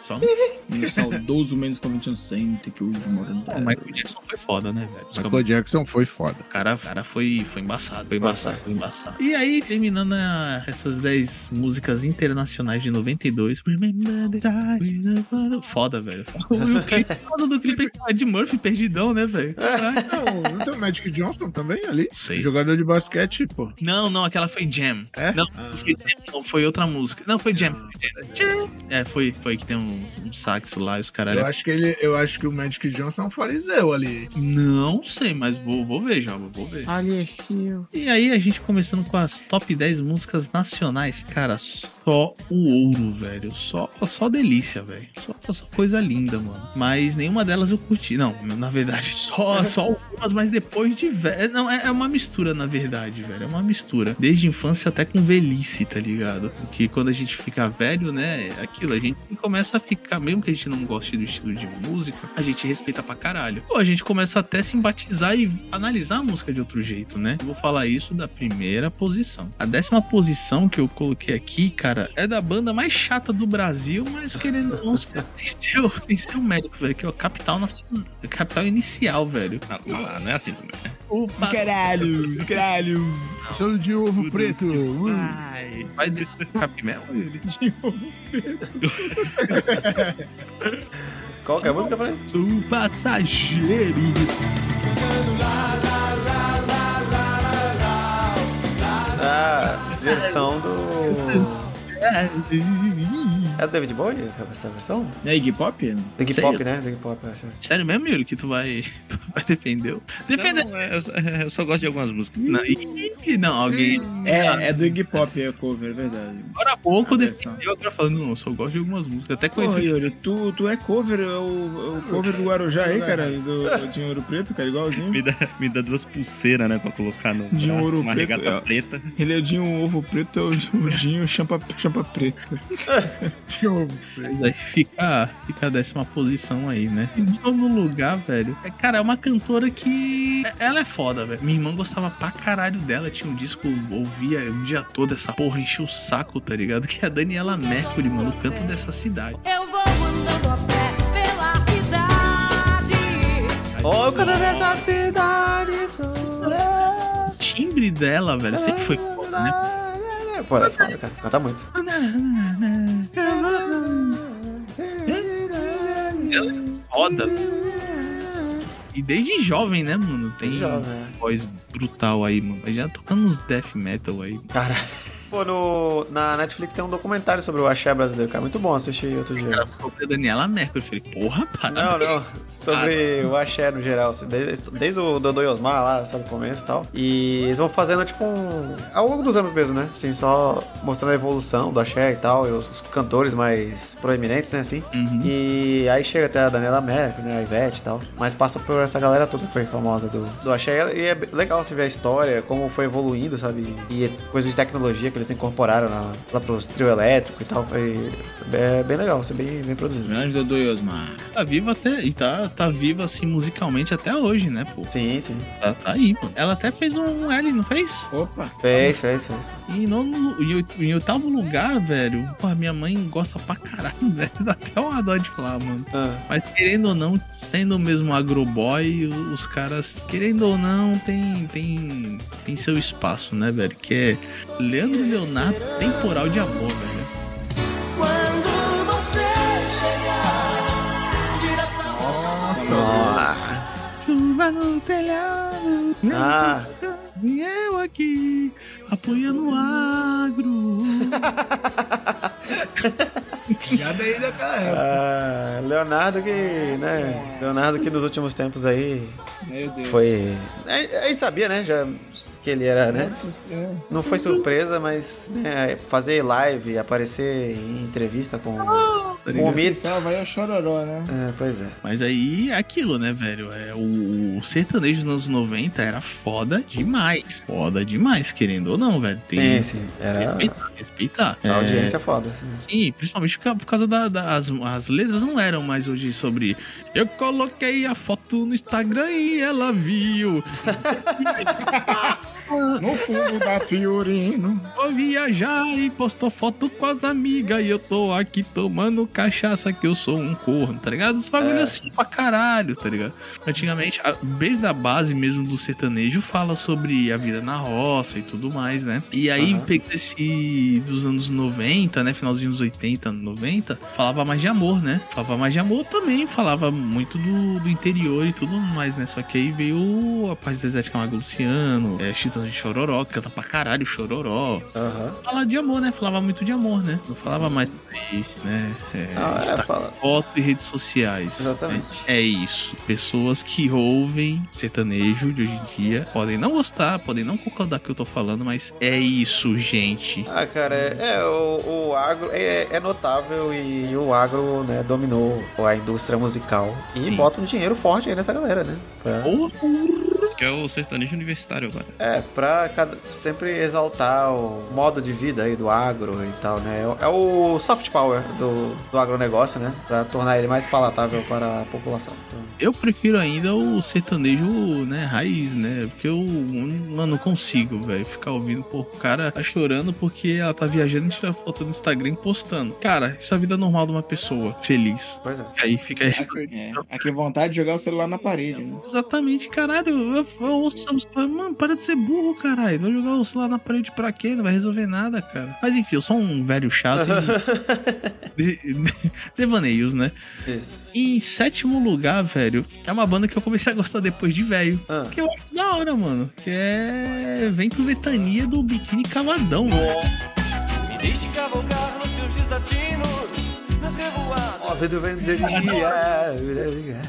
Speaker 4: Só um
Speaker 8: Um saudoso menos convention center que hoje mora no...
Speaker 4: Pô, o Michael Jackson foi foda, né, velho? Os
Speaker 5: Michael Jackson foi foda.
Speaker 4: O cara, o cara foi, foi embaçado, foi embaçado, foi embaçado. E aí, terminando a- essas 10 músicas internacionais de 92. Remember the time, remember- Foda, velho. O clipe, foda do clipe é que é de Murphy, perdidão, né, velho? Caralho,
Speaker 5: Não, não tem o Magic Johnson também ali?
Speaker 4: Não sei.
Speaker 5: Jogador de basquete, pô.
Speaker 4: Não, não, aquela foi Jam.
Speaker 5: É?
Speaker 4: Não, foi Jam, não, foi outra música. Não, foi Jam. Jam. É, foi, foi que tem um, um sax lá e os
Speaker 5: Eu
Speaker 4: caralho.
Speaker 5: acho que ele, eu acho que o Magic Johnson é um fariseu ali.
Speaker 4: Não sei, mas vou, vou ver, já, vou ver.
Speaker 8: Olha, Sil.
Speaker 4: E aí, a gente começando com as top 10 músicas nacionais, cara, só o ouro, velho. Só, só delícia, velho. Só, só coisa linda, mano. Mas nenhuma delas eu curti. Não, na verdade, só, só o ouro etapas, mas depois de velho. Não, é, é uma mistura, na verdade, velho. É uma mistura. Desde infância até com velhice, tá ligado? Porque quando a gente fica velho, né? é Aquilo, a gente começa a ficar, mesmo que a gente não goste do estilo de música, a gente respeita pra caralho. Pô, a gente começa até a simpatizar e analisar a música de outro jeito, né? Eu vou falar isso da primeira posição. A décima posição que eu coloquei aqui, cara, é da banda mais chata do Brasil, mas querendo ou não, tem seu, tem seu mérito, velho, que é o Capital Nacional, Capital Inicial, velho.
Speaker 3: Ah, ah, não é assim também.
Speaker 4: Opa,
Speaker 9: Caralho, caralho.
Speaker 5: Choro de ovo preto. Uh.
Speaker 8: Ah.
Speaker 4: Ai, vai de Capimel.
Speaker 1: Qual que é a música, Fred?
Speaker 4: Sou um passageiro.
Speaker 1: Ah, versão do. É do David Bowie essa versão?
Speaker 9: É Iggy Pop?
Speaker 1: Do Hip Hop, né? Do Hip Hop, eu acho.
Speaker 4: Sério mesmo, Yuri, que tu vai, tu vai defender? o- Defender.
Speaker 3: Não, é, eu, só- é, eu só gosto de algumas músicas.
Speaker 4: Não, ih, não, alguém.
Speaker 9: É, é do Iggy Pop, é a cover, é verdade.
Speaker 4: Agora há pouco
Speaker 9: A versão.
Speaker 4: defendeu, agora falando, não, eu só gosto de algumas músicas. Até
Speaker 9: Pô,
Speaker 4: conheço.
Speaker 9: Yuri, tu, tu é cover, é o, é o cover do Guarujá aí, cara, do, de Ouro Preto, cara, igualzinho.
Speaker 3: Me dá, me dá duas pulseiras, né? Pra colocar no.
Speaker 9: De
Speaker 3: braço,
Speaker 9: ouro
Speaker 3: Uma
Speaker 9: preto,
Speaker 3: regata
Speaker 9: é.
Speaker 3: preta.
Speaker 9: Ele é o Dinho Ovo Preto, é o Dinho Champa, champa Preta.
Speaker 5: Dinho ovo preto.
Speaker 4: Mas aí fica, fica a décima posição aí, né? Em nono lugar, velho. É, cara, é uma cantora que. é- Ela é foda, velho. Minha irmã gostava pra caralho dela. Tinha um disco, eu ouvia o dia todo essa porra, encheu o saco, tá ligado? Que é a Daniela Mercury, mano, o canto dessa cidade.
Speaker 10: Eu vou andando a pé pela cidade.
Speaker 1: Ó, o canto dessa cidade solar.
Speaker 4: O timbre dela, velho, sempre foi foda, né?
Speaker 1: Pô, ela é foda, cara. Canta muito.
Speaker 4: Foda. E desde jovem, né, mano? Tem
Speaker 1: Jovem. né?
Speaker 4: voz brutal aí, mano. Já tocando uns death metal aí.
Speaker 1: Cara. Pô, no, na Netflix tem um documentário sobre o axé brasileiro, cara. Muito bom assistir outro dia.
Speaker 4: Cara, sobre a Daniela Mercury. Eu falei, porra, pá.
Speaker 1: Não, não. Sobre o axé no geral. assim, Desde, desde o Dodô e Osmar lá, sabe, o começo e tal. E eles vão fazendo, tipo, um... Ao longo dos anos mesmo, né? Assim, só mostrando a evolução do axé e tal. E os cantores mais proeminentes, né, assim.
Speaker 4: Uhum.
Speaker 1: E aí chega até a Daniela Mercury, né, a Ivete e tal. Mas passa por essa galera toda que foi famosa do, do Axé. E é legal você ver a história, como foi evoluindo, sabe? E coisas de tecnologia que eles incorporaram na, lá pros trio elétrico e tal. Foi é bem legal, ser bem, bem produzido.
Speaker 9: Grande Dodô e Osmar.
Speaker 4: Tá viva até. E tá, tá viva assim musicalmente até hoje, né, pô?
Speaker 1: Sim, sim.
Speaker 4: Ela tá aí, mano. Ela até fez um L, não fez?
Speaker 9: Opa,
Speaker 1: Fez, fez, fez.
Speaker 4: E em nono- em oit- em oitavo lugar, velho. Pô, a minha mãe gosta pra caralho, velho. Dá até uma dó de falar, mano.
Speaker 1: Ah,
Speaker 4: Mas querendo ou não, sendo mesmo agroboy, o- os caras, querendo ou não, tem, tem, tem seu espaço, né, velho? Que é Leandro e Leonardo, temporal de amor, velho.
Speaker 10: Quando você chegar, tira essa
Speaker 1: nossa.
Speaker 4: Chuva no telhado,
Speaker 1: Ah,
Speaker 4: e eu aqui, apoiando o agro.
Speaker 9: piada aí
Speaker 1: né,
Speaker 9: daquela época.
Speaker 1: ah, Leonardo que, né? Leonardo que nos últimos tempos aí
Speaker 9: Meu Deus.
Speaker 1: foi. A a gente sabia, né? Já que ele era, né?
Speaker 9: É.
Speaker 1: Não foi surpresa, mas né, fazer live, aparecer em entrevista com,
Speaker 4: Ah,
Speaker 1: com o Mito.
Speaker 9: Só vai ao chororó, né?
Speaker 1: É, pois é.
Speaker 4: Mas aí é aquilo, né, velho? É, o, o sertanejo nos anos 90 era foda demais. Foda demais, querendo ou não, velho. Tem
Speaker 1: Sim,
Speaker 4: que
Speaker 1: sim. Era
Speaker 4: respeitar, respeitar.
Speaker 1: a
Speaker 4: É,
Speaker 1: audiência foda. sim.
Speaker 4: Sim, principalmente por ca- por causa das da, as, as letras não eram mais hoje sobre eu coloquei a foto no Instagram e ela viu.
Speaker 9: No fundo da Fiorino.
Speaker 4: Vou viajar e postou foto com as amigas e eu tô aqui tomando cachaça que eu sou um corno, tá ligado? Os bagulhos
Speaker 1: É.
Speaker 4: assim pra caralho, tá ligado? Antigamente, a, desde a base mesmo do sertanejo, fala sobre a vida na roça e tudo mais, né? E aí,
Speaker 1: Aham.
Speaker 4: pegando esse dos anos 90, né? Finalzinho dos 80, 90, falava mais de amor, né? Falava mais de amor também, falava muito do, do interior e tudo mais, né? Só que aí veio a parte do Zezé de Camargo e Luciano, é, Chitão de Chororó, que canta pra caralho Chororó.
Speaker 1: Aham.
Speaker 4: Falava de amor, né? Falava muito de amor, né? Não falava mais de, né? É,
Speaker 1: Ah, é, fala.
Speaker 4: foto e redes sociais.
Speaker 1: Exatamente.
Speaker 4: É, é isso. Pessoas que ouvem sertanejo de hoje em dia podem não gostar, podem não concordar com o que eu tô falando, mas é isso, gente.
Speaker 1: Ah, cara, é, é, o, o agro é, é notável e o agro, né, dominou a indústria musical. E
Speaker 4: Sim.
Speaker 1: bota um dinheiro forte aí nessa galera, né? Pra-
Speaker 4: Porra,
Speaker 3: que é o sertanejo universitário agora.
Speaker 4: Oh.
Speaker 1: É, pra cada- sempre exaltar o modo de vida aí do agro e tal, né? É o- É o soft power do, do agronegócio, né? Pra tornar ele mais palatável para a população. Então,
Speaker 4: Eu prefiro ainda o sertanejo, né, raiz, né? Porque eu, mano, não consigo, velho, ficar ouvindo, pô, o cara tá chorando porque ela tá viajando e tira foto no Instagram e postando. Cara, isso é a vida normal de uma pessoa feliz.
Speaker 1: pois é.
Speaker 4: E aí fica aí.
Speaker 8: É, aqui vontade de jogar o celular na parede, né?
Speaker 4: Exatamente, caralho. Eu, eu ouço essas coisas, Mano, para de ser burro, caralho. Vai jogar o celular na parede pra quê? Não vai resolver nada, cara. Mas enfim, eu sou um velho chato. de- de- Devaneios, né?
Speaker 1: Isso.
Speaker 4: Em sétimo lugar, velho, é uma banda que eu comecei a gostar depois de velho.
Speaker 1: Ah.
Speaker 4: Que eu acho da hora, mano. Que é. Vem com Vetania do Biquíni Cavadão, né? velho.
Speaker 6: Me deixe cavalgar nos seus desatinos, nas revoadas.
Speaker 1: Ó, vida venderia, vida venderia.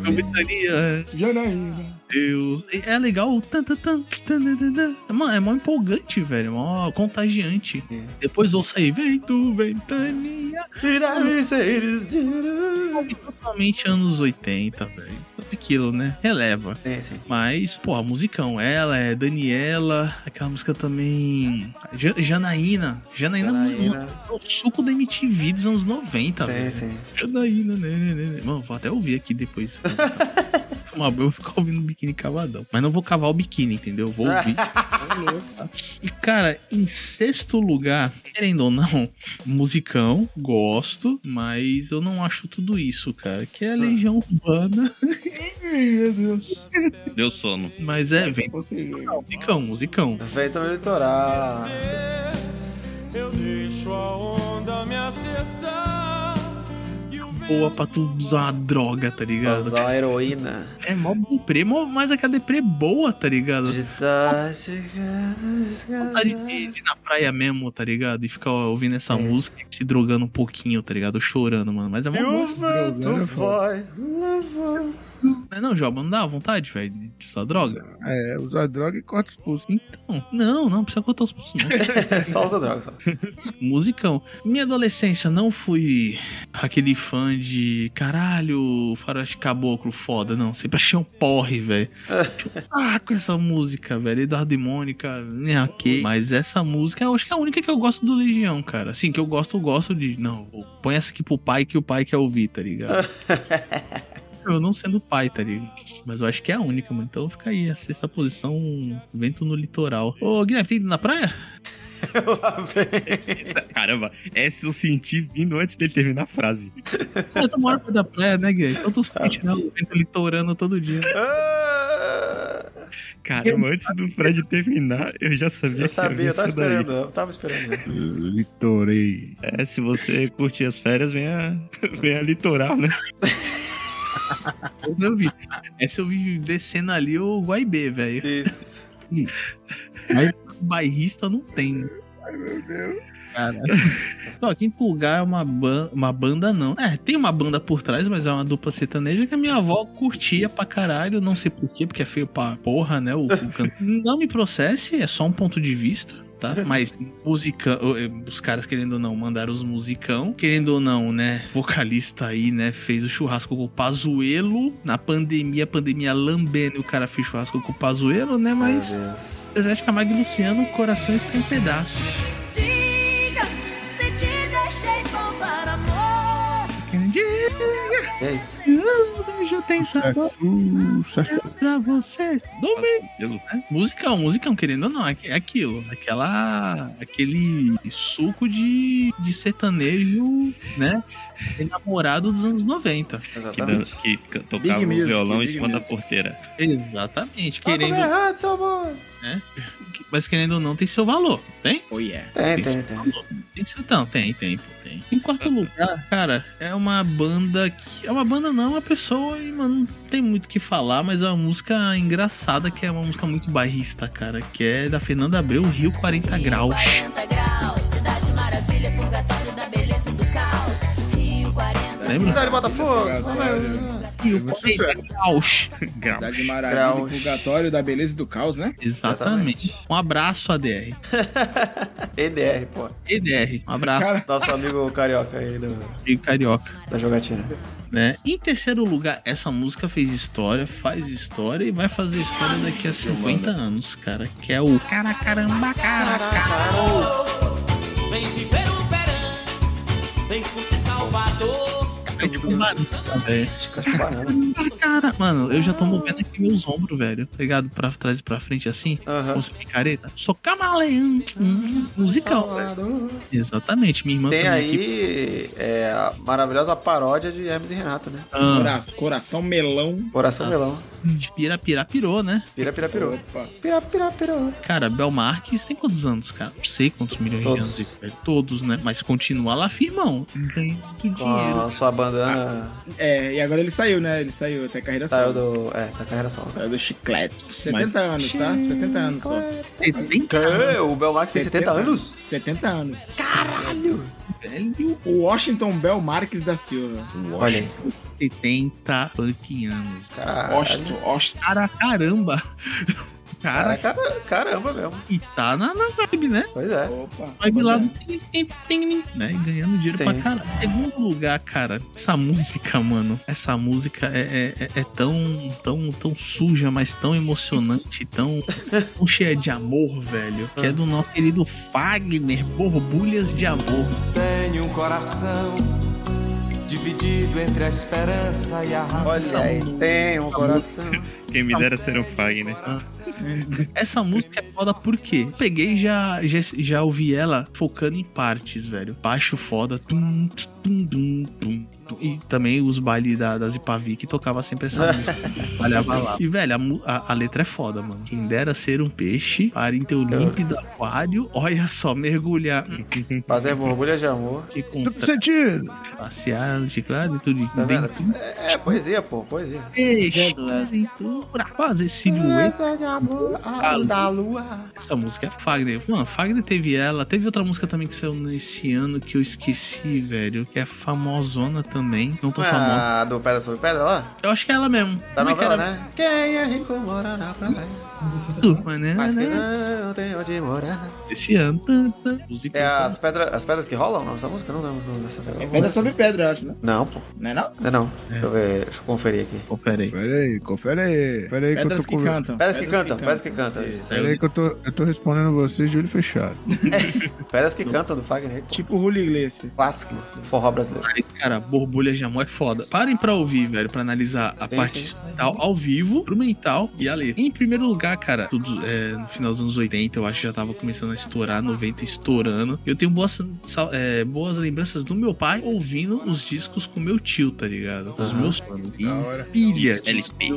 Speaker 4: Do Betania.
Speaker 8: Janaína.
Speaker 4: Deus. E É legal. o tan, tan, tan, tan, tan, tan, tan. Mano, é mó empolgante, velho. Mó contagiante.
Speaker 1: É.
Speaker 4: Depois ouça aí. Vem tu, Ventania.
Speaker 1: Virar Mercedes de-
Speaker 4: Totalmente anos 80, velho. Tudo aquilo, né? Releva.
Speaker 1: Sim, sim.
Speaker 4: Mas, porra, musicão. Ela é Daniela, aquela música também. Ja- Janaína. Janaína,
Speaker 1: Janaína.
Speaker 4: mano, é o suco da MTV dos anos 90,
Speaker 1: Sim,
Speaker 4: velho.
Speaker 1: né? sim.
Speaker 3: É
Speaker 4: Janaína, né, né, né, né. Mano, vou até ouvir aqui depois. Uma boa eu vou ficar
Speaker 3: um
Speaker 4: ouvindo biquíni cavadão. Mas não vou cavar o biquíni, entendeu? Eu Vou ouvir. e, cara, em sexto lugar, querendo ou não, musicão, gosto, mas eu não acho tudo isso, cara. Que é a Legião Urbana. Ai, meu Deus.
Speaker 3: Deu sono.
Speaker 4: Mas é, vem
Speaker 8: Ou seja,
Speaker 4: musicão, musicão.
Speaker 1: Feito no litoral.
Speaker 6: Eu deixo a onda me acertar. E o
Speaker 4: Boa pra tu usar uma droga, tá ligado?
Speaker 1: Usar heroína.
Speaker 4: É mó deprê, mó- mas é que a deprê é boa, tá ligado?
Speaker 1: De tática.
Speaker 4: vontade de, de ir na praia mesmo, tá ligado? E ficar ouvindo essa música e se drogando um pouquinho, tá ligado? Chorando, mano. Mas é uma música.
Speaker 1: Chuva do
Speaker 5: drogando,
Speaker 1: foi, levou.
Speaker 4: né? Não, não, Joba, não dá vontade, velho, de usar droga?
Speaker 5: É, usar droga e corta os pulsos.
Speaker 4: Não, não, não precisa cortar os pulsos, não.
Speaker 1: É, Só usa droga, só.
Speaker 4: Musicão. Minha adolescência não fui aquele fã de caralho, faroeste caboclo, foda, não. Sempre achei um porre, velho. Ah, com essa música, velho. Eduardo e Mônica, né, ok. Mas essa música, eu acho que é a única que eu gosto do Legião, cara. Assim, que eu gosto, eu gosto de. Não, põe essa aqui pro pai que o pai quer ouvir, tá ligado? Eu não sendo pai, tá ligado? Mas eu acho que é a única, mano. Então fica aí, a sexta posição, vento no litoral. Ô, Guilherme, tem ido na praia?
Speaker 1: Lá vem.
Speaker 3: Caramba, essa eu senti vindo antes dele terminar a frase.
Speaker 4: Cara, tu mora perto da praia, né, Guilherme? Então tu sente, né, o vento litorando todo dia.
Speaker 1: Ah,
Speaker 3: Caramba, antes do Fred terminar, eu já sabia
Speaker 1: Eu
Speaker 3: que
Speaker 1: sabia,
Speaker 3: ia
Speaker 1: eu
Speaker 3: vir
Speaker 1: tava
Speaker 3: isso daí.
Speaker 1: esperando. Eu tava esperando. já.
Speaker 5: Litorei.
Speaker 3: É, se você curtir as férias, venha, venha litoral, né?
Speaker 4: Essa eu vi. Essa eu vi descendo ali o Guaibê, velho.
Speaker 1: Isso.
Speaker 4: Bairrista não tem, né? Ai, meu Deus. Cara. Ó, quinto lugar é uma, ban uma banda, não. É, tem uma banda por trás, mas é uma dupla sertaneja que a minha avó curtia pra caralho. Não sei porquê, porque é feio pra porra, né? O, o canto. Não me processe, é só um ponto de vista. Tá? Mas musicão, eh, os caras querendo ou não mandaram os musicão, querendo ou não, né? Vocalista aí, né? Fez o churrasco com o Pazuelo na pandemia, a pandemia lambendo, e o cara fez churrasco com o Pazuelo, né?
Speaker 1: Meu
Speaker 4: Mas
Speaker 1: Deus.
Speaker 4: Zezé de Camargo e Luciano, coração está em pedaços.
Speaker 10: Diga se te deixei faltar amor.
Speaker 4: Quem diz
Speaker 1: É isso.
Speaker 4: que o beijo tem sabor
Speaker 5: Sucesso.
Speaker 4: pra você. Domingo.
Speaker 3: Pelo-
Speaker 1: É,
Speaker 4: né? Musicão, musicão, querendo ou não, é é aquilo. Aquela. Aquele suco de, de sertanejo, né? Enamorado dos anos 90.
Speaker 3: Que, dan-
Speaker 1: Exatamente.
Speaker 3: que can- tocava
Speaker 8: Music,
Speaker 3: o violão em
Speaker 8: Big
Speaker 3: cima da
Speaker 8: Music.
Speaker 3: porteira.
Speaker 4: Exatamente.
Speaker 1: Tá tudo
Speaker 4: Querendo,
Speaker 1: errado, seu moço.
Speaker 4: mas querendo ou não, tem seu valor. Tem?
Speaker 8: Oh
Speaker 9: é.
Speaker 8: yeah.
Speaker 1: Tem, tem, tem.
Speaker 4: Tem sertão, tem, tem, pô, tem. Em quarto lugar, cara, é uma banda que. É uma banda não, é uma pessoa e, mano, não tem muito o que falar, mas é uma música engraçada, que é uma música muito bairrista, cara, que é da Fernanda Abreu, Rio 40 Graus.
Speaker 10: 40 graus, cidade maravilha, purgatório da beleza e do caos. Rio 40
Speaker 4: Lembra?
Speaker 1: Cidade de Botafogo.
Speaker 4: E o
Speaker 5: muito
Speaker 4: Correio da
Speaker 5: sucesso.
Speaker 4: Gaúcha.
Speaker 3: Grau.
Speaker 9: Cidade
Speaker 1: Graus.
Speaker 9: maravilha, do purgatório da beleza e do caos, né?
Speaker 4: Exatamente. Um abraço, ADR.
Speaker 1: EDR, pô.
Speaker 4: EDR, um abraço
Speaker 9: Cara,
Speaker 1: Nosso amigo carioca aí do,
Speaker 4: de carioca.
Speaker 1: da jogatina.
Speaker 4: Né? Em terceiro lugar, essa música fez história, faz história e vai fazer história daqui a 50 anos, cara. Que é o Cara Caramba Cara.
Speaker 6: Vem viver o verão, vem curtir Salvador.
Speaker 1: Tipo, Chica tá de banana.
Speaker 4: É. Cara, mano, eu já tô movendo aqui meus ombros, velho. Tá ligado? Pra trás e pra frente assim.
Speaker 1: Aham.
Speaker 4: Como se careta. Sou camaleão. Hum, musical, velho. Exatamente. Minha irmã
Speaker 1: Tem
Speaker 4: também aqui.
Speaker 1: aí é, a maravilhosa paródia de Hermes e Renato, né?
Speaker 4: Ah,
Speaker 9: cora- coração melão.
Speaker 1: Coração melão.
Speaker 4: pira, pira, pirou, né?
Speaker 1: Pira, pira, pirou.
Speaker 9: Opa.
Speaker 1: Pira, pira, pirou.
Speaker 4: Cara, Bel Marques tem quantos anos, cara? Não sei quantos milhões
Speaker 1: Todos.
Speaker 4: de anos. ele tem. Todos, né? Mas continua lá firmão. Ganhando
Speaker 1: Com
Speaker 4: dinheiro. Ah,
Speaker 1: a sua bandana.
Speaker 9: É, e agora ele saiu, né? Ele saiu até carreira
Speaker 1: Saiu
Speaker 9: solo.
Speaker 1: do. É, da carreira solo.
Speaker 9: Saiu do chiclete. 70 anos, tá? 70 anos só.
Speaker 4: Ele
Speaker 1: Que? O Belmarx tem 70 anos?
Speaker 9: 70 anos.
Speaker 4: velho.
Speaker 9: O Washington Bell Marques da Silva.
Speaker 1: Olha aí.
Speaker 4: 70 fucking anos.
Speaker 1: Cara,
Speaker 9: Washington, Washington.
Speaker 4: Cara, caramba. Cara,
Speaker 1: cara, cara- caramba mesmo.
Speaker 4: e tá na, na vibe, né?
Speaker 1: Pois é.
Speaker 9: Opa.
Speaker 4: Vai
Speaker 9: Pois
Speaker 4: lá
Speaker 9: é.
Speaker 4: do tem, tem, tem, né? E Ganhando dinheiro
Speaker 1: Sim.
Speaker 4: pra caralho. Segundo lugar, cara, essa música, mano, essa música é, é- é- é tão, tão, tão suja, mas tão emocionante, tão, tão cheia de amor, velho. Que é do nosso querido Fagner, Borbulhas de Amor.
Speaker 6: Tenho um coração dividido entre a esperança e a
Speaker 1: Olha
Speaker 6: razão.
Speaker 1: aí, tem um coração.
Speaker 3: Quem me dera ser um Fag, né?
Speaker 4: Essa música é foda por quê? Eu Peguei e já, já, já ouvi ela focando em partes, velho. Baixo foda. Tum, tum, tum, tum, tum. E também os bailes da, das Ipavi que tocava sempre essa música. Olhava lá. E, velho, a, mu- a- a letra é foda, mano. Quem dera ser um peixe, para em
Speaker 1: É.
Speaker 4: teu límpido aquário. Olha só, mergulhar. Hum,
Speaker 1: Fazer borbulha de amor.
Speaker 4: Que
Speaker 5: Tudo
Speaker 4: contra
Speaker 5: sentido.
Speaker 4: passear, chiclado e tudo.
Speaker 1: Tá vendo?
Speaker 4: Dentro do
Speaker 1: É, é poesia, pô, poesia.
Speaker 4: peixe, aventura. Fazer
Speaker 1: Ah,
Speaker 4: silhueta.
Speaker 1: de amor,
Speaker 4: a
Speaker 1: da lua.
Speaker 4: Essa música é Fagner. Mano, Fagner teve ela. Teve outra música também que saiu nesse ano que eu esqueci, velho. Que é famosona também. Não tô famosa.
Speaker 1: Ah, do Pedra sobre Pedra lá?
Speaker 4: Eu acho que é ela mesmo.
Speaker 1: Da
Speaker 4: Como é que
Speaker 1: novela,
Speaker 4: era?
Speaker 1: né? Quem é rico mora na praia,
Speaker 4: Tu, mas né,
Speaker 1: mas que
Speaker 4: né?
Speaker 1: não tem onde morar.
Speaker 4: Esse ano. Tan, tan. Música.
Speaker 1: É as pedras, as pedras que rolam? Não, essa música? Não lembro o nome dessa
Speaker 9: É
Speaker 1: música.
Speaker 9: pedra sobre pedra, eu acho, né?
Speaker 1: Não, pô.
Speaker 9: Não é não?
Speaker 1: Não, é não. Deixa eu ver, deixa eu conferir aqui.
Speaker 4: Pô, pera aí.
Speaker 5: Confere aí, confere aí. Confere aí que eu
Speaker 9: Pedras
Speaker 5: tô
Speaker 9: que
Speaker 5: conver-
Speaker 9: cantam.
Speaker 1: Pedras que cantam, pedras que cantam. isso.
Speaker 5: Pera aí que eu tô, eu tô respondendo vocês de olho fechado.
Speaker 1: Pedras que cantam do Fagner. Tipo
Speaker 9: Tipo o Julio Iglesias.
Speaker 1: clássico do forró brasileiro.
Speaker 4: Aí, Cara, borbulha de amor é foda. Parem pra ouvir, velho, pra analisar a
Speaker 1: Sim,
Speaker 4: parte
Speaker 1: sim.
Speaker 4: instrumental ao vivo, instrumental e a letra. Em primeiro lugar, cara, tudo é, no final dos anos 80, eu acho que já tava começando a estourar, 90 estourando. Eu tenho boas, sal- é, boas lembranças do meu pai ouvindo os discos com meu tio, tá ligado? Os
Speaker 1: Aham.
Speaker 4: meus primos.
Speaker 5: hora.
Speaker 4: Pilha.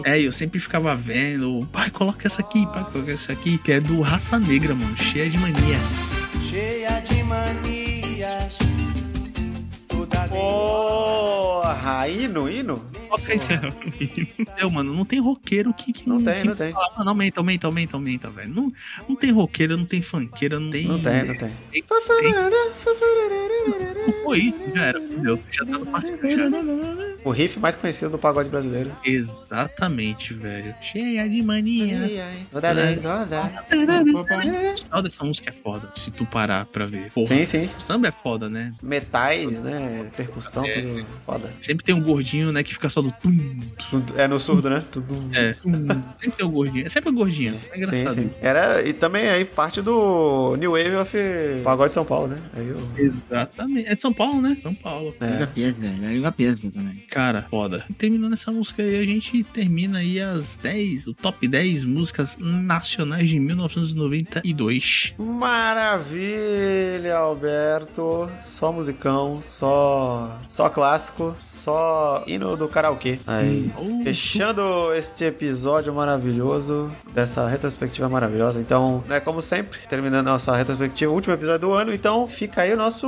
Speaker 4: É, eu sempre ficava vendo. Pai, coloca essa aqui, pai, coloca essa aqui. Que é do Raça Negra, mano. Cheia de mania.
Speaker 6: Cheia de manias. Toda
Speaker 1: Porra, hino, hino?
Speaker 4: Toca isso aí. Meu, mano, não tem roqueiro que. que
Speaker 1: Não
Speaker 4: que
Speaker 1: tem, não tem.
Speaker 4: Ah, mano, aumenta, aumenta, aumenta, aumenta, velho. Não, não tem roqueira, não tem funkeira, não tem.
Speaker 1: Não tem, não tem.
Speaker 4: tem- Não foi isso, já era, entendeu? Já tava passando já.
Speaker 1: O riff mais conhecido do pagode brasileiro.
Speaker 4: Exatamente, velho. Cheia de
Speaker 5: é.
Speaker 4: mania.
Speaker 1: Goda, goda.
Speaker 4: O final dessa música é foda, se tu parar pra ver. Porra,
Speaker 1: Sim, sim.
Speaker 4: samba é foda, né?
Speaker 1: Metais, né? Percussão,
Speaker 4: É.
Speaker 1: tudo foda.
Speaker 4: Sempre tem um gordinho, né, que fica só do tum.
Speaker 1: É no surdo, né? Tudo.
Speaker 4: É. tum. Sempre tem um gordinho. É sempre um gordinho. É
Speaker 1: Sim,
Speaker 4: engraçado.
Speaker 1: sim. Era, e também aí parte do New Wave of Pagode de São Paulo, né? Aí eu...
Speaker 4: Exatamente. É de São Paulo, né? São Paulo.
Speaker 1: É.
Speaker 9: Pedra, é língua pedra também.
Speaker 4: Cara, foda. Terminando essa música aí, a gente termina aí as 10, o top 10 músicas nacionais de 1992.
Speaker 1: Maravilha, Alberto. Só musicão, só só clássico, só hino do karaokê. Aí.
Speaker 4: Oh,
Speaker 1: Fechando este episódio maravilhoso dessa retrospectiva maravilhosa. Então, né, como sempre, terminando nossa retrospectiva, último episódio do ano. Então, fica aí o nosso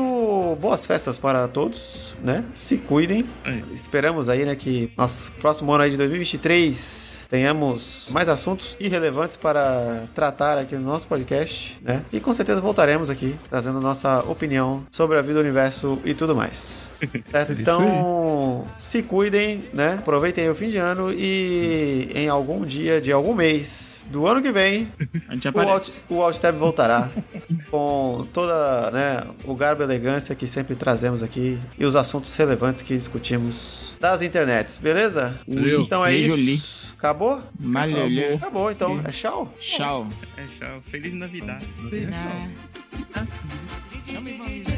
Speaker 1: boas festas para todos, né? Se cuidem.
Speaker 3: Aí.
Speaker 1: Esperamos aí, né, que nosso próximo ano aí de 2023 tenhamos mais assuntos irrelevantes para tratar aqui no nosso podcast, né? E com certeza voltaremos aqui trazendo nossa opinião sobre a vida, o universo e tudo mais. Certo? Então, se cuidem, né? Aproveitem aí o fim de ano e em algum dia de algum mês do ano que vem,
Speaker 8: A gente
Speaker 1: o,
Speaker 8: aparece.
Speaker 1: Alt, o Altstep voltará com toda né, o garbo e elegância que sempre trazemos aqui e os assuntos relevantes que discutimos das internets, beleza?
Speaker 8: Valeu.
Speaker 1: Então é
Speaker 8: Beijo,
Speaker 1: isso.
Speaker 8: Li.
Speaker 1: Acabou?
Speaker 8: Malheu.
Speaker 1: Acabou, então. É tchau.
Speaker 8: Tchau.
Speaker 3: É, tchau. Feliz Navidad.
Speaker 10: Didi, didi, didi,